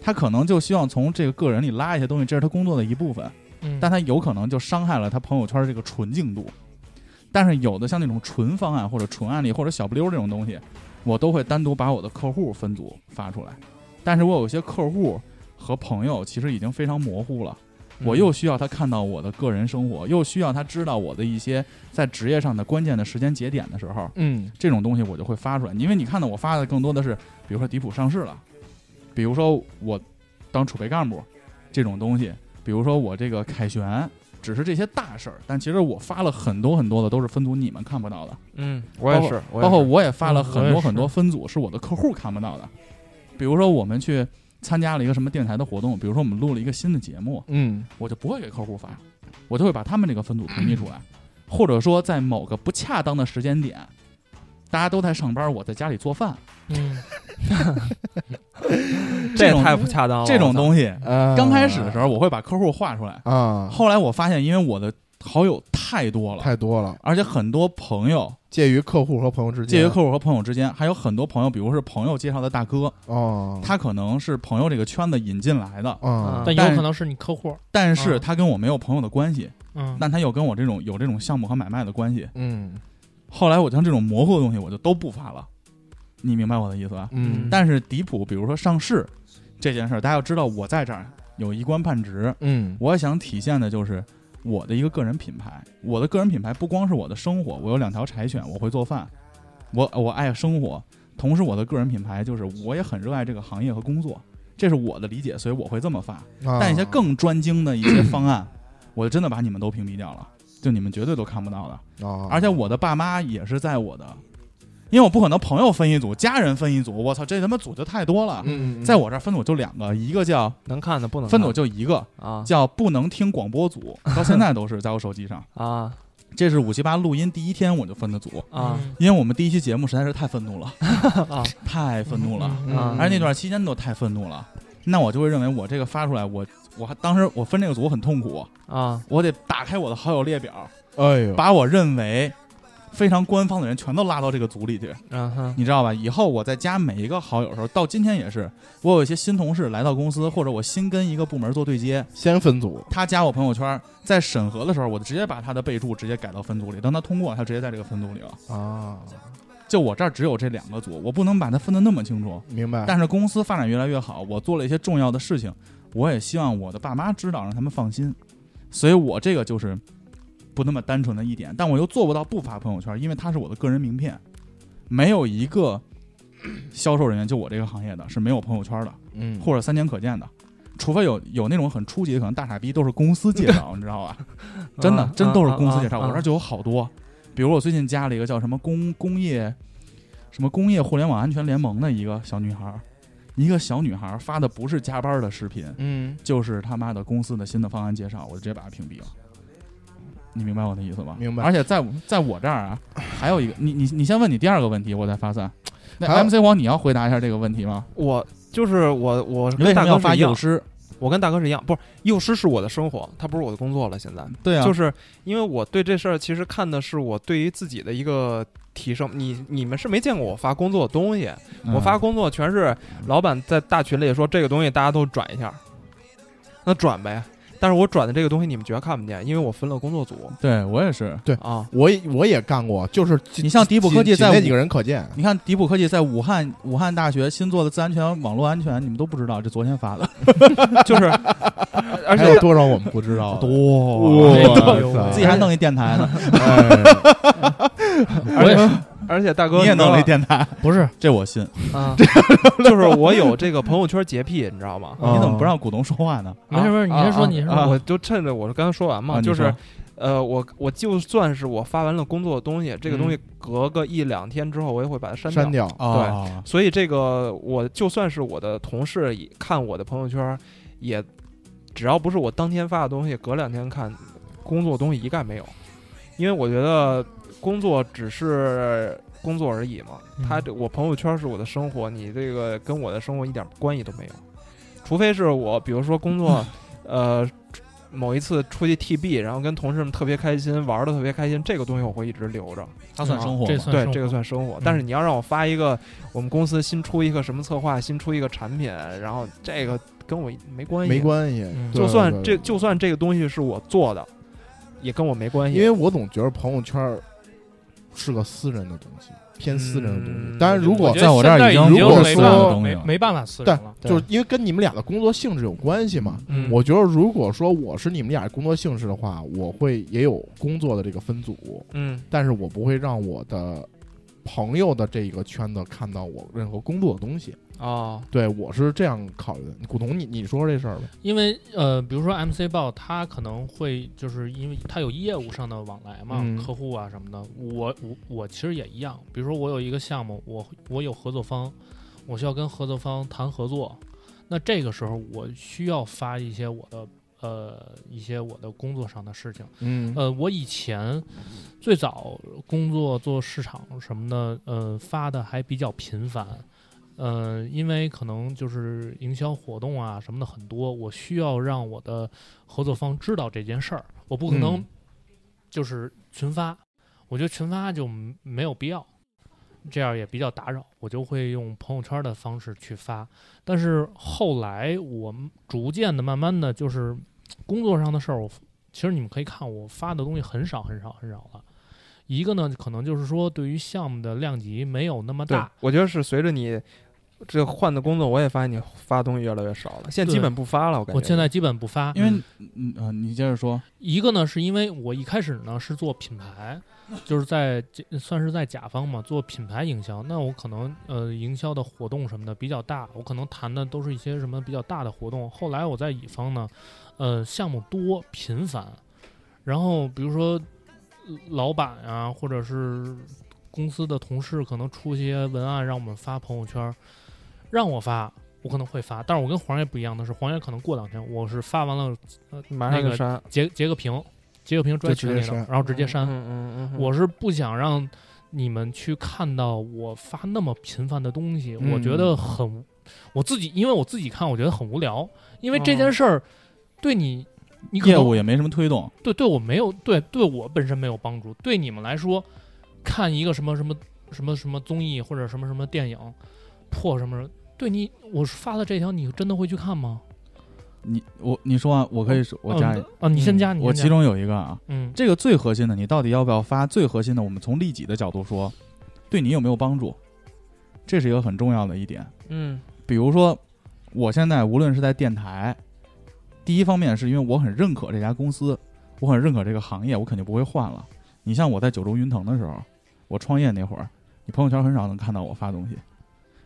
Speaker 4: 他可能就希望从这个个人里拉一些东西，这是他工作的一部分，
Speaker 10: 嗯
Speaker 4: 但他有可能就伤害了他朋友圈这个纯净度。但是有的像那种纯方案或者纯案例或者小不溜儿这种东西，我都会单独把我的客户分组发出来。但是我有一些客户和朋友其实已经非常模糊了，
Speaker 10: 嗯
Speaker 4: 我又需要他看到我的个人生活，又需要他知道我的一些在职业上的关键的时间节点的时候，
Speaker 6: 嗯
Speaker 4: 这种东西我就会发出来。因为你看到我发的更多的是，比如说迪普上市了，比如说我当储备干部这种东西，比如说我这个凯旋，只是这些大事儿。但其实我发了很多很多的都是分组你们看不到的，
Speaker 5: 嗯，我也是，
Speaker 4: 包括我也发了
Speaker 10: 嗯
Speaker 4: 很
Speaker 10: 我也
Speaker 4: 多
Speaker 10: 是
Speaker 4: 很多分组是我的客户看不到的。比如说我们去参加了一个什么电台的活动，比如说我们录了一个新的节目，
Speaker 6: 嗯
Speaker 4: 我就不会给客户发，我就会把他们这个分组屏蔽出来，或者说在某个不恰当的时间点，大家都在上班，我在家里做饭，
Speaker 10: 嗯
Speaker 4: 这
Speaker 5: 这
Speaker 4: 种
Speaker 5: 太不恰当了，嗯
Speaker 4: 这种东西，
Speaker 6: 呃，
Speaker 4: 刚开始的时候我会把客户画出来，
Speaker 6: 啊
Speaker 4: 后来我发现，因为我的好友太多了，
Speaker 6: 太多了，
Speaker 4: 而且很多朋友，
Speaker 6: 介于客户和朋友之间，
Speaker 4: 介于客户和朋友之间，还有很多朋友，比如是朋友介绍的大哥，
Speaker 6: 哦，
Speaker 5: 嗯
Speaker 4: 他可能是朋友这个圈子引进来的，
Speaker 6: 啊
Speaker 10: 但有可能是你客户，
Speaker 4: 但是
Speaker 5: 嗯
Speaker 10: 啊
Speaker 4: 他跟我没有朋友的关系，
Speaker 10: 嗯，
Speaker 4: 但他又跟我这种有这种项目和买卖的关系，
Speaker 6: 嗯
Speaker 4: 后来我像这种模糊的东西，我就都不发了。你明白我的意思吧？
Speaker 6: 嗯
Speaker 4: 但是迪普，比如说上市这件事儿，大家要知道，我在这儿有一官半职，
Speaker 6: 嗯
Speaker 4: 我想体现的就是我的一个个人品牌。我的个人品牌不光是我的生活，我有两条柴犬，我会做饭，我我爱生活。同时，我的个人品牌就是我也很热爱这个行业和工作，这是我的理解，所以我会这么发。
Speaker 6: 啊
Speaker 4: 但一些更专精的一些方案，我真的把你们都屏蔽掉了，就你们绝对都看不到的。
Speaker 6: 啊，
Speaker 4: 而且我的爸妈也是在我的，因为我不可能朋友分一组，家人分一组，我操，这他妈组就太多了。
Speaker 6: 嗯，嗯
Speaker 4: 在我这儿分组就两个，一个叫
Speaker 5: 能看的不能
Speaker 4: 分
Speaker 5: 看
Speaker 4: 组就一个
Speaker 5: 啊
Speaker 4: 叫不能听广播组，到现在都是在我手机上。
Speaker 5: 啊
Speaker 4: 这是五七八录音第一天我就分的组，
Speaker 5: 啊
Speaker 4: 因为我们第一期节目实在是太愤怒了， 太愤怒了。
Speaker 6: 嗯
Speaker 5: 啊
Speaker 4: 而那段期间都太愤怒了，那我就会认为我这个发出来，我我还当时我分这个组我很痛苦，
Speaker 5: 啊
Speaker 4: 我得打开我的好友列表，
Speaker 6: 哎呦，
Speaker 4: 把我认为非常官方的人全都拉到这个组里去，
Speaker 5: 嗯哼
Speaker 4: 你知道吧？以后我在加每一个好友的时候，到今天也是，我有一些新同事来到公司，或者我新跟一个部门做对接，
Speaker 6: 先分组，
Speaker 4: 他加我朋友圈，在审核的时候，我直接把他的备注直接改到分组里，当他通过，他直接在这个分组里了。
Speaker 6: 啊，
Speaker 4: 就我这儿只有这两个组，我不能把它分得那么清楚。
Speaker 6: 明白。
Speaker 4: 但是公司发展越来越好，我做了一些重要的事情，我也希望我的爸妈知道，让他们放心。所以我这个就是不那么单纯的一点，但我又做不到不发朋友圈，因为它是我的个人名片，没有一个销售人员就我这个行业的是没有朋友圈的，
Speaker 6: 嗯，
Speaker 4: 或者三年可见的。除非有有那种很初级的，可能大傻逼都是公司 介绍，你知道吧？真的，
Speaker 5: 啊
Speaker 4: 真都是
Speaker 5: 啊
Speaker 4: 公司介
Speaker 5: 啊
Speaker 4: 绍。
Speaker 5: 啊
Speaker 4: 我这儿就有好多，比如我最近加了一个叫什么工工业什么工业互联网安全联盟的一个小女孩儿，一个小女孩儿发的不是加班的视频，
Speaker 6: 嗯
Speaker 4: 就是他妈的公司的新的方案介绍，我就直接把她屏蔽了。你明白我的意思吗？
Speaker 6: 明白
Speaker 4: 而且在我在我这儿啊，还有一个，你你你先问你第二个问题，我再发散。
Speaker 6: 还有
Speaker 4: 那 MC 黄，你要回答一下这个问题吗？
Speaker 5: 我就是我我
Speaker 4: 你
Speaker 5: 跟
Speaker 4: 为什
Speaker 5: 大
Speaker 4: 么要
Speaker 5: 哥
Speaker 4: 发
Speaker 5: 是一样
Speaker 4: 幼，师？
Speaker 5: 我跟大哥是一样，不是幼师是我的生活，他不是我的工作了。现在
Speaker 4: 对啊，
Speaker 5: 就是因为我对这事儿其实看的是我对于自己的一个提升。你你们是没见过我发工作的东西，我
Speaker 4: 嗯
Speaker 5: 发工作全是老板在大群里说这个东西大家都转一下，那转呗。但是我转的这个东西你们绝看不见，因为我分了工作组
Speaker 4: 对我也是。
Speaker 5: 啊。
Speaker 6: 我也我也干过，就是
Speaker 4: 你像迪普科技
Speaker 6: 仅
Speaker 4: 在
Speaker 6: 那
Speaker 4: 武
Speaker 6: 几个人可见，
Speaker 4: 你看迪普科技在武汉武汉大学新做的自安全网络安全，你们都不知道，这昨天发的， 就是
Speaker 5: 而
Speaker 6: 还
Speaker 5: 且
Speaker 6: 有多少我们不 知道的？
Speaker 4: 多
Speaker 10: 哎呦
Speaker 6: 哇塞
Speaker 4: 自己还弄一电台呢，
Speaker 6: 哎
Speaker 10: 我也是，
Speaker 5: 而且大哥，
Speaker 4: 你也弄了一电
Speaker 5: 点
Speaker 4: 台，
Speaker 10: 不是
Speaker 4: 这我信。
Speaker 5: 啊？就是我有这个朋友圈洁癖，你知道吗？
Speaker 6: 哦
Speaker 4: 你怎么不让股东说话呢？
Speaker 10: 没事没事，你先说，
Speaker 5: 啊
Speaker 10: 你先
Speaker 5: 啊
Speaker 10: 说，
Speaker 5: 我就趁着我刚才说完嘛，
Speaker 4: 啊你
Speaker 5: 就
Speaker 4: 说
Speaker 5: 是，呃，我我就算是我发完了工作的东西，这个
Speaker 6: 嗯
Speaker 5: 东西隔个一两天之后，我也会把它删
Speaker 6: 删
Speaker 5: 掉。
Speaker 6: 掉
Speaker 4: 哦，
Speaker 5: 所以这个我就算是我的同事也看我的朋友圈，也只要不是我当天发的东西，隔两天看工作东西一概没有，因为我觉得工作只是工作而已嘛。
Speaker 10: 嗯
Speaker 5: 他这我朋友圈是我的生活，你这个跟我的生活一点关系都没有，除非是我比如说工作，呃。某一次出去 TB，然后跟同事们特别开心，玩的特别开心，这个东西我会一直留着。
Speaker 4: 他算生活
Speaker 10: 这
Speaker 4: 吗？
Speaker 10: 算
Speaker 5: 对，
Speaker 10: 生
Speaker 5: 这个
Speaker 10: 活
Speaker 5: 算生活。但是你要让我发一个我们公司新出一个什么策划，新出一个产品，然后这个跟我没关系，
Speaker 6: 没关系
Speaker 10: 嗯，
Speaker 6: 对
Speaker 5: 就算
Speaker 6: 对
Speaker 5: 这就算这个东西是我做的，也跟我没关系。
Speaker 6: 因为我总觉得朋友圈是个私人的东西，偏私人的东西。
Speaker 5: 嗯
Speaker 6: 当然，如
Speaker 10: 我
Speaker 6: 果
Speaker 10: 觉
Speaker 4: 在
Speaker 10: 得
Speaker 4: 我
Speaker 10: 现
Speaker 4: 这儿
Speaker 10: 在
Speaker 4: 已
Speaker 10: 已
Speaker 4: 经
Speaker 10: 经
Speaker 6: 如果
Speaker 10: 没
Speaker 6: 说
Speaker 10: 办法没
Speaker 4: 对
Speaker 10: 没办法私人
Speaker 6: 但
Speaker 10: 了，
Speaker 6: 就是因为跟你们俩的工作性质有关系嘛。
Speaker 5: 嗯
Speaker 6: 我觉得，如果说我是你们俩工作性质的话，我会也有工作的这个分组，
Speaker 5: 嗯
Speaker 6: 但是我不会让我的朋友的这个圈子看到我任何工作的东西。
Speaker 5: 哦
Speaker 6: 对我是这样考虑的。古潼，你你说说这事儿吧。
Speaker 10: 因为呃，比如说 MC 报，它可能会就是因为它有业务上的往来嘛，
Speaker 6: 嗯
Speaker 10: 客户啊什么的。我我我其实也一样，比如说我有一个项目，我我有合作方，我需要跟合作方谈合作，那这个时候我需要发一些我的呃一些我的工作上的事情。
Speaker 6: 嗯
Speaker 10: 呃，我以前最早工作做市场什么的，呃，发的还比较频繁，呃，因为可能就是营销活动啊什么的很多，我需要让我的合作方知道这件事儿，我不可能
Speaker 6: 嗯
Speaker 10: 就是群发，我觉得群发就没有必要，这样也比较打扰，我就会用朋友圈的方式去发。但是后来我逐渐的、慢慢的，就是工作上的事儿，我其实你们可以看我发的东西很少、很少、很少了。一个呢，可能就是说对于项目的量级没有那么
Speaker 5: 对
Speaker 10: 大，，
Speaker 5: 我觉得是随着你这换的工作，我也发现你发东西越来越少了，现在基
Speaker 10: 对
Speaker 5: 本不发了。我感觉
Speaker 10: 我现在基本不发。
Speaker 4: 因为嗯啊，你接着说，
Speaker 10: 一个呢，是因为我一开始呢是做品牌，就是在这算是在甲方嘛做品牌营销。那我可能呃营销的活动什么的比较大，我可能谈的都是一些什么比较大的活动。后来我在乙方呢，呃项目多频繁，然后比如说呃老板啊，或者是公司的同事可能出一些文案让我们发朋友圈儿，让我发。我可能会发，但是我跟黄爷不一样的是，黄爷可能过两天，我是发完了
Speaker 5: 马上
Speaker 10: 那
Speaker 5: 就
Speaker 10: 个
Speaker 5: 删，
Speaker 10: 截截个屏，截个屏拽群
Speaker 6: 就
Speaker 10: 里
Speaker 6: 直
Speaker 10: 头
Speaker 6: 接删，
Speaker 10: 然后直接删。
Speaker 5: 嗯嗯嗯，
Speaker 10: 我是不想让你们去看到我发那么频繁的东西，
Speaker 4: 嗯
Speaker 10: 我觉得很，我自己因为我自己看，我觉得很无聊，因为这件
Speaker 5: 哦
Speaker 10: 事儿对你，你可
Speaker 4: 业
Speaker 10: 能
Speaker 4: 务也没什么推动，
Speaker 10: 对对我没有对对我本身没有帮助，对你们来说，看一个什么什么什么什么综艺或者什么什么电影，破什么，对你我发了这条，你真的会去看吗？
Speaker 4: 你我你说啊，我可以说，我加一
Speaker 10: 嗯啊，你先加，你
Speaker 4: 我
Speaker 10: 先
Speaker 4: 其
Speaker 10: 加
Speaker 4: 中有一个啊，
Speaker 10: 嗯
Speaker 4: 这个最核心的，你到底要不要发？最核心的，我们从利己的角度说，对你有没有帮助，这是一个很重要的一点。
Speaker 5: 嗯
Speaker 4: 比如说，我现在无论是在电台，第一方面是因为我很认可这家公司，我很认可这个行业，我肯定不会换了。你像我在九州云腾的时候，我创业那会儿，你朋友圈很少能看到我发东西，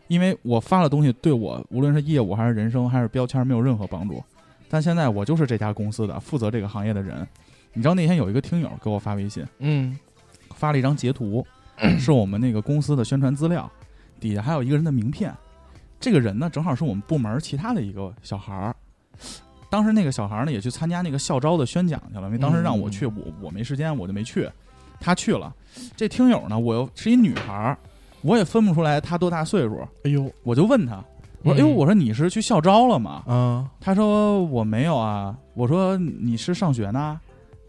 Speaker 4: 因为我发的东西对我无论是业务还是人生还是标签没有任何帮助。但现在我就是这家公司的负责这个行业的人。你知道那天有一个听友给我发微信，
Speaker 6: 嗯，
Speaker 4: 发了一张截图，是我们那个公司的宣传资料，底下还有一个人的名片。这个人呢，正好是我们部门其他的一个小孩儿。当时那个小孩儿呢，也去参加那个校招的宣讲去了，因为当时让我去，我我没时间，我就没去。他去了，这听友呢，我又是一女孩儿，我也分不出来她多大岁数，
Speaker 6: 哎呦
Speaker 4: 我就问他，我说：“
Speaker 10: 嗯
Speaker 4: 哎呦，我说你是去校招了吗？”
Speaker 6: 啊，
Speaker 4: 他说我没有啊，我说你是上学呢，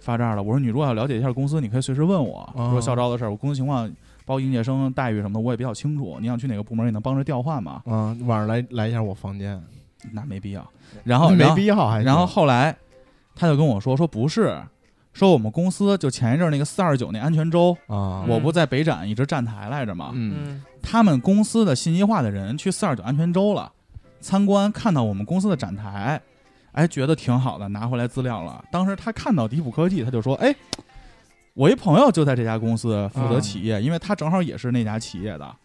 Speaker 4: 发这儿了。我说你如果要了解一下公司，你可以随时问我，
Speaker 6: 哦
Speaker 4: 说校招的事儿，我公司情况，包括应届生待遇什么的，我也比较清楚。你想去哪个部门，也能帮着调换嘛？
Speaker 6: 啊，晚上来来一下我房间，
Speaker 4: 那没必要。然后
Speaker 6: 没
Speaker 4: 然后
Speaker 6: 必要还行
Speaker 4: 然后后来他就跟我说说不是，说我们公司就前一阵儿那个四二九那安全周，
Speaker 6: 啊，
Speaker 4: 我不在北展一直站台来着嘛，
Speaker 6: 嗯
Speaker 5: 嗯
Speaker 4: 他们公司的信息化的人去四二九安全周了，参观看到我们公司的展台，哎，觉得挺好的，拿回来资料了。当时他看到迪普科技，他就说：“哎，我一朋友就在这家公司负责企业，因为他正好也是那家企业的。”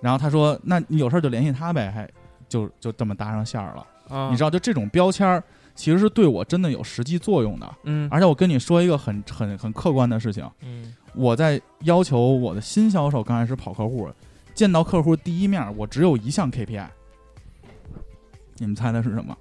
Speaker 4: 然后他说：“那你有事儿就联系他呗。”还就就这么搭上线儿了。
Speaker 5: 啊，
Speaker 4: 你知道，就这种标签儿其实是对我真的有实际作用的。
Speaker 5: 嗯
Speaker 4: 而且我跟你说一个很很很客观的事情，
Speaker 10: 嗯
Speaker 4: 我在要求我的新销售刚开始跑客户，见到客户第一面，我只有一项 KPI。你们猜的是什么？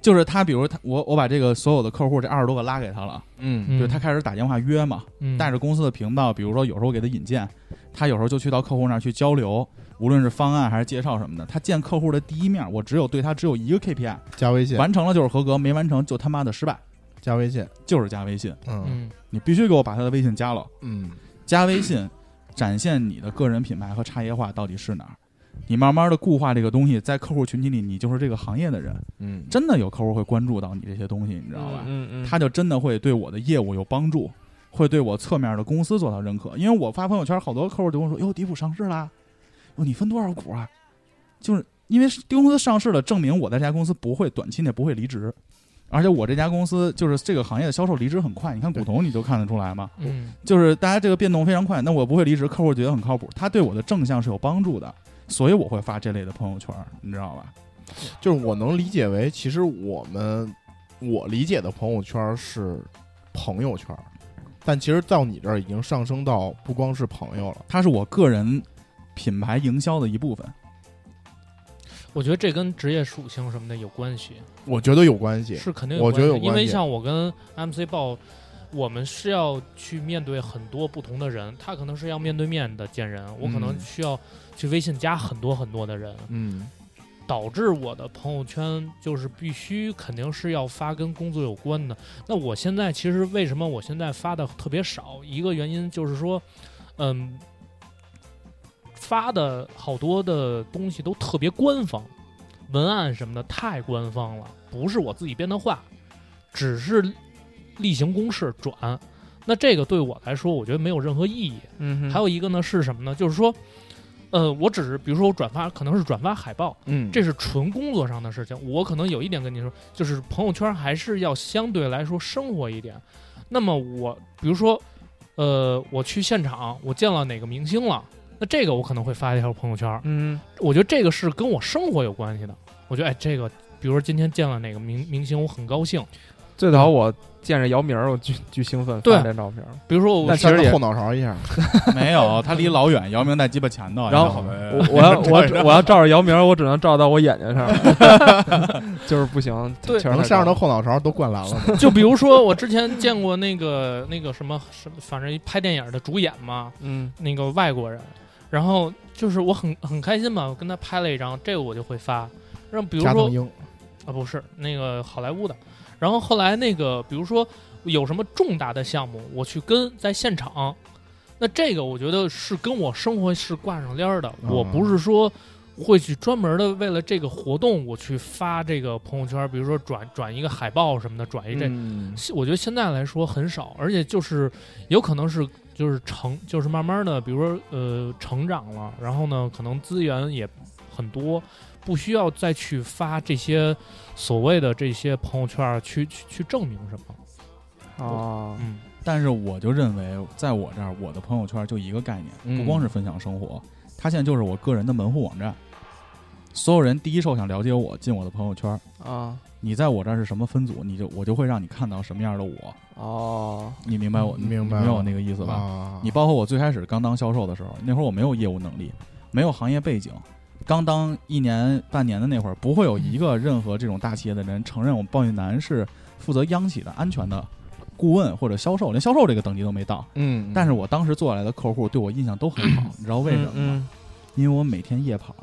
Speaker 4: 就是他，比如他，我我把这个所有的客户这二十多个拉给他了，
Speaker 6: 嗯
Speaker 10: 嗯，
Speaker 4: 对他开始打电话约嘛，带
Speaker 10: 着
Speaker 4: 着公司的频道，比如说有时候给他引荐，他有时候就去到客户那儿去交流，无论是方案还是介绍什么的，他见客户的第一面，我只有对他只有一个 KPI，
Speaker 6: 加微信，
Speaker 4: 完成了就是合格，没完成就他妈的失败，
Speaker 6: 加微信，
Speaker 4: 就是加微信，
Speaker 6: 嗯
Speaker 10: 嗯
Speaker 4: 你必须给我把他的微信加了。
Speaker 6: 嗯
Speaker 4: 加微信，展现你的个人品牌和差异化到底是哪儿。你慢慢的固化这个东西，在客户群体里，你就是这个行业的人，
Speaker 6: 嗯，
Speaker 4: 真的有客户会关注到你这些东西，你知道吧？
Speaker 5: 嗯嗯，
Speaker 4: 他就真的会对我的业务有帮助，会对我侧面的公司做到认可。因为我发朋友圈，好多客户就跟我说：“哟，迪普上市啦，哟，你分多少股啊？”就是因为公司上市了，证明我在这家公司不会短期内不会离职，而且我这家公司就是这个行业的销售离职很快，你看股东你就看得出来嘛。
Speaker 10: 嗯
Speaker 4: 就是大家这个变动非常快，那我不会离职，客户觉得很靠谱，他对我的正向是有帮助的，所以我会发这类的朋友圈，你知道吧？
Speaker 6: 就是我能理解为，其实我们我理解的朋友圈是朋友圈，但其实到你这儿已经上升到不光是朋友了，
Speaker 4: 它是我个人品牌营销的一部分。
Speaker 10: 我觉得这跟职业属性什么的有关系，
Speaker 6: 我觉得有关系，
Speaker 10: 是肯定
Speaker 6: 我
Speaker 10: 关系
Speaker 6: 觉得有
Speaker 10: 因
Speaker 6: 关
Speaker 10: 为
Speaker 6: 系
Speaker 10: 像我跟 MC 报，我们是要去面对很多不同的人，他可能是要面对面的见人，我可能
Speaker 4: 嗯
Speaker 10: 需要去微信加很多很多的人，
Speaker 6: 嗯
Speaker 10: 导致我的朋友圈就是必须肯定是要发跟工作有关的。那我现在其实为什么我现在发的特别少？一个原因就是说，嗯，发的好多的东西都特别官方，文案什么的太官方了，不是我自己编的话，只是例行公事转。那这个对我来说，我觉得没有任何意义。
Speaker 5: 嗯哼，
Speaker 10: 还有一个呢是什么呢？就是说，呃，我只是比如说我转发，可能是转发海报，
Speaker 6: 嗯，
Speaker 10: 这是纯工作上的事情。我可能有一点跟你说，就是朋友圈还是要相对来说生活一点。那么我比如说，呃，我去现场，我见了哪个明星了，那这个我可能会发一条朋友圈。
Speaker 5: 嗯
Speaker 10: 我觉得这个是跟我生活有关系的。我觉得哎，这个比如说今天见了哪个明明星，我很高兴。
Speaker 5: 哼，最早我见着姚明儿，我巨巨兴奋，
Speaker 10: 对
Speaker 5: 发这照片儿。
Speaker 10: 比如说我
Speaker 5: 但其实也
Speaker 6: 后脑勺一下，
Speaker 4: 没有，他离老远，姚明在鸡巴前头。
Speaker 5: 然后我我 要我要我要照着姚明儿，我只能照到我眼睛上 了，就是不行。
Speaker 10: 对
Speaker 5: 确实
Speaker 6: 能
Speaker 5: 太
Speaker 6: 上
Speaker 5: 高
Speaker 6: 到后脑勺都灌篮了。
Speaker 10: 就比如说我之前见过那个那个什么什么，反正一拍电影的主演嘛，
Speaker 5: 嗯
Speaker 10: 那个外国人，然后就是我很很开心嘛，我跟他拍了一张，这个我就会发。让比如
Speaker 6: 加藤
Speaker 10: 说
Speaker 6: 鹰，
Speaker 10: 啊，不是那个好莱坞的，然后后来那个比如说有什么重大的项目，我去跟在现场，那这个我觉得是跟我生活是挂上边儿的，我不是说。会去专门的为了这个活动，我去发这个朋友圈，比如说转转一个海报什么的，转一这，
Speaker 5: 嗯
Speaker 10: 现我觉得现在来说很少，而且就是有可能是就是成就是慢慢的，比如说呃成长了，然后呢可能资源也很多，不需要再去发这些所谓的这些朋友圈儿去去去证明什么。
Speaker 5: 啊，
Speaker 10: 嗯，
Speaker 4: 但是我就认为，在我这儿，我的朋友圈就一个概念，
Speaker 6: 嗯
Speaker 4: 不光是分享生活，它现在就是我个人的门户网站。所有人第一手想了解我，进我的朋友圈。
Speaker 5: 啊
Speaker 4: 你在我这儿是什么分组，你就我就会让你看到什么样的我。
Speaker 5: 哦，
Speaker 4: 你明白我？
Speaker 6: 嗯
Speaker 4: 你
Speaker 6: 明白
Speaker 4: 明白
Speaker 6: 了
Speaker 4: 我那个意思吧？
Speaker 6: 啊
Speaker 4: 你包括我最开始刚当销售的时候，那会儿我没有业务能力，没有行业背景，刚当一年半年的那会儿，不会有一个任何这种大企业的人承认我鲍玉南是负责央企的安全的顾问或者销售，连销售这个等级都没到。
Speaker 6: 嗯，
Speaker 4: 但是我当时做下来的客户对我印象都很 好，你知道为什么吗？
Speaker 5: 嗯
Speaker 4: 因为我每天夜跑，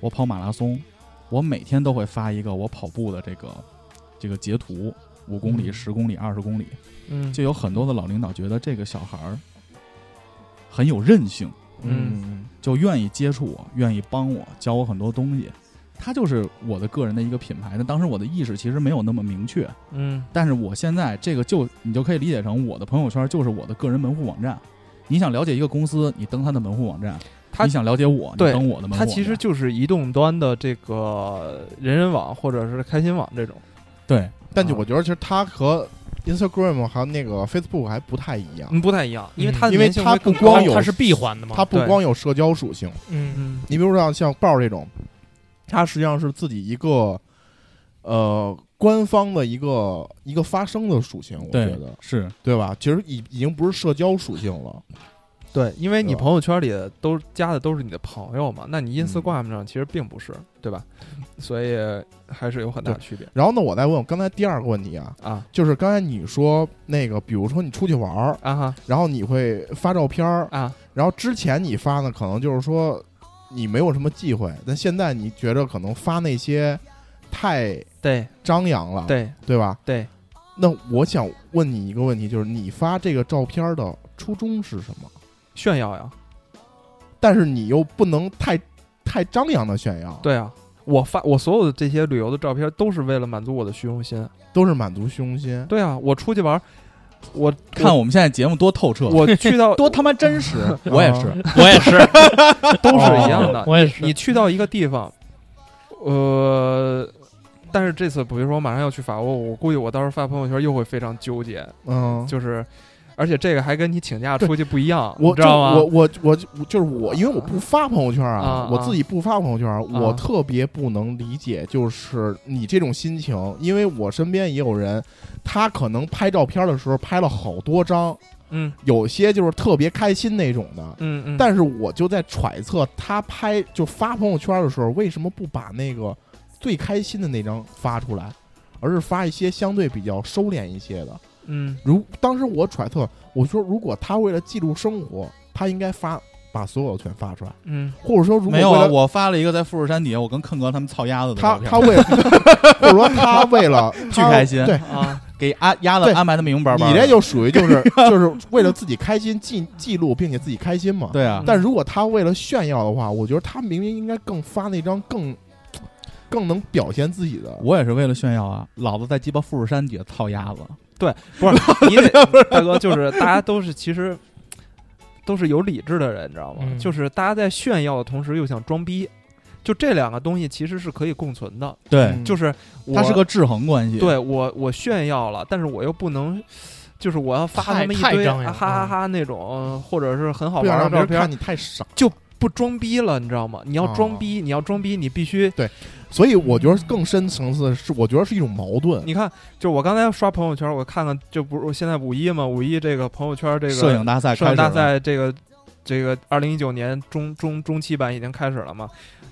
Speaker 4: 我跑马拉松，我每天都会发一个我跑步的这个这个截图，五公里、
Speaker 5: 嗯
Speaker 4: 十公里、二十公里，
Speaker 5: 嗯
Speaker 4: 就有很多的老领导觉得这个小孩儿很有韧性，
Speaker 6: 嗯，
Speaker 4: 就愿意接触我，愿意帮我，教我很多东西。他就是我的个人的一个品牌。但当时我的意识其实没有那么明确，
Speaker 5: 嗯
Speaker 4: 但是我现在这个就你就可以理解成我的朋友圈就是我的个人门户网站。你想了解一个公司，你登他的门户网站；
Speaker 5: 他
Speaker 4: 你想了解我，你
Speaker 5: 对
Speaker 4: 登我的门户网站。
Speaker 5: 它其实就是移动端的这个人人网或者是开心网这种。
Speaker 4: 对，
Speaker 6: 但就我觉得，其实它和 Instagram 还有那个 Facebook 还不太一样，
Speaker 5: 嗯，不太一样，因为它的
Speaker 6: 因为
Speaker 5: 粘性会
Speaker 6: 它不
Speaker 5: 更
Speaker 6: 光
Speaker 5: 高
Speaker 6: 有
Speaker 10: 它是闭环的嘛。
Speaker 6: 它不
Speaker 5: 对
Speaker 6: 光有社交属性。
Speaker 10: 嗯
Speaker 5: 嗯
Speaker 6: 你比如像像豹这种，它实际上是自己一个呃官方的一个一个发声的属性，我觉
Speaker 4: 对
Speaker 6: 得
Speaker 4: 是
Speaker 6: 对吧？其实已已经不是社交属性了，
Speaker 5: 对，嗯因为你
Speaker 6: 对吧
Speaker 5: 朋友圈里都加的都是你的朋友嘛，那你 Instagram 上其实并不是，对吧？ 所以还是有很大区别
Speaker 6: 然后呢，我再问我刚才第二个问题啊，
Speaker 5: 啊
Speaker 6: 就是刚才你说那个，比如说你出去玩儿，
Speaker 5: 啊哈
Speaker 6: 然后你会发照片儿，
Speaker 5: 啊，
Speaker 6: 然后之前你发呢，可能就是说你没有什么忌讳，但现在你觉得可能发那些太
Speaker 5: 对
Speaker 6: 张扬了，
Speaker 5: 对
Speaker 6: 对吧？
Speaker 5: 对，
Speaker 6: 那我想问你一个问题，就是你发这个照片的初衷是什么？
Speaker 5: 炫耀呀，
Speaker 6: 但是你又不能太太张扬的炫耀，，
Speaker 5: 对啊，我发我所有的这些旅游的照片都是为了满足我的虚荣心。
Speaker 6: 都是满足虚荣心。
Speaker 5: 对啊，我出去玩儿，我
Speaker 4: 看我们现在节目多透彻，
Speaker 5: 我去 到
Speaker 4: 多他妈真实。 我也是，
Speaker 10: 我也是，
Speaker 5: 都是一样的，
Speaker 10: 我也 是。
Speaker 5: 你去到一个地方，呃，但是这次比如说我马上要去法国，我估计我到时候发朋友圈又会非常纠结，
Speaker 6: 嗯，
Speaker 5: 就是，而且这个还跟你请假
Speaker 6: 对
Speaker 5: 出去不一样，
Speaker 6: 我
Speaker 5: 你知道吗？
Speaker 6: 我我我我就是我，因为我不发朋友圈啊
Speaker 5: 啊，
Speaker 6: 我自己不发朋友圈，我
Speaker 5: 啊
Speaker 6: 特别不能理解，就是你这种心情，因为我身边也有人，他可能拍照片的时候拍了好多张，
Speaker 5: 嗯
Speaker 6: 有些就是特别开心那种的。
Speaker 5: 嗯嗯，
Speaker 6: 但是我就在揣测，他拍就发朋友圈的时候，为什么不把那个最开心的那张发出来，而是发一些相对比较收敛一些的？
Speaker 5: 嗯
Speaker 6: 如当时我揣测，我说如果他为了记录生活，他应该发把所有全发出来，
Speaker 5: 嗯
Speaker 6: 或者说如果
Speaker 4: 没
Speaker 6: 为
Speaker 4: 有啊，
Speaker 6: 了
Speaker 4: 我发了一个在富士山底下，我跟坑哥他们操鸭子的
Speaker 6: 他
Speaker 4: 照片，
Speaker 6: 他为了，或者说他为了
Speaker 4: 巨
Speaker 6: 他
Speaker 4: 开心
Speaker 6: 对
Speaker 5: 啊，
Speaker 4: 给鸭鸭子
Speaker 6: 对
Speaker 4: 安排的明明白白的。
Speaker 6: 你这就属于就是 就是为了自己开心记记录，并且自己开心嘛。
Speaker 4: 对
Speaker 5: 嗯
Speaker 4: 啊，
Speaker 6: 但如果他为了炫耀的话，我觉得他明明应该更发那张更更能表现自己的。
Speaker 4: 我也是为了炫耀啊！老子在鸡巴富士山底下操鸭子，
Speaker 5: 对，不 是你得大哥，就是大家都是其实都是有理智的人，你知道吗？
Speaker 10: 嗯
Speaker 5: 就是大家在炫耀的同时又想装逼，就这两个东西其实是可以共存的，
Speaker 4: 对，
Speaker 10: 嗯
Speaker 5: 就是我
Speaker 4: 它是个制衡关系。，
Speaker 5: 对我我炫耀了，但是我又不能。就是我要发
Speaker 10: 太
Speaker 5: 他们一
Speaker 10: 太
Speaker 5: 堆
Speaker 10: 张
Speaker 5: 啊
Speaker 10: 扬嗯
Speaker 5: 哈哈哈那种，或者是很好
Speaker 6: 不想
Speaker 5: 玩
Speaker 6: 让
Speaker 5: 的照
Speaker 6: 别人
Speaker 5: 片
Speaker 6: 看，你太傻。
Speaker 5: 不装逼了，你知道吗？你要装逼，你要装逼，你必须，
Speaker 6: 所以我觉得更深层次的是，我觉得是一种矛盾。
Speaker 5: 你看，就我刚才刷朋友圈，我看看，就不是现在五一嘛，五一这个朋友圈这个
Speaker 4: 摄影大赛，
Speaker 5: 摄影大，赛这个这个二零一九年中中中期版已经开始了嘛？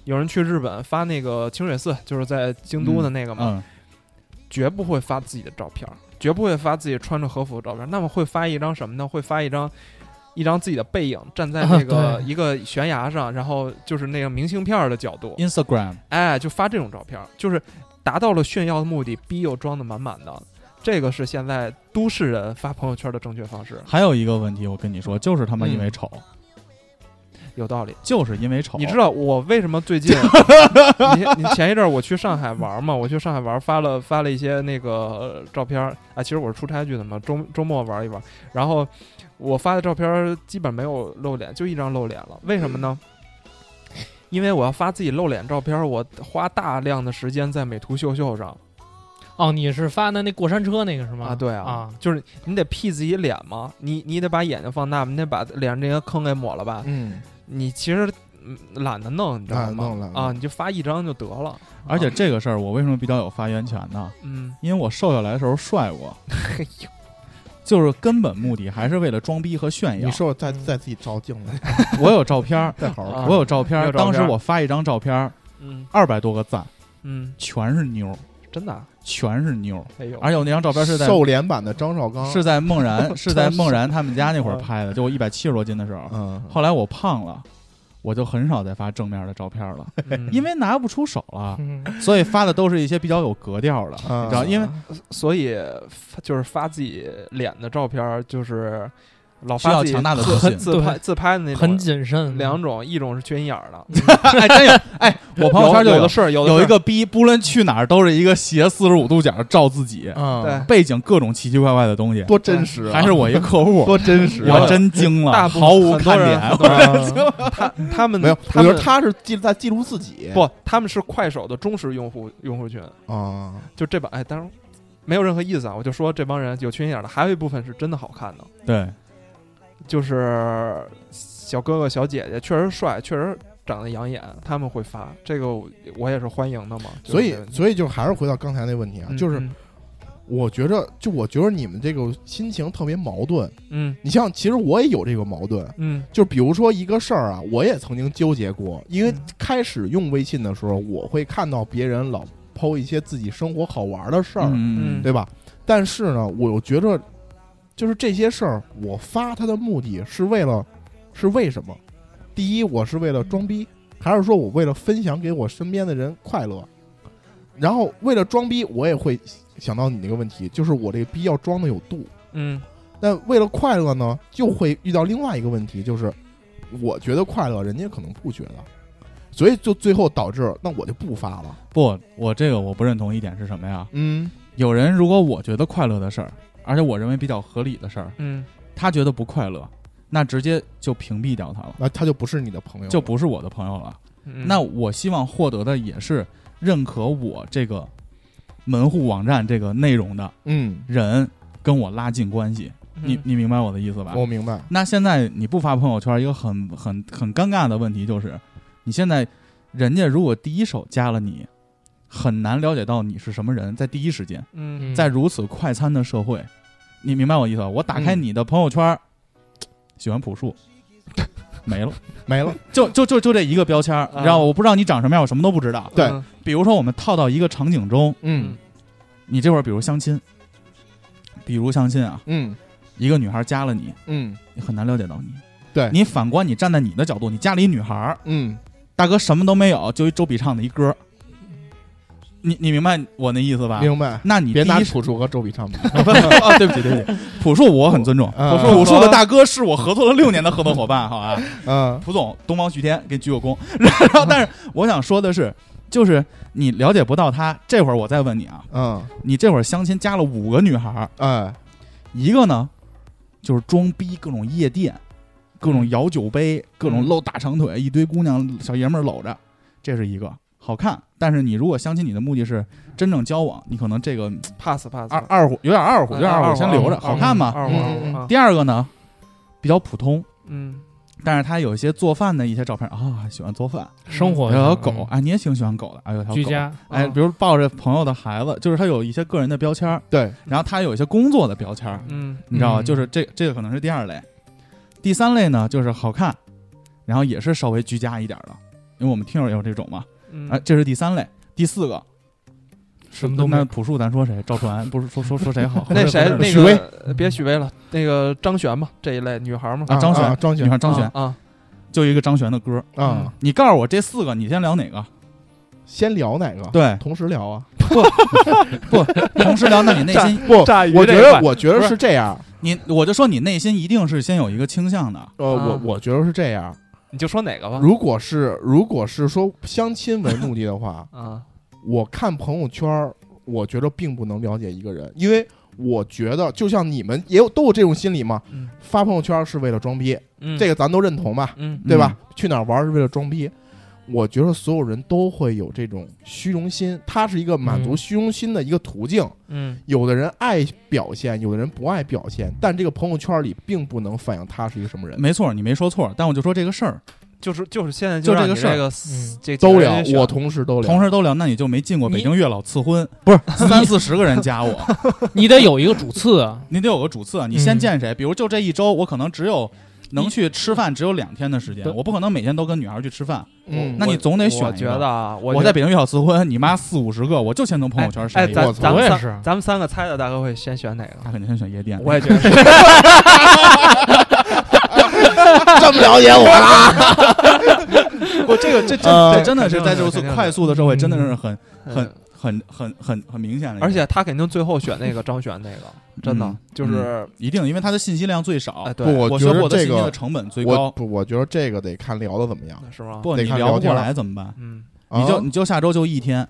Speaker 5: 有人去日本发那个清水寺，就是在京都的那个嘛，
Speaker 4: 嗯，
Speaker 5: 绝不会发自己的照片儿，绝不会发自己穿着和服的照片儿，那么会发一张什么呢？会发一张。一张自己的背影站在那
Speaker 10: 啊
Speaker 5: 个
Speaker 10: 对
Speaker 5: 一个悬崖上，然后就是那个明信片儿的角度，
Speaker 4: Instagram
Speaker 5: 哎，就发这种照片儿，就是达到了炫耀的目的，逼又装的满满的。这个是现在都市人发朋友圈的正确方式，
Speaker 4: 还有一个问题，我跟你说，就是他妈因为丑，
Speaker 5: 有道理。
Speaker 4: 就是因为丑。
Speaker 5: 嗯你知道我为什么最近？你你前一阵儿我去上海玩嘛，我去上海玩发了发了一些那个呃照片儿啊，其实我是出差去的嘛，周周末玩一玩，然后我发的照片儿基本没有露脸，就一张露脸了，为什么呢？因为我要发自己露脸照片儿，我花大量的时间在美图秀秀上，
Speaker 10: 哦，你是发的那过山车那个是吗？
Speaker 5: 啊，对啊，
Speaker 10: 啊，
Speaker 5: 就是你得 P 自己脸嘛，你你得把眼睛放大，你得把脸上这些坑给抹了吧。
Speaker 6: 嗯，
Speaker 5: 你其实嗯懒得弄，你知道
Speaker 6: 懒得
Speaker 5: 吗
Speaker 6: 弄懒？得
Speaker 5: 啊，
Speaker 6: 弄
Speaker 5: 你就发一张就得了。
Speaker 4: 而且这个事儿，我为什么比较有发言权呢？
Speaker 5: 嗯，
Speaker 4: 因为我瘦下来的时候帅过，
Speaker 5: 嘿哎呦，
Speaker 4: 就是根本目的还是为了装逼和炫耀
Speaker 6: 你。说我嗯再再自己照镜子，
Speaker 4: 我有照片儿，
Speaker 6: 再好好看
Speaker 5: 啊
Speaker 4: 我有照片
Speaker 5: 有
Speaker 4: 儿，
Speaker 5: 照
Speaker 4: 当
Speaker 5: 片
Speaker 4: 时我发一张照片儿，
Speaker 5: 嗯
Speaker 4: 二百多个赞，
Speaker 5: 嗯，
Speaker 4: 全是妞儿，
Speaker 5: 真的啊，
Speaker 4: 全是妞儿。
Speaker 5: 哎呦，
Speaker 4: 而且我那张照片是在
Speaker 6: 瘦脸版的张绍
Speaker 5: 啊
Speaker 6: 刚
Speaker 4: 是在梦 然是在
Speaker 5: 真是
Speaker 4: 梦然他们家那会儿
Speaker 5: 啊
Speaker 4: 拍的，就我一百七十多斤的时候。
Speaker 6: 嗯，
Speaker 4: 后来我胖了，我就很少再发正面的照片了，
Speaker 5: 嗯
Speaker 4: 因为拿不出手了，
Speaker 10: 嗯，
Speaker 4: 所以发的都是一些比较有格调的。
Speaker 6: 啊
Speaker 4: 你知道，因为
Speaker 5: 所以发就是发自己脸的照片儿，就是老
Speaker 4: 需
Speaker 5: 发
Speaker 4: 要
Speaker 5: 自己
Speaker 4: 强大的
Speaker 5: 自
Speaker 4: 自信
Speaker 5: 自拍自拍的那种，
Speaker 10: 很谨慎，
Speaker 5: 两种，一种是缺心 眼儿的，嗯
Speaker 4: 哎，真有 哎，我朋友圈就
Speaker 5: 有有的是，有的
Speaker 4: 有
Speaker 5: 是
Speaker 4: 一个逼，不论去哪儿都是一个斜四十五度角照自己，
Speaker 6: 啊，
Speaker 5: 对
Speaker 4: 背景各种奇奇怪怪的东西，
Speaker 6: 多真实啊，
Speaker 4: 还是我一客户，
Speaker 6: 多真实啊。
Speaker 4: 我真惊
Speaker 5: 大
Speaker 4: 了，
Speaker 5: 部分
Speaker 4: 毫无
Speaker 5: 很多
Speaker 4: 看
Speaker 5: 人
Speaker 4: 点
Speaker 5: 很。多人
Speaker 6: 啊
Speaker 5: 他他们
Speaker 6: 没有，
Speaker 5: 他
Speaker 6: 我觉
Speaker 5: 们
Speaker 6: 得他是 记在记录自己
Speaker 5: 不，他们是快手的忠实用户用户群，
Speaker 6: 啊，
Speaker 5: 就这帮哎，当然没有任何意思啊，我就说这帮人有缺心眼儿的，还有一部分是真的好看的，
Speaker 4: 对，
Speaker 5: 就是小哥哥小姐姐确实帅，确实长得养眼，他们会发这个我，我也是欢迎的嘛。就是
Speaker 6: 所以所以就还是回到刚才那问题啊，
Speaker 5: 嗯
Speaker 6: 就是
Speaker 5: 嗯
Speaker 6: 我觉着，就我觉得你们这个心情特别矛盾。
Speaker 5: 嗯
Speaker 6: 你像，其实我也有这个矛盾，
Speaker 5: 嗯
Speaker 6: 就比如说一个事儿啊，我也曾经纠结过，因为
Speaker 5: 嗯
Speaker 6: 开始用微信的时候，我会看到别人老抛一些自己生活好玩的事儿，
Speaker 4: 嗯，
Speaker 6: 对吧？但是呢，我又觉着，就是这些事儿，我发它的目的是为了，是为什么？第一，我是为了装逼，还是说我为了分享给我身边的人快乐？然后为了装逼，我也会想到你那个问题，就是我这个逼要装的有度。
Speaker 5: 嗯
Speaker 6: 那为了快乐呢，就会遇到另外一个问题，就是我觉得快乐，人家可能不觉得，所以就最后导致那我就不发了。
Speaker 4: 不，我这个我不认同一点是什么呀？
Speaker 6: 嗯
Speaker 4: 有人如果我觉得快乐的事儿，而且我认为比较合理的事儿，
Speaker 5: 嗯
Speaker 4: 他觉得不快乐，那直接就屏蔽掉他了，
Speaker 6: 那他就不是你的朋友了，
Speaker 4: 就不是我的朋友了。
Speaker 5: 嗯，
Speaker 4: 那我希望获得的也是认可我这个门户网站这个内容的
Speaker 6: 嗯，
Speaker 4: 人跟我拉近关系。你
Speaker 5: 嗯
Speaker 4: 你明白我的意思吧？
Speaker 6: 我明白。
Speaker 4: 那现在你不发朋友圈，一个很很很尴尬的问题就是，你现在人家如果第一手加了你，很难了解到你是什么人，在第一时间。
Speaker 5: 嗯
Speaker 4: 在如此快餐的社会，你明白我意思吧？我打开
Speaker 6: 嗯
Speaker 4: 你的朋友圈，喜欢朴树， 没了，
Speaker 6: 没了，
Speaker 4: 就就就就这一个标签儿，你知道吗？我不知道你长什么样，我什么都不知道。
Speaker 6: 对
Speaker 5: 嗯
Speaker 4: 比如说我们套到一个场景中，
Speaker 6: 嗯
Speaker 4: 你这会儿比如相亲，比如相亲啊，
Speaker 6: 嗯
Speaker 4: 一个女孩加了你，
Speaker 6: 嗯
Speaker 4: 你很难了解到你。
Speaker 6: 对
Speaker 4: 你反观你站在你的角度，你加了一女孩儿，
Speaker 6: 嗯，
Speaker 4: 大哥什么都没有，就一周笔畅的一歌儿，你你明白我那意思吧？
Speaker 6: 明白。
Speaker 4: 那你
Speaker 6: 别
Speaker 4: 第
Speaker 6: 拿
Speaker 4: 一
Speaker 6: 楚楚和周笔畅比，
Speaker 4: 啊，对不起，对不起，朴树我很尊重，
Speaker 6: 啊
Speaker 4: 朴树朴树的大哥是我合作了六年的合作伙伴，好吧，
Speaker 6: 嗯
Speaker 4: 朴总，东方徐天给你鞠个躬。然后，但是我想说的是，就是你了解不到他。这会儿我再问你啊，
Speaker 6: 嗯，
Speaker 4: 你这会儿相亲加了五个女孩儿，
Speaker 6: 哎，
Speaker 4: 一个呢就是装逼，各种夜店，各种摇酒杯，各种露大长腿，一堆姑娘小爷们儿搂着，这是一个好看。但是你如果相亲，你的目的是真正交往，你可能这个嗯
Speaker 5: pass pass
Speaker 4: 二二虎有点二虎，有点
Speaker 5: 嗯二
Speaker 4: 二
Speaker 5: 虎
Speaker 4: 虎先留着，
Speaker 5: 二虎
Speaker 4: 好看嘛。
Speaker 5: 二五
Speaker 6: 嗯
Speaker 5: 二
Speaker 6: 嗯嗯
Speaker 5: 五啊，
Speaker 4: 第二个呢比较普通，
Speaker 5: 嗯，
Speaker 4: 但是他有一些做饭的一些照片啊、喜欢做饭。
Speaker 10: 生活
Speaker 4: 有条
Speaker 10: 有
Speaker 4: 狗，
Speaker 5: 啊
Speaker 4: 哎，你也挺喜欢狗的，哎，有条狗
Speaker 10: 嗯居。家，
Speaker 4: 哎，
Speaker 5: 嗯
Speaker 4: 比如抱着朋友的孩子，就是他有一些个人的标签儿，
Speaker 6: 对，
Speaker 4: 然后他有一些工作的标签儿，
Speaker 5: 嗯
Speaker 4: 你知道吧？
Speaker 10: 嗯
Speaker 4: 就是这这个可能是第二类，第三类呢就是好看，然后也是稍微居家一点儿的，因为我们听友也有这种嘛。
Speaker 5: 嗯
Speaker 4: 哎，这是第三类，第四个
Speaker 10: 什么都没
Speaker 4: 那
Speaker 10: 有，
Speaker 4: 朴树咱说谁？赵传不是说说说谁好？
Speaker 5: 那谁那
Speaker 4: 许巍
Speaker 5: 个呃别许巍了，那个张悬吧，这一类女孩嘛，
Speaker 4: 啊张悬
Speaker 6: 啊张
Speaker 4: 你嗯
Speaker 6: 悬
Speaker 4: 看张悬，
Speaker 5: 啊啊，
Speaker 4: 就一个张悬的歌儿。
Speaker 6: 啊，
Speaker 4: 你告诉我这四个，你先聊哪个？
Speaker 6: 先聊哪个？，
Speaker 4: 对，
Speaker 6: 同时聊啊。
Speaker 4: 同时聊，那你内心
Speaker 6: 不，
Speaker 5: 炸鱼
Speaker 6: 我
Speaker 5: 这
Speaker 6: 觉
Speaker 5: 一
Speaker 6: 得
Speaker 5: 块
Speaker 6: 我觉
Speaker 5: 不
Speaker 6: 得
Speaker 5: 是
Speaker 6: 是这样，
Speaker 4: 你我就说你内心一定是先有一个倾向的，
Speaker 6: 呃，我
Speaker 5: 啊
Speaker 6: 我觉得是这样。
Speaker 5: 你就说哪个吧，
Speaker 6: 如果是如果是说相亲为目的的话，
Speaker 5: 啊，
Speaker 6: 我看朋友圈儿，我觉得并不能了解一个人，因为我觉得就像你们也有都有这种心理嘛，
Speaker 5: 嗯
Speaker 6: 发朋友圈儿是为了装逼，
Speaker 5: 嗯，
Speaker 6: 这个咱都认同吧，
Speaker 5: 嗯
Speaker 6: 对吧？去哪儿玩儿是为了装逼。我觉得所有人都会有这种虚荣心，它是一个满足
Speaker 10: 嗯
Speaker 6: 虚荣心的一个途径。
Speaker 5: 嗯
Speaker 6: 有的人爱表现，有的人不爱表现，但这个朋友圈儿里并不能反映他是一个什么人。
Speaker 4: 没错，你没说错，但我就说这个事儿，
Speaker 5: 就是就是现在
Speaker 4: 就这
Speaker 5: 让
Speaker 4: 个
Speaker 5: 你
Speaker 4: 事儿
Speaker 5: 这个
Speaker 10: 嗯
Speaker 5: 这
Speaker 6: 都
Speaker 5: 几个
Speaker 6: 聊
Speaker 5: 人，选
Speaker 6: 我同时都聊，
Speaker 4: 同时都聊，那你就没进过
Speaker 10: 你
Speaker 4: 北京月老赐婚，
Speaker 6: 不是
Speaker 4: 三四十个人加我，
Speaker 10: 你得有一个主次啊，
Speaker 4: 你得有个主次，你
Speaker 5: 嗯
Speaker 4: 先见谁？比如就这一周，我可能只有能去吃饭只有两天的时间
Speaker 10: 对，
Speaker 4: 我不可能每天都跟女孩去吃饭。
Speaker 6: 嗯，
Speaker 4: 那你总得选一个
Speaker 5: 我觉得啊，我
Speaker 4: 我
Speaker 5: 觉
Speaker 4: 在
Speaker 5: 得
Speaker 4: 北京月老赐婚，你妈四五十个，我就先从朋友圈
Speaker 5: 哎，
Speaker 4: 筛一个，
Speaker 5: 咱
Speaker 6: 我
Speaker 5: 咱
Speaker 10: 我
Speaker 5: 们
Speaker 10: 也
Speaker 5: 三
Speaker 10: 是
Speaker 5: 咱们三个猜猜大哥会先选哪个？
Speaker 4: 他肯定先选夜店。
Speaker 5: 我也觉得是，
Speaker 6: 这么了解我啦？
Speaker 4: 我这个这
Speaker 6: 呃
Speaker 4: 这真的是在这
Speaker 5: 肯定
Speaker 4: 种
Speaker 5: 的
Speaker 4: 快速的社会，真的是很很
Speaker 5: 嗯
Speaker 4: 很很很很明显的一个，
Speaker 5: 而且他肯定最后选那个张悬那个，真的
Speaker 4: 嗯
Speaker 5: 就是
Speaker 4: 一定因为他的信息量最少
Speaker 5: 哎，对，
Speaker 6: 不，
Speaker 4: 我
Speaker 6: 觉
Speaker 4: 学
Speaker 6: 得
Speaker 4: 获得
Speaker 6: 这
Speaker 4: 信息的
Speaker 6: 个
Speaker 4: 成本最
Speaker 6: 我
Speaker 4: 高。
Speaker 6: 不，我觉得这个得看聊的怎么样。
Speaker 5: 是吗？
Speaker 4: 不，
Speaker 6: 得
Speaker 4: 你
Speaker 6: 看
Speaker 4: 聊
Speaker 6: 聊
Speaker 4: 不
Speaker 6: 天
Speaker 4: 过
Speaker 6: 儿
Speaker 4: 来怎么办？
Speaker 5: 嗯
Speaker 4: 你就
Speaker 6: 啊
Speaker 4: 你就下周就一天，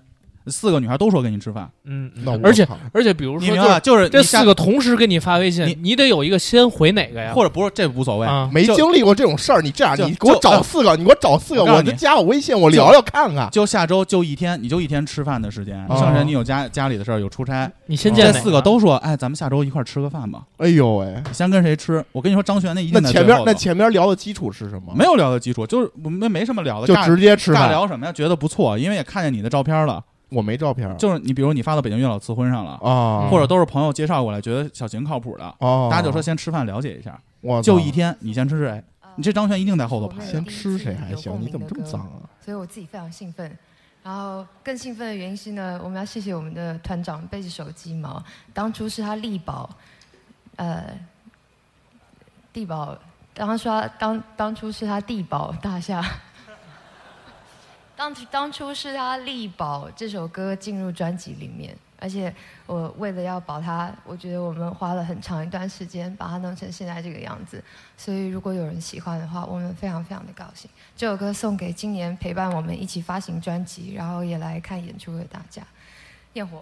Speaker 4: 四个女孩都说跟你吃饭，
Speaker 5: 嗯，嗯
Speaker 6: 那我
Speaker 10: 而且
Speaker 6: 靠
Speaker 10: 而且比如
Speaker 4: 你
Speaker 10: 说
Speaker 4: 明
Speaker 10: 就
Speaker 4: 白吧？
Speaker 10: 是
Speaker 4: 就是
Speaker 10: 这
Speaker 4: 你下
Speaker 10: 四个同时给你发微信
Speaker 4: 你，
Speaker 10: 你得有一个先回哪个呀？
Speaker 4: 或者不是这无所谓，
Speaker 10: 啊，
Speaker 6: 没
Speaker 4: 就
Speaker 6: 经历过这种事儿，你这样，
Speaker 4: 就
Speaker 6: 你给我
Speaker 4: 就呃
Speaker 6: 找四个，你给我找四个，
Speaker 4: 我告诉
Speaker 6: 我就
Speaker 4: 你
Speaker 6: 加我微信，我聊聊看看。
Speaker 4: 就下周就一天，你就一天吃饭的时间，
Speaker 6: 哦
Speaker 4: 剩下你有家家里的事儿，有出差，
Speaker 10: 你先见
Speaker 4: 这
Speaker 10: 哪
Speaker 4: 四个都说，哎，咱们下周一块儿吃个饭吧，
Speaker 6: 哎呦喂，
Speaker 4: 先跟谁吃？我跟你说，张璇那一
Speaker 6: 那
Speaker 4: 定在
Speaker 6: 前
Speaker 4: 最
Speaker 6: 面
Speaker 4: 后
Speaker 6: 那
Speaker 4: 的
Speaker 6: 前面聊的基础是什么？
Speaker 4: 没有聊的基础，就是我们没什么聊的，
Speaker 6: 就
Speaker 4: 尬
Speaker 6: 直接吃
Speaker 4: 尬
Speaker 6: 饭。哦
Speaker 4: 聊什么呀？觉得不错，因为也看见你的照片了，
Speaker 6: 我没照片儿
Speaker 4: 就是你比如你发到北京月老赐婚上了，
Speaker 6: 啊，
Speaker 4: 或者都是朋友介绍过来，觉得小秦靠谱的，
Speaker 6: 哦，
Speaker 4: 大家就说先吃饭了解一下，
Speaker 6: 我
Speaker 4: 就
Speaker 6: 操
Speaker 4: 一天，你先吃谁？
Speaker 13: 啊
Speaker 4: 你这张璇一定在后头排。
Speaker 6: 先吃谁还行？你怎么这么脏啊？
Speaker 13: 所以我自己非常兴奋。然后更兴奋的原因是呢，我们要谢谢我们的团长背着手机嘛，当初是他力保，呃，地保，当初他当当初是他地保大厦， 当当初是他力保这首歌进入专辑里面，而且我为了要保它，我觉得我们花了很长一段时间把它弄成现在这个样子，所以如果有人喜欢的话，我们非常非常的高兴。这首歌送给今年陪伴我们一起发行专辑，然后也来看演出的大家。焰火，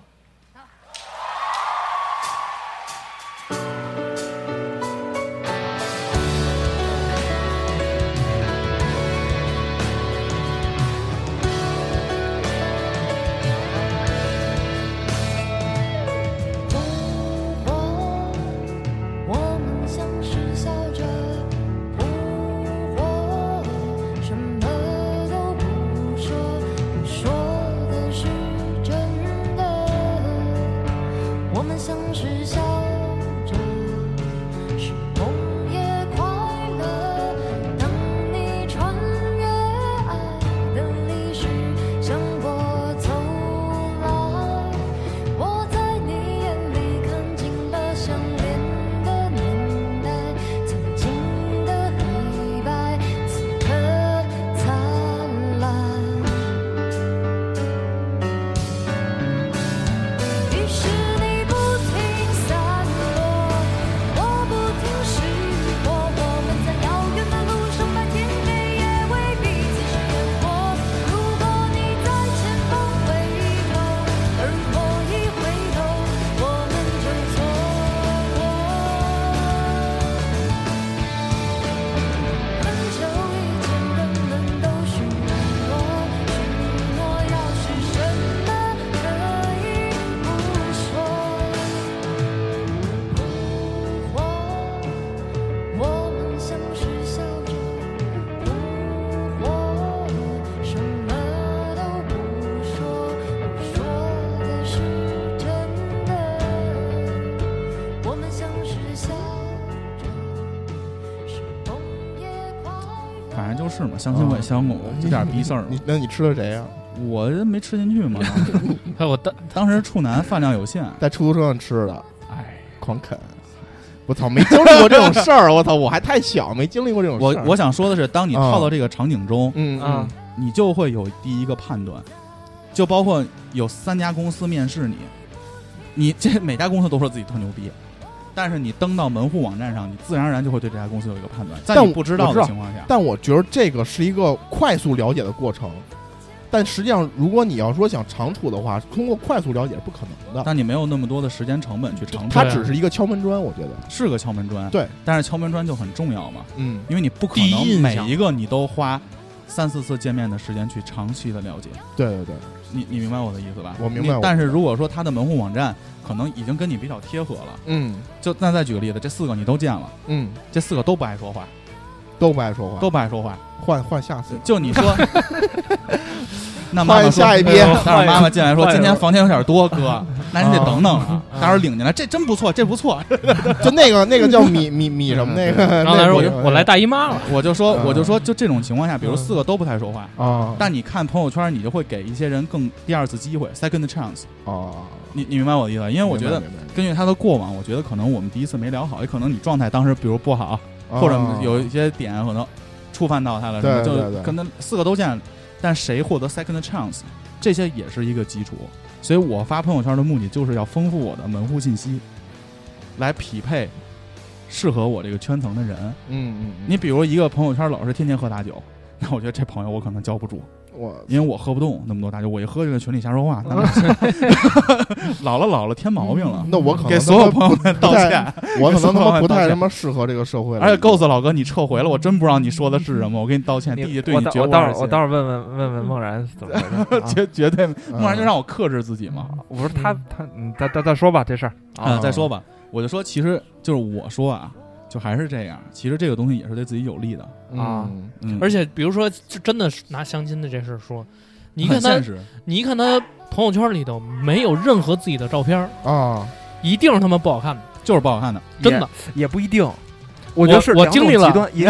Speaker 14: 篝火，我们像是笑着扑火，什么都不说，你说的是真的。
Speaker 4: 反正就是嘛，相亲我也相过，就点逼事儿嘛。
Speaker 6: 你哦那你吃的谁啊呀、
Speaker 4: 我没吃进去嘛，
Speaker 10: 还有我当
Speaker 4: 当时处男饭量有限，
Speaker 6: 在出租车上吃的，
Speaker 4: 哎，
Speaker 6: 狂啃。我操，没经历过这种事儿，我操，我还太小，没经历过这种
Speaker 4: 我
Speaker 6: 事儿。
Speaker 4: 我想说的是，当你
Speaker 6: 啊
Speaker 4: 套到这个场景中，
Speaker 6: 嗯嗯
Speaker 5: 啊，
Speaker 4: 你就会有第一个判断，就包括有三家公司面试你，你这每家公司都说自己特牛逼，但是你登到门户网站上，你自然而然就会对这家公司有一个判断，在
Speaker 6: 但
Speaker 4: 你不
Speaker 6: 我
Speaker 4: 知
Speaker 6: 我
Speaker 4: 道
Speaker 6: 知
Speaker 4: 的
Speaker 6: 道
Speaker 4: 情况下，
Speaker 6: 但我觉得这个是一个快速了解的过程，但实际上，如果你要说想长处的话，通过快速了解是不可能的。
Speaker 4: 但你没有那么多的时间成本去尝
Speaker 6: 它
Speaker 4: 试，
Speaker 10: 对
Speaker 6: 只是一个敲门砖，我觉得。
Speaker 4: 是个敲门砖，
Speaker 6: 对，
Speaker 4: 但是敲门砖就很重要嘛，
Speaker 6: 嗯，
Speaker 4: 因为你不可
Speaker 11: 第一
Speaker 4: 能
Speaker 11: 印
Speaker 4: 每
Speaker 11: 象
Speaker 4: 一个你都花三四次见面的时间去长期的了解，
Speaker 6: 对对对，
Speaker 4: 你你明白我的意思吧？
Speaker 6: 我明白
Speaker 4: 你但是如果说他的门户网站可能已经跟你比较贴合了，
Speaker 6: 嗯
Speaker 4: 就那再举个例子，这四个你都见了，
Speaker 6: 嗯，
Speaker 4: 这四个都不爱说话，
Speaker 6: 都不爱说话，
Speaker 4: 都不爱说话，
Speaker 6: 换换下次。
Speaker 4: 就你 说，那妈妈
Speaker 6: 换
Speaker 4: 说哎
Speaker 6: 下一批
Speaker 4: 但是妈妈进来说
Speaker 10: 换一
Speaker 4: 今
Speaker 10: 个
Speaker 4: 天房间有点多，哥，那你得
Speaker 6: 啊
Speaker 4: 等等啊，待会儿领进来，这真不错，这不 错，
Speaker 6: 就那个那个叫米米米什么那
Speaker 4: 嗯
Speaker 6: 个，
Speaker 10: 然后来
Speaker 6: 那
Speaker 10: 说
Speaker 6: 个
Speaker 10: 我我
Speaker 4: 哎
Speaker 10: 来大姨妈了，
Speaker 4: 我就说
Speaker 6: 啊
Speaker 4: 我就说就这种情况下，比如
Speaker 6: 嗯
Speaker 4: 四个都不太说话，
Speaker 6: 啊，
Speaker 4: 但你看朋友圈，你就会给一些人更第二次机会 （second chance），
Speaker 6: 啊，
Speaker 4: 你你明白我的意思吧？因为我觉得
Speaker 6: 明白明
Speaker 4: 根据他的过往，我觉得可能我们第一次没聊好，也可能你状态当时比如不好，
Speaker 6: 白
Speaker 4: 或者
Speaker 6: 啊
Speaker 4: 有一些点可能触犯到他了，什
Speaker 6: 对
Speaker 4: 么
Speaker 6: 对
Speaker 4: 就
Speaker 6: 对
Speaker 4: 可能四个都见，但谁获得 second chance，这些也是一个基础。所以我发朋友圈的目的就是要丰富我的门户信息，来匹配适合我这个圈层的人。
Speaker 6: 嗯嗯，
Speaker 4: 你比如一个朋友圈老是天天喝大酒。那我觉得这朋友我可能交不住，
Speaker 6: 我
Speaker 4: 因为我喝不动那么多大酒，我一喝就在群里瞎说话，那 是老了老了添毛病了，
Speaker 6: 那我可能
Speaker 4: 给所有
Speaker 6: 他妈
Speaker 4: 朋友们道歉。
Speaker 6: 我可能他
Speaker 4: 给所有朋友
Speaker 6: 妈不太
Speaker 4: 道歉
Speaker 6: 他妈适合这个社会了，
Speaker 4: 而且够子老哥，你撤回了，我真不知道你说的是什么，我给你道歉，弟弟
Speaker 5: 你
Speaker 4: 对
Speaker 5: 我
Speaker 4: 你
Speaker 5: 到
Speaker 4: 绝
Speaker 5: 我
Speaker 4: 无
Speaker 5: 待会
Speaker 4: 二
Speaker 5: 儿我
Speaker 4: 心
Speaker 5: 待，会儿问问问问孟然怎么回事啊。
Speaker 4: 绝绝对，
Speaker 6: 嗯，
Speaker 4: 不然就让我克制自己嘛。
Speaker 5: 我说他他你再再再说吧这事儿。
Speaker 4: 啊，再说吧，我就说，其实就是我说啊，就还是这样，其实这个东西也是对自己有利的，
Speaker 5: 啊
Speaker 6: 嗯
Speaker 4: 嗯，
Speaker 10: 而
Speaker 4: 且
Speaker 10: 且比如说就真的是拿相亲的这事儿说，你一
Speaker 4: 很
Speaker 10: 看
Speaker 4: 现
Speaker 10: 他，
Speaker 4: 实，
Speaker 10: 你一看他朋友圈里头没有任何自己的照片儿，
Speaker 6: 啊，
Speaker 10: 一定是他妈不好看的，
Speaker 4: 就是不好看的，
Speaker 10: 真的。
Speaker 5: 也不一定。
Speaker 10: 我
Speaker 5: 觉得是
Speaker 10: 我
Speaker 5: 两种
Speaker 10: 经历了
Speaker 5: 极端，也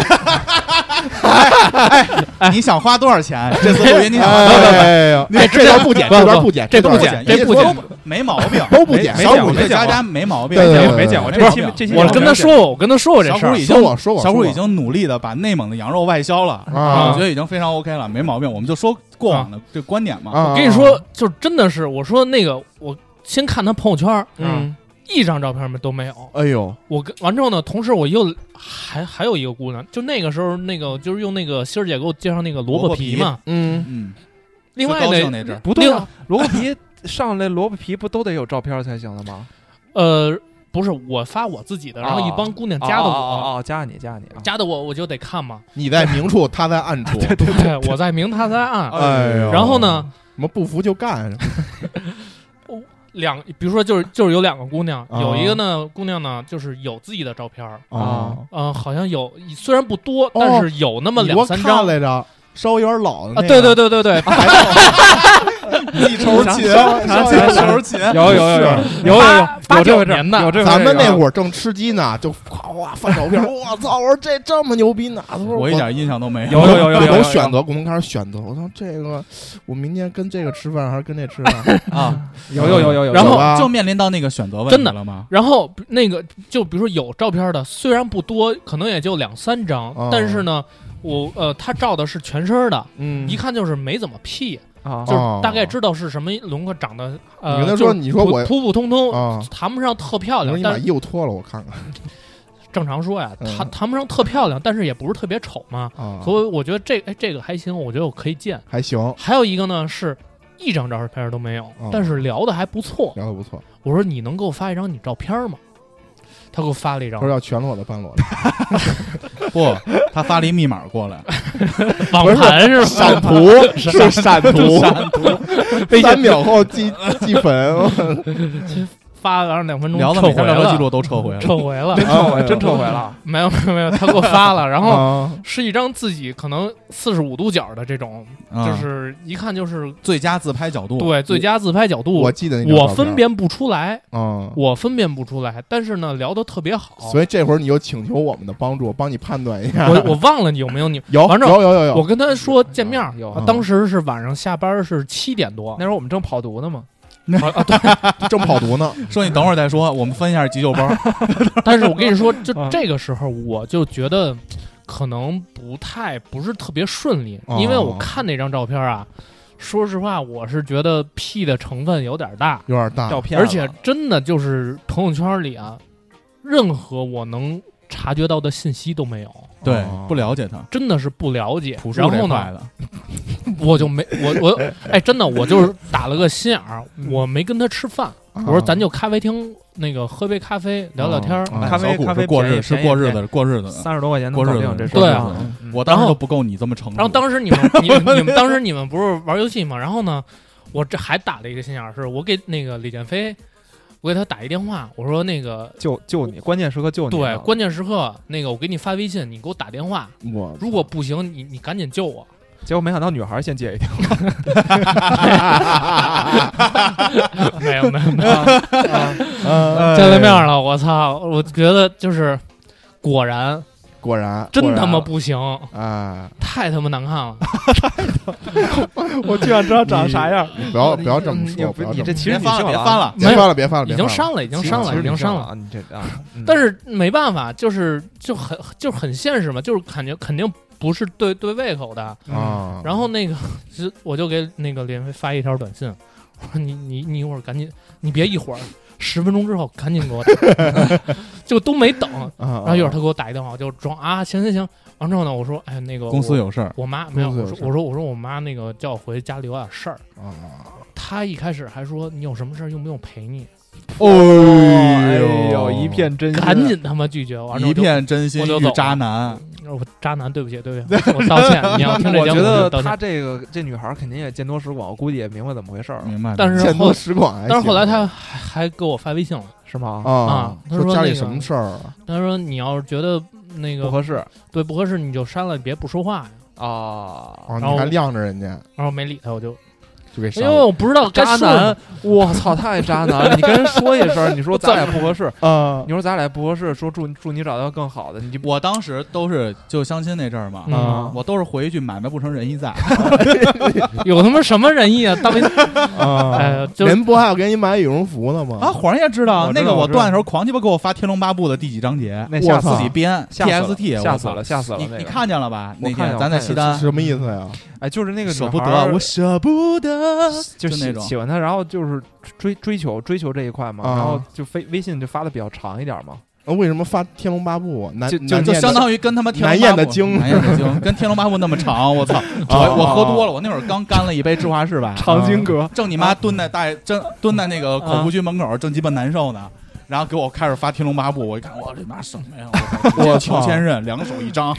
Speaker 4: 你想花多少钱？这次录音你想花多少钱？
Speaker 6: 哎呦，哎这段不剪，
Speaker 10: 不
Speaker 6: 这段
Speaker 10: 不
Speaker 6: 不剪，
Speaker 10: 这
Speaker 6: 段
Speaker 10: 不
Speaker 6: 剪，
Speaker 10: 剪这
Speaker 6: 人家
Speaker 10: 不
Speaker 6: 说
Speaker 10: 剪
Speaker 6: 过
Speaker 4: 没毛病，
Speaker 6: 都不剪
Speaker 4: 没
Speaker 6: 小
Speaker 4: 毛
Speaker 6: 虎
Speaker 4: 病，
Speaker 6: 这
Speaker 4: 佳
Speaker 6: 家
Speaker 4: 佳没毛病，
Speaker 6: 对对
Speaker 5: 没剪没
Speaker 6: 对
Speaker 5: 剪过这期
Speaker 4: 不是
Speaker 5: 这期
Speaker 10: 我
Speaker 5: 没
Speaker 10: 跟他
Speaker 5: 有
Speaker 10: 说过，我跟他说过这
Speaker 4: 小
Speaker 10: 事
Speaker 4: 虎
Speaker 10: 儿
Speaker 4: 已，
Speaker 6: 说我说我
Speaker 4: 经小虎
Speaker 6: 说
Speaker 4: 已经努力的把内蒙的羊肉外销了，
Speaker 6: 啊
Speaker 4: 我觉得已经非常 OK 了，没毛病。我们就说过往的这观点嘛，
Speaker 6: 啊，
Speaker 10: 我跟你说，就真的是我说那个，我先看他朋友圈，
Speaker 5: 嗯，
Speaker 10: 一张照片都没有。
Speaker 6: 哎呦，
Speaker 10: 我跟完之后呢，同时我又还还有一个姑娘，就那个时候那个就是用那个欣儿姐给我介绍那个萝
Speaker 4: 萝卜
Speaker 10: 卜
Speaker 4: 皮
Speaker 10: 皮嘛，
Speaker 6: 嗯，
Speaker 4: 嗯，
Speaker 10: 另
Speaker 4: 最
Speaker 10: 外
Speaker 4: 高兴
Speaker 10: 呢，
Speaker 4: 那阵儿
Speaker 5: 不对
Speaker 10: 另
Speaker 5: 啊，萝卜皮上来萝卜皮不都得有照片才行的吗？
Speaker 10: 呃，不是我发我自己的，然后一帮姑娘加的
Speaker 5: 哦哦
Speaker 10: 我，
Speaker 5: 哦哦，加你加你啊！
Speaker 10: 加的我我就得看嘛，
Speaker 6: 你在明处，他在暗处，
Speaker 4: 哦
Speaker 10: 对， 我在明他在暗，
Speaker 6: 哎呦，
Speaker 10: 然后？呢，
Speaker 6: 什么不服就干，
Speaker 10: 两比如说就是就是有两个姑娘，
Speaker 4: 哦
Speaker 6: 啊
Speaker 10: 有一个呢姑娘呢就是有自己的照片儿，
Speaker 6: 啊，
Speaker 10: 嗯，好像有虽然不
Speaker 4: 哦
Speaker 10: 多，但是有那么两
Speaker 6: 我
Speaker 10: 三
Speaker 6: 看
Speaker 10: 张啊，
Speaker 6: 来着，稍微有点老的那个，
Speaker 10: 对对对对对，
Speaker 6: 一筹
Speaker 5: 啥
Speaker 6: 琴，
Speaker 5: 啥
Speaker 6: 稍微有点
Speaker 5: 啥
Speaker 6: 老
Speaker 4: 琴，
Speaker 5: 有有有有有有有
Speaker 10: 八
Speaker 5: 有这
Speaker 10: 九
Speaker 5: 回事儿，
Speaker 10: 年的
Speaker 5: 有这回事儿
Speaker 6: 咱们那
Speaker 5: 有
Speaker 6: 会儿正吃鸡呢，就哗哗翻照片，我操！我说这这么牛逼呢？他说
Speaker 4: 我一点印象都没
Speaker 5: 有有有有有
Speaker 6: 我
Speaker 5: 有
Speaker 6: 选择，我们开始选择。我操，这个我明天跟这个吃饭还是跟这吃饭？
Speaker 4: 啊，
Speaker 5: 有有有有有，
Speaker 10: 然后
Speaker 6: 有吧
Speaker 4: 就面临到那个选择问题
Speaker 10: 真的
Speaker 4: 了吗？
Speaker 10: 然后那个就比如说有照片的，虽然不多，可能也就两三张，
Speaker 6: 哦
Speaker 10: 但是呢，我呃，他照的是全身的，
Speaker 6: 嗯
Speaker 10: 一看就是没怎么 P，、
Speaker 5: 啊
Speaker 10: 就
Speaker 6: 哦
Speaker 10: 是大概知道是什么轮廓，长得呃，
Speaker 6: 你跟他
Speaker 10: 就
Speaker 6: 说
Speaker 10: 是
Speaker 6: 你说
Speaker 10: 普
Speaker 6: 我
Speaker 10: 普普通通，
Speaker 6: 啊，
Speaker 10: 谈不上特漂
Speaker 6: 我说
Speaker 10: 亮，
Speaker 6: 你把
Speaker 10: 但是
Speaker 6: 衣服脱了，我看看
Speaker 10: 正常说呀，
Speaker 6: 嗯
Speaker 10: 谈谈不上特漂亮，但是也不是特别丑嘛，
Speaker 6: 啊，
Speaker 10: 所以我觉得这哎这个还行，我觉得我可以见。
Speaker 6: 还行，
Speaker 10: 还有一个呢是。一张照片都没有，
Speaker 6: 哦
Speaker 10: 但是聊的还不错。
Speaker 6: 聊的不错。
Speaker 10: 我说你能给我发一张你照片吗？他给我发了一
Speaker 6: 他
Speaker 10: 张
Speaker 6: 说要全裸的半裸的，
Speaker 4: 不，他发了一密码过来，
Speaker 10: 网盘是吧？
Speaker 6: 闪图 是 闪图，三秒后记记粉。
Speaker 10: 发了，然后两分钟
Speaker 4: 聊的
Speaker 10: 撤
Speaker 4: 每
Speaker 10: 回
Speaker 4: 条聊天记
Speaker 10: 了，
Speaker 4: 录都撤回了。
Speaker 10: 撤 回了，
Speaker 5: 真撤回，真撤回了。
Speaker 10: 没有没有没有，他给我发了，然后
Speaker 6: 啊，
Speaker 10: 是一张自己可能四十五度角的这种，
Speaker 4: 啊
Speaker 10: 就是一看就是
Speaker 4: 最佳自拍角度，
Speaker 10: 对最佳自拍角度，
Speaker 6: 我
Speaker 10: 我
Speaker 6: 记得那张照片
Speaker 10: 分辨不出来，
Speaker 6: 啊，
Speaker 10: 我分辨不出来，但是呢聊得特别好，
Speaker 6: 所以这会儿你又请求我们的帮助，帮你判断一下。
Speaker 10: 我我忘了你有没有你，
Speaker 6: 有
Speaker 10: 反正
Speaker 6: 有有有有，
Speaker 10: 我跟他说见面儿，
Speaker 5: 有
Speaker 10: 啊当时是晚上下班是七点多
Speaker 5: 那，时候我们正跑毒呢嘛，
Speaker 6: 正跑毒呢。
Speaker 4: 说你等会儿再说，我们分一下急救包。
Speaker 10: 但是我跟你 说，就
Speaker 4: 嗯
Speaker 5: 啊
Speaker 10: 这个时候我就觉得可能不太不是特别顺利，
Speaker 6: 哦
Speaker 10: 因为我看那张照片啊，说实话我是觉得 P 的成分有点大，
Speaker 6: 有点大
Speaker 5: 照片，
Speaker 10: 而且真的就是朋友圈里啊，任何我能察觉到的信息都没有。
Speaker 4: 对
Speaker 6: 哦，
Speaker 4: 不了解他。
Speaker 10: 真的是不了解
Speaker 4: 朴，树
Speaker 10: 然
Speaker 4: 这
Speaker 10: 后
Speaker 4: 块
Speaker 10: 呢，
Speaker 4: 的，
Speaker 10: 我就没我 我哎，真的我就是打了个心眼儿，
Speaker 4: 嗯
Speaker 10: 我没跟他吃饭，我说咱就咖啡厅那个喝杯咖啡聊聊天儿，
Speaker 6: 啊
Speaker 5: 咖啡
Speaker 4: 小谷
Speaker 5: 咖
Speaker 4: 是
Speaker 5: 啡
Speaker 4: 过
Speaker 5: 便
Speaker 4: 日
Speaker 5: 宜
Speaker 4: 是
Speaker 5: 便宜
Speaker 4: 过日子过日子的，
Speaker 5: 三十多块钱能
Speaker 4: 过
Speaker 5: 搞
Speaker 4: 日子
Speaker 5: 定
Speaker 4: 的
Speaker 5: 这事儿
Speaker 10: 对啊
Speaker 4: 过日子的
Speaker 5: 嗯
Speaker 4: 我当
Speaker 10: 然
Speaker 4: 时
Speaker 10: 后
Speaker 4: 都不够你这么成熟。
Speaker 10: 然后当时你们你们你们当时你们不是玩游戏吗？然后呢，我这还打了一个心眼儿，是我给那个李建飞，我给他打一电话，我说那个
Speaker 5: 救救你，关键时刻救你
Speaker 10: 对
Speaker 5: 呢。
Speaker 10: 关键时刻那个我给你发微信，你给我打电话，
Speaker 6: 我
Speaker 10: 如果不行你你赶紧救我。
Speaker 5: 结果没想到女孩先接一条，
Speaker 10: 没有没有没有，
Speaker 6: 呃
Speaker 10: 见了面了，我操！我觉得就是果然
Speaker 6: 果然
Speaker 10: 真
Speaker 6: 果然
Speaker 10: 他妈不行，
Speaker 6: 哎，
Speaker 10: 太他妈难看了。
Speaker 5: 我居然知道长啥样。
Speaker 6: 你不要不要这么
Speaker 5: 你
Speaker 6: 说，
Speaker 5: 不
Speaker 6: 不要
Speaker 5: 你
Speaker 6: 这
Speaker 5: 这
Speaker 6: 么
Speaker 5: 其
Speaker 4: 别
Speaker 5: 实你
Speaker 4: 翻了，
Speaker 5: 信
Speaker 4: 别
Speaker 5: 了啊
Speaker 4: 翻了。
Speaker 6: 别翻了别翻了，
Speaker 10: 已
Speaker 6: 别
Speaker 10: 经
Speaker 6: 翻了
Speaker 10: 上了，已经上
Speaker 5: 其
Speaker 10: 了，
Speaker 5: 实
Speaker 10: 已
Speaker 5: 你
Speaker 10: 经
Speaker 5: 上
Speaker 10: 上
Speaker 5: 了
Speaker 10: 了。
Speaker 5: 啊！你这啊，嗯
Speaker 10: 但是没办法，就是就很就很现实嘛，就是感觉肯定不是对对胃口的。
Speaker 6: 啊。
Speaker 10: 然后那个，是我就给那个连飞发一条短信，我说你你你一会儿赶紧，你别一会儿，十分钟之后赶紧给我打，就都没等。
Speaker 6: 然
Speaker 10: 然后一会儿他给我打一电话，我就装啊，行行行。完之后呢，我说哎那个
Speaker 4: 公司
Speaker 10: 我
Speaker 4: 有事儿，
Speaker 10: 我妈没有，
Speaker 6: 公司有
Speaker 10: 我说
Speaker 6: 事儿
Speaker 10: 我说我说我妈那个叫我回家里有点事儿。
Speaker 6: 啊，
Speaker 10: 她一开始还说你有什么事儿用不用陪你，
Speaker 5: 哎呦，一片真心，
Speaker 10: 赶紧他妈拒绝。完之后
Speaker 4: 一
Speaker 10: 我就
Speaker 4: 片真心
Speaker 10: 我就
Speaker 4: 遇
Speaker 10: 走
Speaker 4: 渣男，
Speaker 10: 哦我渣男，对不起，对不起，我道歉。你要听这
Speaker 5: 我
Speaker 10: 节
Speaker 5: 觉
Speaker 10: 目，
Speaker 5: 得
Speaker 10: 道
Speaker 5: 她
Speaker 10: 歉。
Speaker 5: 这个这女孩儿肯定也见多识广，我估计也明白怎么回事儿，
Speaker 4: 明白？
Speaker 10: 但是
Speaker 6: 见
Speaker 10: 后
Speaker 6: 多，识广还行。
Speaker 10: 但是后来他还还给我发微信了，
Speaker 5: 是吗？
Speaker 6: 啊
Speaker 10: 啊，他说
Speaker 6: 家里
Speaker 10: 那个
Speaker 6: 什么事儿啊？
Speaker 10: 他说你要是觉得那
Speaker 5: 不
Speaker 10: 个
Speaker 5: 合适
Speaker 10: 对不合适，你就删了，别不说话呀。
Speaker 5: 啊！
Speaker 6: 啊，
Speaker 10: 然后
Speaker 6: 你还晾着人家，
Speaker 10: 然后没理他，我就
Speaker 6: 就给
Speaker 10: 因
Speaker 6: 删
Speaker 10: 为
Speaker 6: 了
Speaker 10: 我不知哎道该
Speaker 5: 渣
Speaker 10: 说什么
Speaker 5: 男，我操，太渣男了！你跟人说一声，你说咱俩不合适，
Speaker 6: 啊
Speaker 5: 你说咱俩不合适，说祝祝你找到更好的，你就
Speaker 4: 我当时都是就相亲那阵儿嘛，
Speaker 10: 嗯
Speaker 4: 我都是回一句买卖不成仁义在，
Speaker 10: 有他妈什么仁义啊？大卫，哎
Speaker 6: 啊
Speaker 10: 呀，就
Speaker 6: 人不还要给你买羽绒服呢
Speaker 4: 啊，
Speaker 6: 吗？
Speaker 4: 皇上也知道
Speaker 5: 我知道
Speaker 4: 那个
Speaker 5: 我
Speaker 4: 我
Speaker 5: 知道
Speaker 4: 断的时候，狂鸡巴给我发《天龙八部》的第几章节，
Speaker 5: 那吓
Speaker 6: 我
Speaker 5: 死
Speaker 6: 操
Speaker 4: 自己编
Speaker 5: 吓死了
Speaker 4: TST，
Speaker 5: 吓
Speaker 4: 我
Speaker 5: 死
Speaker 4: 操
Speaker 5: 了，！吓死了！
Speaker 4: 你
Speaker 5: 那个
Speaker 4: 你，看见了吧？那
Speaker 5: 我看
Speaker 4: 天
Speaker 5: 见了
Speaker 4: 咱在
Speaker 5: 我看见
Speaker 4: 西
Speaker 5: 了
Speaker 4: 单
Speaker 6: 什么意思呀？
Speaker 5: 哎，就是那个
Speaker 4: 舍
Speaker 5: 女
Speaker 4: 不
Speaker 5: 孩
Speaker 4: 得，
Speaker 5: 儿
Speaker 4: 我舍不得，
Speaker 5: 就
Speaker 4: 就
Speaker 5: 喜
Speaker 4: 那种
Speaker 5: 喜欢他，然后就是追追求追求这一块嘛，
Speaker 6: 啊
Speaker 5: 然后就非微信就发的比较长一点嘛，
Speaker 6: 啊为什么发《天龙八部》啊？难
Speaker 5: 就
Speaker 6: 难
Speaker 4: 就
Speaker 6: 念
Speaker 4: 相
Speaker 6: 的
Speaker 4: 当于跟他妈天龙
Speaker 6: 难
Speaker 4: 八
Speaker 6: 念
Speaker 4: 部
Speaker 6: 的经
Speaker 4: 难念的经，跟天龙八部那么长，我 操！我
Speaker 6: 啊
Speaker 4: 我喝多了，我那会儿刚干了一杯芝华士吧，
Speaker 5: 长经阁
Speaker 4: 正你妈蹲在大正蹲在那个口服区门口，正鸡巴难受呢。
Speaker 6: 嗯
Speaker 4: 然后给我开始发《天龙八部》，我一看，我这妈什么呀？我
Speaker 6: 我
Speaker 4: 求
Speaker 6: 操
Speaker 4: 千仞，两手一 张，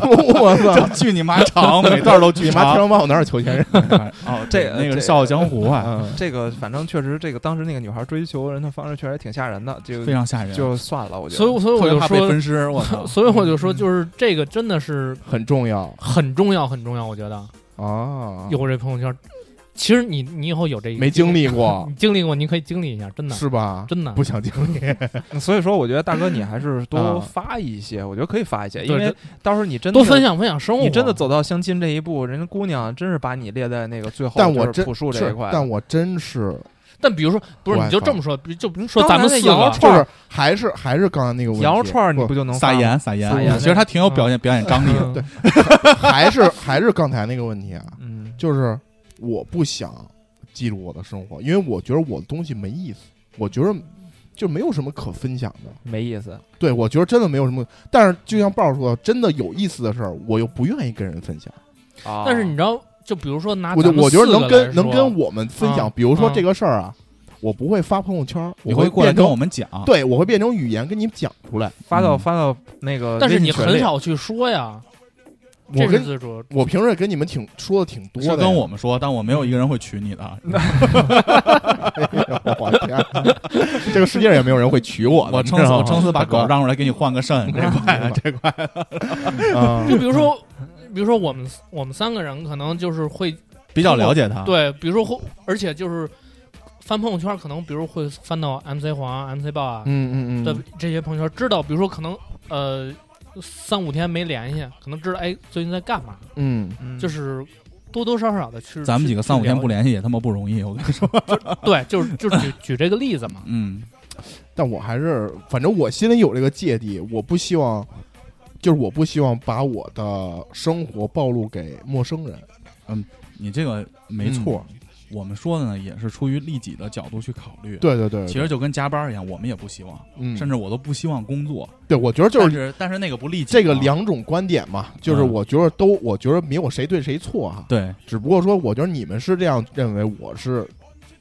Speaker 6: 我操！
Speaker 4: 巨你妈长，每段都巨
Speaker 6: 你妈《天
Speaker 4: 长。
Speaker 6: 龙八部》哪有求钱人？
Speaker 4: 哦，
Speaker 5: 这
Speaker 4: 那个
Speaker 5: 这
Speaker 4: 《笑傲江湖》啊，
Speaker 6: 嗯
Speaker 5: 这个反正确实这个当时那个女孩追求人的方式确实挺吓人的，
Speaker 6: 嗯
Speaker 5: 就
Speaker 4: 非常吓人，
Speaker 5: 就算了，我觉
Speaker 10: 所以
Speaker 5: 得。
Speaker 10: 我所
Speaker 4: 特
Speaker 10: 以我
Speaker 4: 别
Speaker 10: 就
Speaker 4: 怕被
Speaker 10: 说，
Speaker 4: 分尸。我操！
Speaker 10: 所以我就说，就是这个真的是
Speaker 6: 很重要
Speaker 10: 很重要，很重要。我觉得
Speaker 6: 啊，
Speaker 10: 有这朋友圈，其实你你以后有这一
Speaker 6: 没经历过
Speaker 10: 你经历过，你可以经历一下，真的，
Speaker 6: 是吧？
Speaker 10: 真的
Speaker 6: 不想经历
Speaker 5: 所以说，我觉得大哥你还是
Speaker 6: 啊
Speaker 5: 多发一些，我觉得可以发一些，
Speaker 10: 对
Speaker 5: 因为
Speaker 10: 这
Speaker 5: 到时候你真的
Speaker 10: 多分享分享生活。
Speaker 5: 你真的走到相亲这一步，人家姑娘真是把你列在那个最后，
Speaker 6: 但
Speaker 5: 就
Speaker 6: 我
Speaker 5: 是
Speaker 6: 真
Speaker 5: 朴树这
Speaker 6: 是
Speaker 5: 一块，
Speaker 6: 但我真是
Speaker 10: 但比如说，不是
Speaker 6: 我
Speaker 10: 你就
Speaker 6: 操
Speaker 10: 这么说，比就比如说咱们
Speaker 5: 当然那
Speaker 10: 四个
Speaker 5: 羊肉，
Speaker 6: 啊就是还是还是刚才那个问题，
Speaker 5: 羊肉串儿你
Speaker 6: 不
Speaker 5: 不就能
Speaker 4: 撒
Speaker 5: 发吗？
Speaker 4: 盐撒盐
Speaker 5: 撒盐，
Speaker 4: 其实他挺有表演表演张力的。
Speaker 10: 嗯
Speaker 6: 对还是还是刚才那个问题啊，
Speaker 5: 嗯，
Speaker 6: 就是我不想记录我的生活，因为我觉得我的东西没意思，我觉得就没有什么可分享的。
Speaker 5: 没意思。
Speaker 6: 对我觉得真的没有什么，但是就像豹儿说的，真的有意思的事儿，我又不愿意跟人分享。
Speaker 5: 啊
Speaker 10: 但是你知道，就比如说拿
Speaker 6: 我就
Speaker 10: 咱们
Speaker 6: 我觉得
Speaker 10: 四个
Speaker 6: 能跟
Speaker 10: 来
Speaker 6: 能
Speaker 10: 说
Speaker 6: 跟我们分享，
Speaker 10: 啊
Speaker 6: 比如说
Speaker 10: 啊
Speaker 6: 这个事儿啊，我不会发朋友圈儿，
Speaker 4: 你
Speaker 6: 会
Speaker 4: 会过来
Speaker 6: 变
Speaker 4: 跟
Speaker 6: 成
Speaker 4: 我们讲，
Speaker 6: 对，我会变成语言跟你讲出来。
Speaker 5: 发到
Speaker 4: 嗯
Speaker 5: 发到那个
Speaker 10: 但是
Speaker 5: 微信
Speaker 10: 你
Speaker 5: 群
Speaker 10: 很
Speaker 5: 里
Speaker 10: 少去说呀，
Speaker 6: 我
Speaker 10: 这是
Speaker 6: 跟
Speaker 10: 自主，
Speaker 6: 我平时跟你们挺说的挺多
Speaker 4: 是
Speaker 6: 的，嗯
Speaker 4: 跟我们说，但我没有一个人会娶你的啊。
Speaker 6: 哎呦，我的天啊，这个世界上也没有人会娶我的，
Speaker 4: 我
Speaker 6: 你
Speaker 4: 撑
Speaker 6: 知
Speaker 4: 死
Speaker 6: 道
Speaker 4: 我
Speaker 6: 吗
Speaker 4: 撑死把
Speaker 6: 大哥
Speaker 4: 狗让出来给你换个肾，这快
Speaker 5: 嗯
Speaker 4: 了，这快了。
Speaker 6: 啊
Speaker 10: 就比如说，比如说我们我们三个人可能就是会
Speaker 4: 比较了解
Speaker 6: 啊
Speaker 4: 他，
Speaker 10: 对，比如说会，而且就是翻朋友圈，可能比如会翻到 MC 黄啊、MC 豹啊，
Speaker 6: 嗯嗯嗯，
Speaker 10: 对这些朋友圈知道，比如说可能呃三五天没联系，可能知道哎最近在干嘛，
Speaker 6: 嗯，
Speaker 10: 就是多多少少的去
Speaker 4: 咱们几个三五天不
Speaker 10: 联
Speaker 4: 联系也他妈不容易，我跟你说。
Speaker 10: 对，就是就是举 举这个例子嘛，
Speaker 4: 嗯，
Speaker 6: 但我还是，反正我心里有这个芥蒂，我不希望，就是我不希望把我的生活暴露给陌生人。
Speaker 4: 你这个没
Speaker 6: 嗯
Speaker 4: 错。我们说的呢，也是出于利己的角度去考虑。，
Speaker 6: 对对对，
Speaker 4: 其实就跟加班一样，我们也不希望，
Speaker 6: 嗯，
Speaker 4: 甚至我都不希望工作。
Speaker 6: 对我觉得就
Speaker 4: 但
Speaker 6: 是
Speaker 4: 是但是嗯那个不利己啊，
Speaker 6: 这个两种观点嘛，就是我觉得都，我觉得没有谁对谁错哈、
Speaker 4: 对
Speaker 6: 只不过说，我觉得你们是这样认为，我是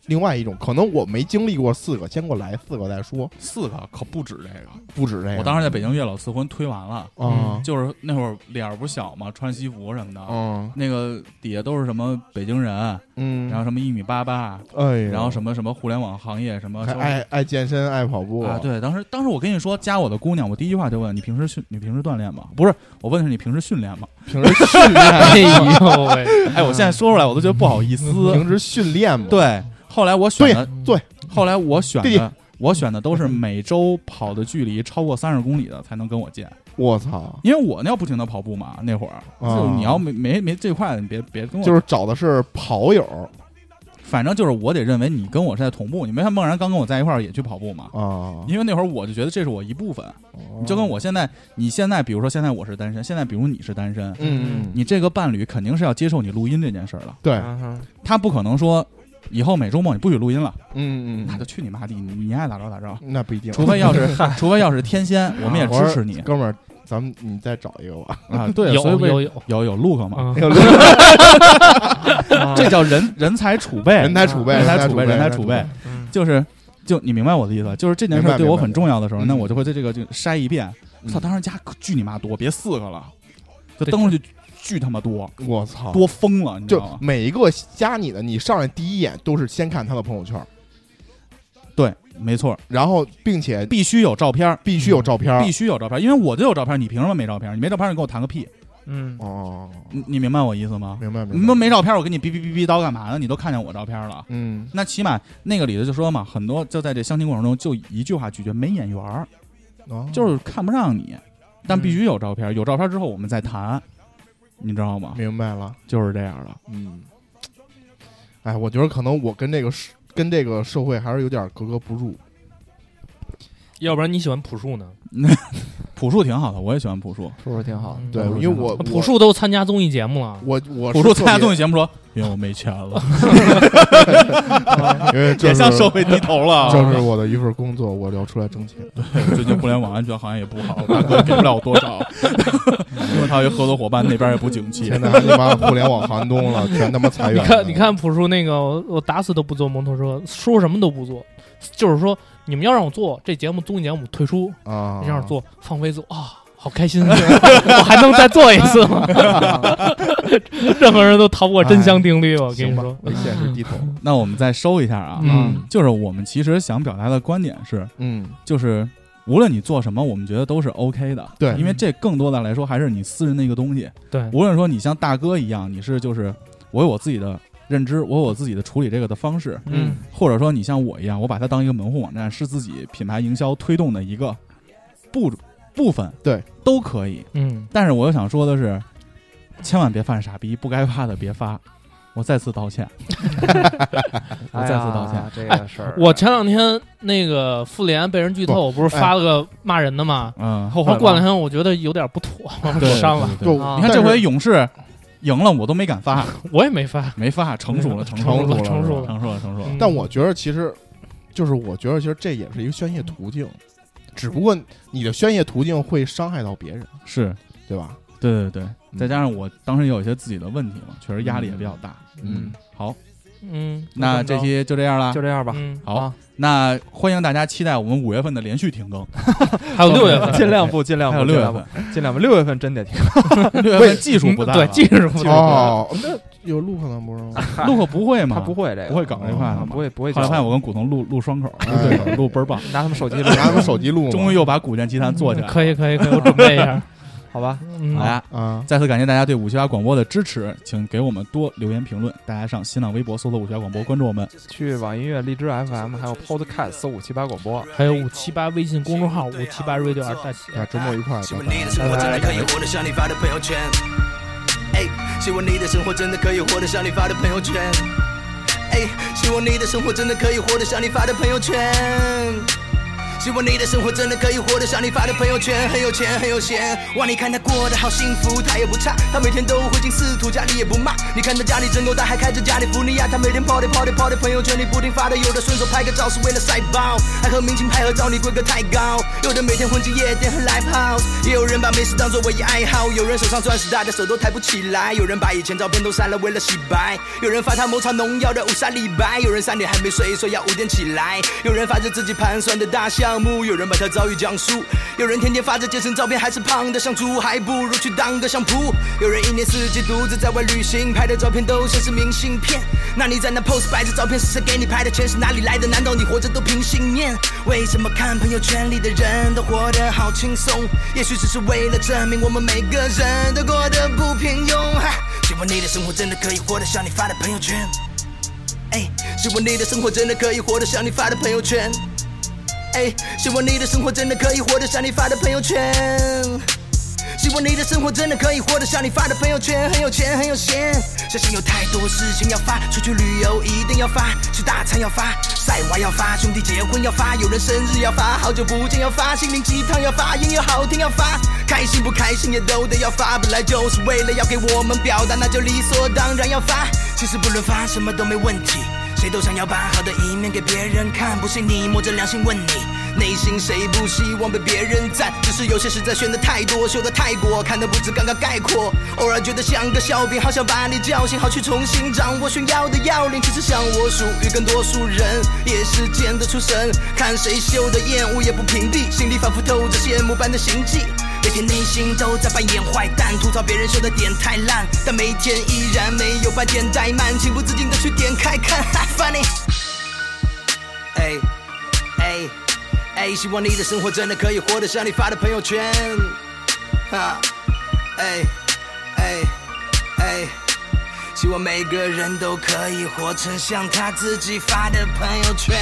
Speaker 6: 另外一种，可能我没经历过四个，先给我来四个再说，
Speaker 4: 四个可不止这
Speaker 6: 哎
Speaker 4: 个。
Speaker 6: 不止这个。
Speaker 4: 我当时在北京月老赐婚推完了，
Speaker 6: 嗯
Speaker 4: 就是那会儿脸儿不小嘛，穿西服什么的，
Speaker 6: 嗯
Speaker 4: 那个底下都是什么北京人，
Speaker 6: 嗯，
Speaker 4: 然后什么一米八八，
Speaker 6: 哎呦，
Speaker 4: 然后什
Speaker 6: 么
Speaker 4: 么什么互联网行业什么
Speaker 6: 还
Speaker 4: 什么
Speaker 6: 爱爱健身爱跑步
Speaker 4: 啊，，对，当时当时我跟你说加我的姑娘，我第一句话就问你平时训你平时锻炼吗？不是，我问她你平时训练吗？
Speaker 6: 平时训练，
Speaker 10: 哎呦喂，
Speaker 4: 哎，我现在说出来我都觉得不好意思。
Speaker 6: 嗯平时训练嘛，
Speaker 4: 对，后来我选的，
Speaker 6: 对，
Speaker 4: 后来我选
Speaker 6: 弟弟
Speaker 4: 的，我选的都是每周跑的距离超过三十公里的才能跟我见，
Speaker 6: 我操，
Speaker 4: 因为我那要不停的跑步嘛，那会儿就
Speaker 6: 啊
Speaker 4: 你要没没没最快的，你别别跟我，
Speaker 6: 就是找的是跑友
Speaker 4: 反正就是我得认为你跟我是在同步。你没看梦然刚跟我在一块儿也去跑步嘛，
Speaker 6: 啊，
Speaker 4: 因为那会儿我就觉得这是我一部分，
Speaker 6: 哦
Speaker 4: 就跟我现在，你现在比如说现在我是单身，现在比如你是单身，
Speaker 6: 嗯，
Speaker 4: 你这啊个伴侣肯定是要接受你录音这件事儿了，
Speaker 6: 对，
Speaker 5: 嗯哼
Speaker 4: 他不可能说以后每周末你不许录音了，
Speaker 6: 嗯嗯
Speaker 4: 那
Speaker 6: 嗯
Speaker 4: 就，去你妈地，你你爱咋着咋着，
Speaker 6: 那不一定，
Speaker 4: 除非要是除非要是天仙，我们也支持你
Speaker 6: 哥们儿，咱们你再找一个吧，
Speaker 4: 啊，对，
Speaker 10: 有
Speaker 4: 所以为
Speaker 10: 有有，
Speaker 4: 有有 look 嘛，
Speaker 10: 嗯，
Speaker 5: 嗯
Speaker 4: 这叫人人才储备，
Speaker 6: 人才储备，
Speaker 4: 人才
Speaker 6: 储
Speaker 4: 储备，
Speaker 6: 人
Speaker 4: 人才
Speaker 6: 储
Speaker 4: 储备，，
Speaker 5: 嗯
Speaker 4: 就是。就你明白我的意思，就是这件事
Speaker 6: 明白
Speaker 4: 儿对我
Speaker 6: 明白
Speaker 4: 很重要的时候，
Speaker 6: 嗯
Speaker 4: 那我就会对这个就筛一遍。
Speaker 6: 嗯
Speaker 4: 操，当时家可巨你妈多，别四个了，就
Speaker 10: 对
Speaker 4: 登上去巨他妈多。
Speaker 6: 我操，
Speaker 4: 多疯了，你知
Speaker 6: 就
Speaker 4: 道吗？
Speaker 6: 每一个加你的，你上来第一眼都是先看他的朋友圈，
Speaker 4: 对，没错，
Speaker 6: 然后并且
Speaker 4: 必须有照片儿，嗯
Speaker 6: 必须有照片，
Speaker 4: 必须有照片儿，因为我就有照片儿，你凭什么没照片儿？你没照片儿，你跟我谈个屁！
Speaker 5: 嗯，
Speaker 6: 哦，
Speaker 4: 你你明白我意思吗？
Speaker 6: 明白
Speaker 4: 你
Speaker 6: 明白，
Speaker 4: 们没照片儿，我跟你哔哔哔哔叨干嘛呢？你都看见我照片儿了。
Speaker 6: 嗯
Speaker 4: 那起码那个里头就说嘛，很多就在这相亲过程中，就一句话拒绝，没眼缘儿，
Speaker 6: 哦
Speaker 4: 就是看不上你，但
Speaker 6: 嗯
Speaker 4: 必须有照片儿，有照片儿之后我们再谈，你知道吗？
Speaker 6: 明白了。
Speaker 4: 就是这样的。
Speaker 6: 嗯，哎，我觉得可能我跟这个社跟这个社会还是有点格格不入。
Speaker 10: 要不然你喜欢朴树呢？
Speaker 4: 朴树挺好的，我也喜欢朴
Speaker 6: 哦
Speaker 4: 树。
Speaker 12: 说说挺好的。
Speaker 6: 对，
Speaker 12: 嗯
Speaker 6: 因为我
Speaker 10: 朴，树都参加综艺节目了，
Speaker 6: 我我我
Speaker 4: 朴
Speaker 6: 是
Speaker 4: 树
Speaker 6: 特
Speaker 4: 参加
Speaker 6: 别
Speaker 4: 综艺节目说，因为我没钱 了，
Speaker 6: 因为这
Speaker 4: 也
Speaker 6: 是
Speaker 4: 向社会低头了。
Speaker 6: 这是我的一份工作，我要出来 挣钱。
Speaker 4: 最近互联网安全行业也不好，大哥给不了我多少， 因为他有合作伙伴那边也不景气
Speaker 6: 现。在还他妈互联网寒冬了，全他妈裁
Speaker 10: 你
Speaker 6: 员。
Speaker 10: 看你，看朴树那个，我我打死都不坐摩托车，说什么都不做，就是说你们要让我做这节目综艺节目我退出，
Speaker 6: 啊，
Speaker 10: 这样做放飞自我啊， 好开心！我还能再做一次吗？ 任何人都逃不过真相定律，我跟
Speaker 6: 行
Speaker 10: 你
Speaker 6: 吧
Speaker 10: 说，，
Speaker 6: 为现实低头。
Speaker 4: 那我们再收一下啊，
Speaker 10: 嗯
Speaker 4: 就是我们其实想表达的观点是，
Speaker 6: 嗯，
Speaker 4: 就是无论你做什么，我们觉得都是 OK 的。
Speaker 6: 对
Speaker 4: 因为这更多的来说还是你私人的一个东西。
Speaker 10: 对
Speaker 4: 无论说你像大哥一样，你是就是我有我自己的认知，我有我自己的处理这个的方式，
Speaker 10: 嗯，
Speaker 4: 或者说你像我一样，我把它当一个门户网站，是自己品牌营销推动的一个部部分，
Speaker 6: 对，
Speaker 4: 都可以。
Speaker 10: 嗯，
Speaker 4: 但是我又想说的是，千万别犯傻逼，不该发的别发。我再次道 歉，我再
Speaker 5: 嗯
Speaker 4: 次道歉。
Speaker 12: 哎呀这个事儿，
Speaker 10: 我前两天那个复联被人剧透，我不是发了个骂人的吗？
Speaker 4: 嗯，后
Speaker 10: 然
Speaker 4: 悔
Speaker 10: 后
Speaker 4: 了
Speaker 10: 过两天我觉得有点不妥，我
Speaker 4: 对
Speaker 10: 删了，。
Speaker 4: 对对
Speaker 6: 就
Speaker 12: 啊
Speaker 4: 你看
Speaker 6: 但
Speaker 4: 这
Speaker 6: 是
Speaker 4: 回勇士赢了，我都没敢发，
Speaker 10: 我也没发。
Speaker 4: 没发，成熟了，成熟
Speaker 6: 成熟
Speaker 4: 了，
Speaker 6: 了
Speaker 10: 成熟了，
Speaker 4: 成熟了，成熟了。
Speaker 10: 嗯
Speaker 6: 但我觉得其实，就是我觉得其实这也是一个宣泄途径，只不过你的宣泄途径会伤害到别人，
Speaker 4: 是，
Speaker 6: 对吧？
Speaker 10: 嗯
Speaker 4: 对对对，再加上我当时也有一些自己的问题嘛，确实压力也比较大。
Speaker 6: 嗯，
Speaker 4: 好，
Speaker 10: 嗯
Speaker 4: 那这期就这样了
Speaker 5: 就。这样 吧。
Speaker 10: 嗯，
Speaker 4: 好
Speaker 5: 啊
Speaker 4: 那欢迎大家期待我们五月份的连续停更，
Speaker 10: 啊还有六月份
Speaker 5: 尽量不，尽量
Speaker 4: 还
Speaker 5: 不，
Speaker 4: 有六
Speaker 5: 尽
Speaker 4: 月
Speaker 5: 量
Speaker 4: 份
Speaker 5: 不，，尽量不。六月份真得听，
Speaker 4: 六月份技术不在了，
Speaker 10: 嗯对技术不大，
Speaker 6: 哦，那有录可能不是吗？
Speaker 4: 陆克不会吗？
Speaker 5: 他不会这个，
Speaker 4: 不会搞这块的
Speaker 5: 啊
Speaker 4: 吗
Speaker 5: 不？会不会
Speaker 4: 后
Speaker 5: 教
Speaker 4: 来
Speaker 5: 的。
Speaker 4: 发现我跟古潼录录双口，
Speaker 6: 哎
Speaker 4: 对，录倍儿 棒，
Speaker 5: 拿他们手机 录，
Speaker 6: 拿个手机录吗，
Speaker 4: 终于又把古剑奇谭做起来了。
Speaker 10: 可以可以可以，我准备一下。
Speaker 5: 好吧？
Speaker 10: 嗯
Speaker 4: 好，呀，
Speaker 6: 啊，
Speaker 4: 再次感谢大家对五七八广播的支持，请给我们多留言评论。大家上新浪微博搜索五七八广播，关注我们。
Speaker 5: 去网易音乐、荔枝 FM 还有 Podcast 搜五七八广播。
Speaker 10: 还有五七八微信公众号五七八 radio 二大写。
Speaker 6: 那周末愉快，拜拜。
Speaker 12: 你的生活真的可以活得像你发的朋友圈。哎，希望你的生活真的可以活得像你发的朋友圈。哎，希望你的生活真的可以活得像你发的朋友圈。希望你的生活真的可以活得像你发的朋友圈，很有钱很有闲。哇，你看他过得好幸福，他也不差，他每天都会进仕途，家里也不骂。你看他家里真够大，还开着家里福尼亚，他每天跑的跑的跑的，朋友圈里不停发的，有的顺手拍个照是为了晒爆，还和明星拍合照，你规格太高。有的每天混迹夜店和 live house，也有人把美食当做唯一爱好，有人手上钻石大的手都抬不起来，有人把以前照片都删了为了洗白，有人发他某场农药的五杀礼拜，有人三点还没睡，说要五点起来，有人发着自己盘算的大项目，有人把他遭遇讲述，有人天天发着健身照片还是胖的像猪，还不如去当个相扑，有人一年四季独自在外旅行，拍的照片都像是明信片，那你在那 pose 摆着照片是谁给你拍的？钱是哪里来的？难道你活着都凭信念？为什么看朋友圈里的人都活得好轻松？也许只是为了证明我们每个人都过得不平庸。哈，希望你的生活真的可以活得像你发的朋友圈。哎，希望你的生活真的可以活得像你发的朋友圈。哎，希望你的生活真的可以活得像你发的朋友圈。希望你的生活真的可以活得像你发的朋友圈，很有钱很有闲。相信有太多事情要发，出去旅游一定要发，吃大餐要发，晒娃要发，兄弟结婚要发，有人生日要发，好久不见要发，心灵鸡汤要发，音乐好听要发，开心不开心也都得要发，本来就是为了要给我们表达，那就理所当然要发。其实不论发什么都没问题。谁都想要把好的一面给别人看，不信你摸着良心问你，内心谁不希望被别人赞？只是有些实在炫的太多，秀的太过，看的不止刚刚概括，偶尔觉得像个笑柄，好想把你叫醒，好去重新掌握炫耀的要领。其实像我属于更多数人，也是贱的出神，看谁秀的厌恶也不屏蔽，心里反复透着羡慕般的行迹。每天内心都在扮演坏蛋，吐槽别人秀的点太烂，但每天依然没有半点怠慢，情不自禁的去点开看， 哈 funny。哎哎哎，希望你的生活真的可以活得像你发的朋友圈，啊，哎哎哎，希望每个人都可以活成像他自己发的朋友圈。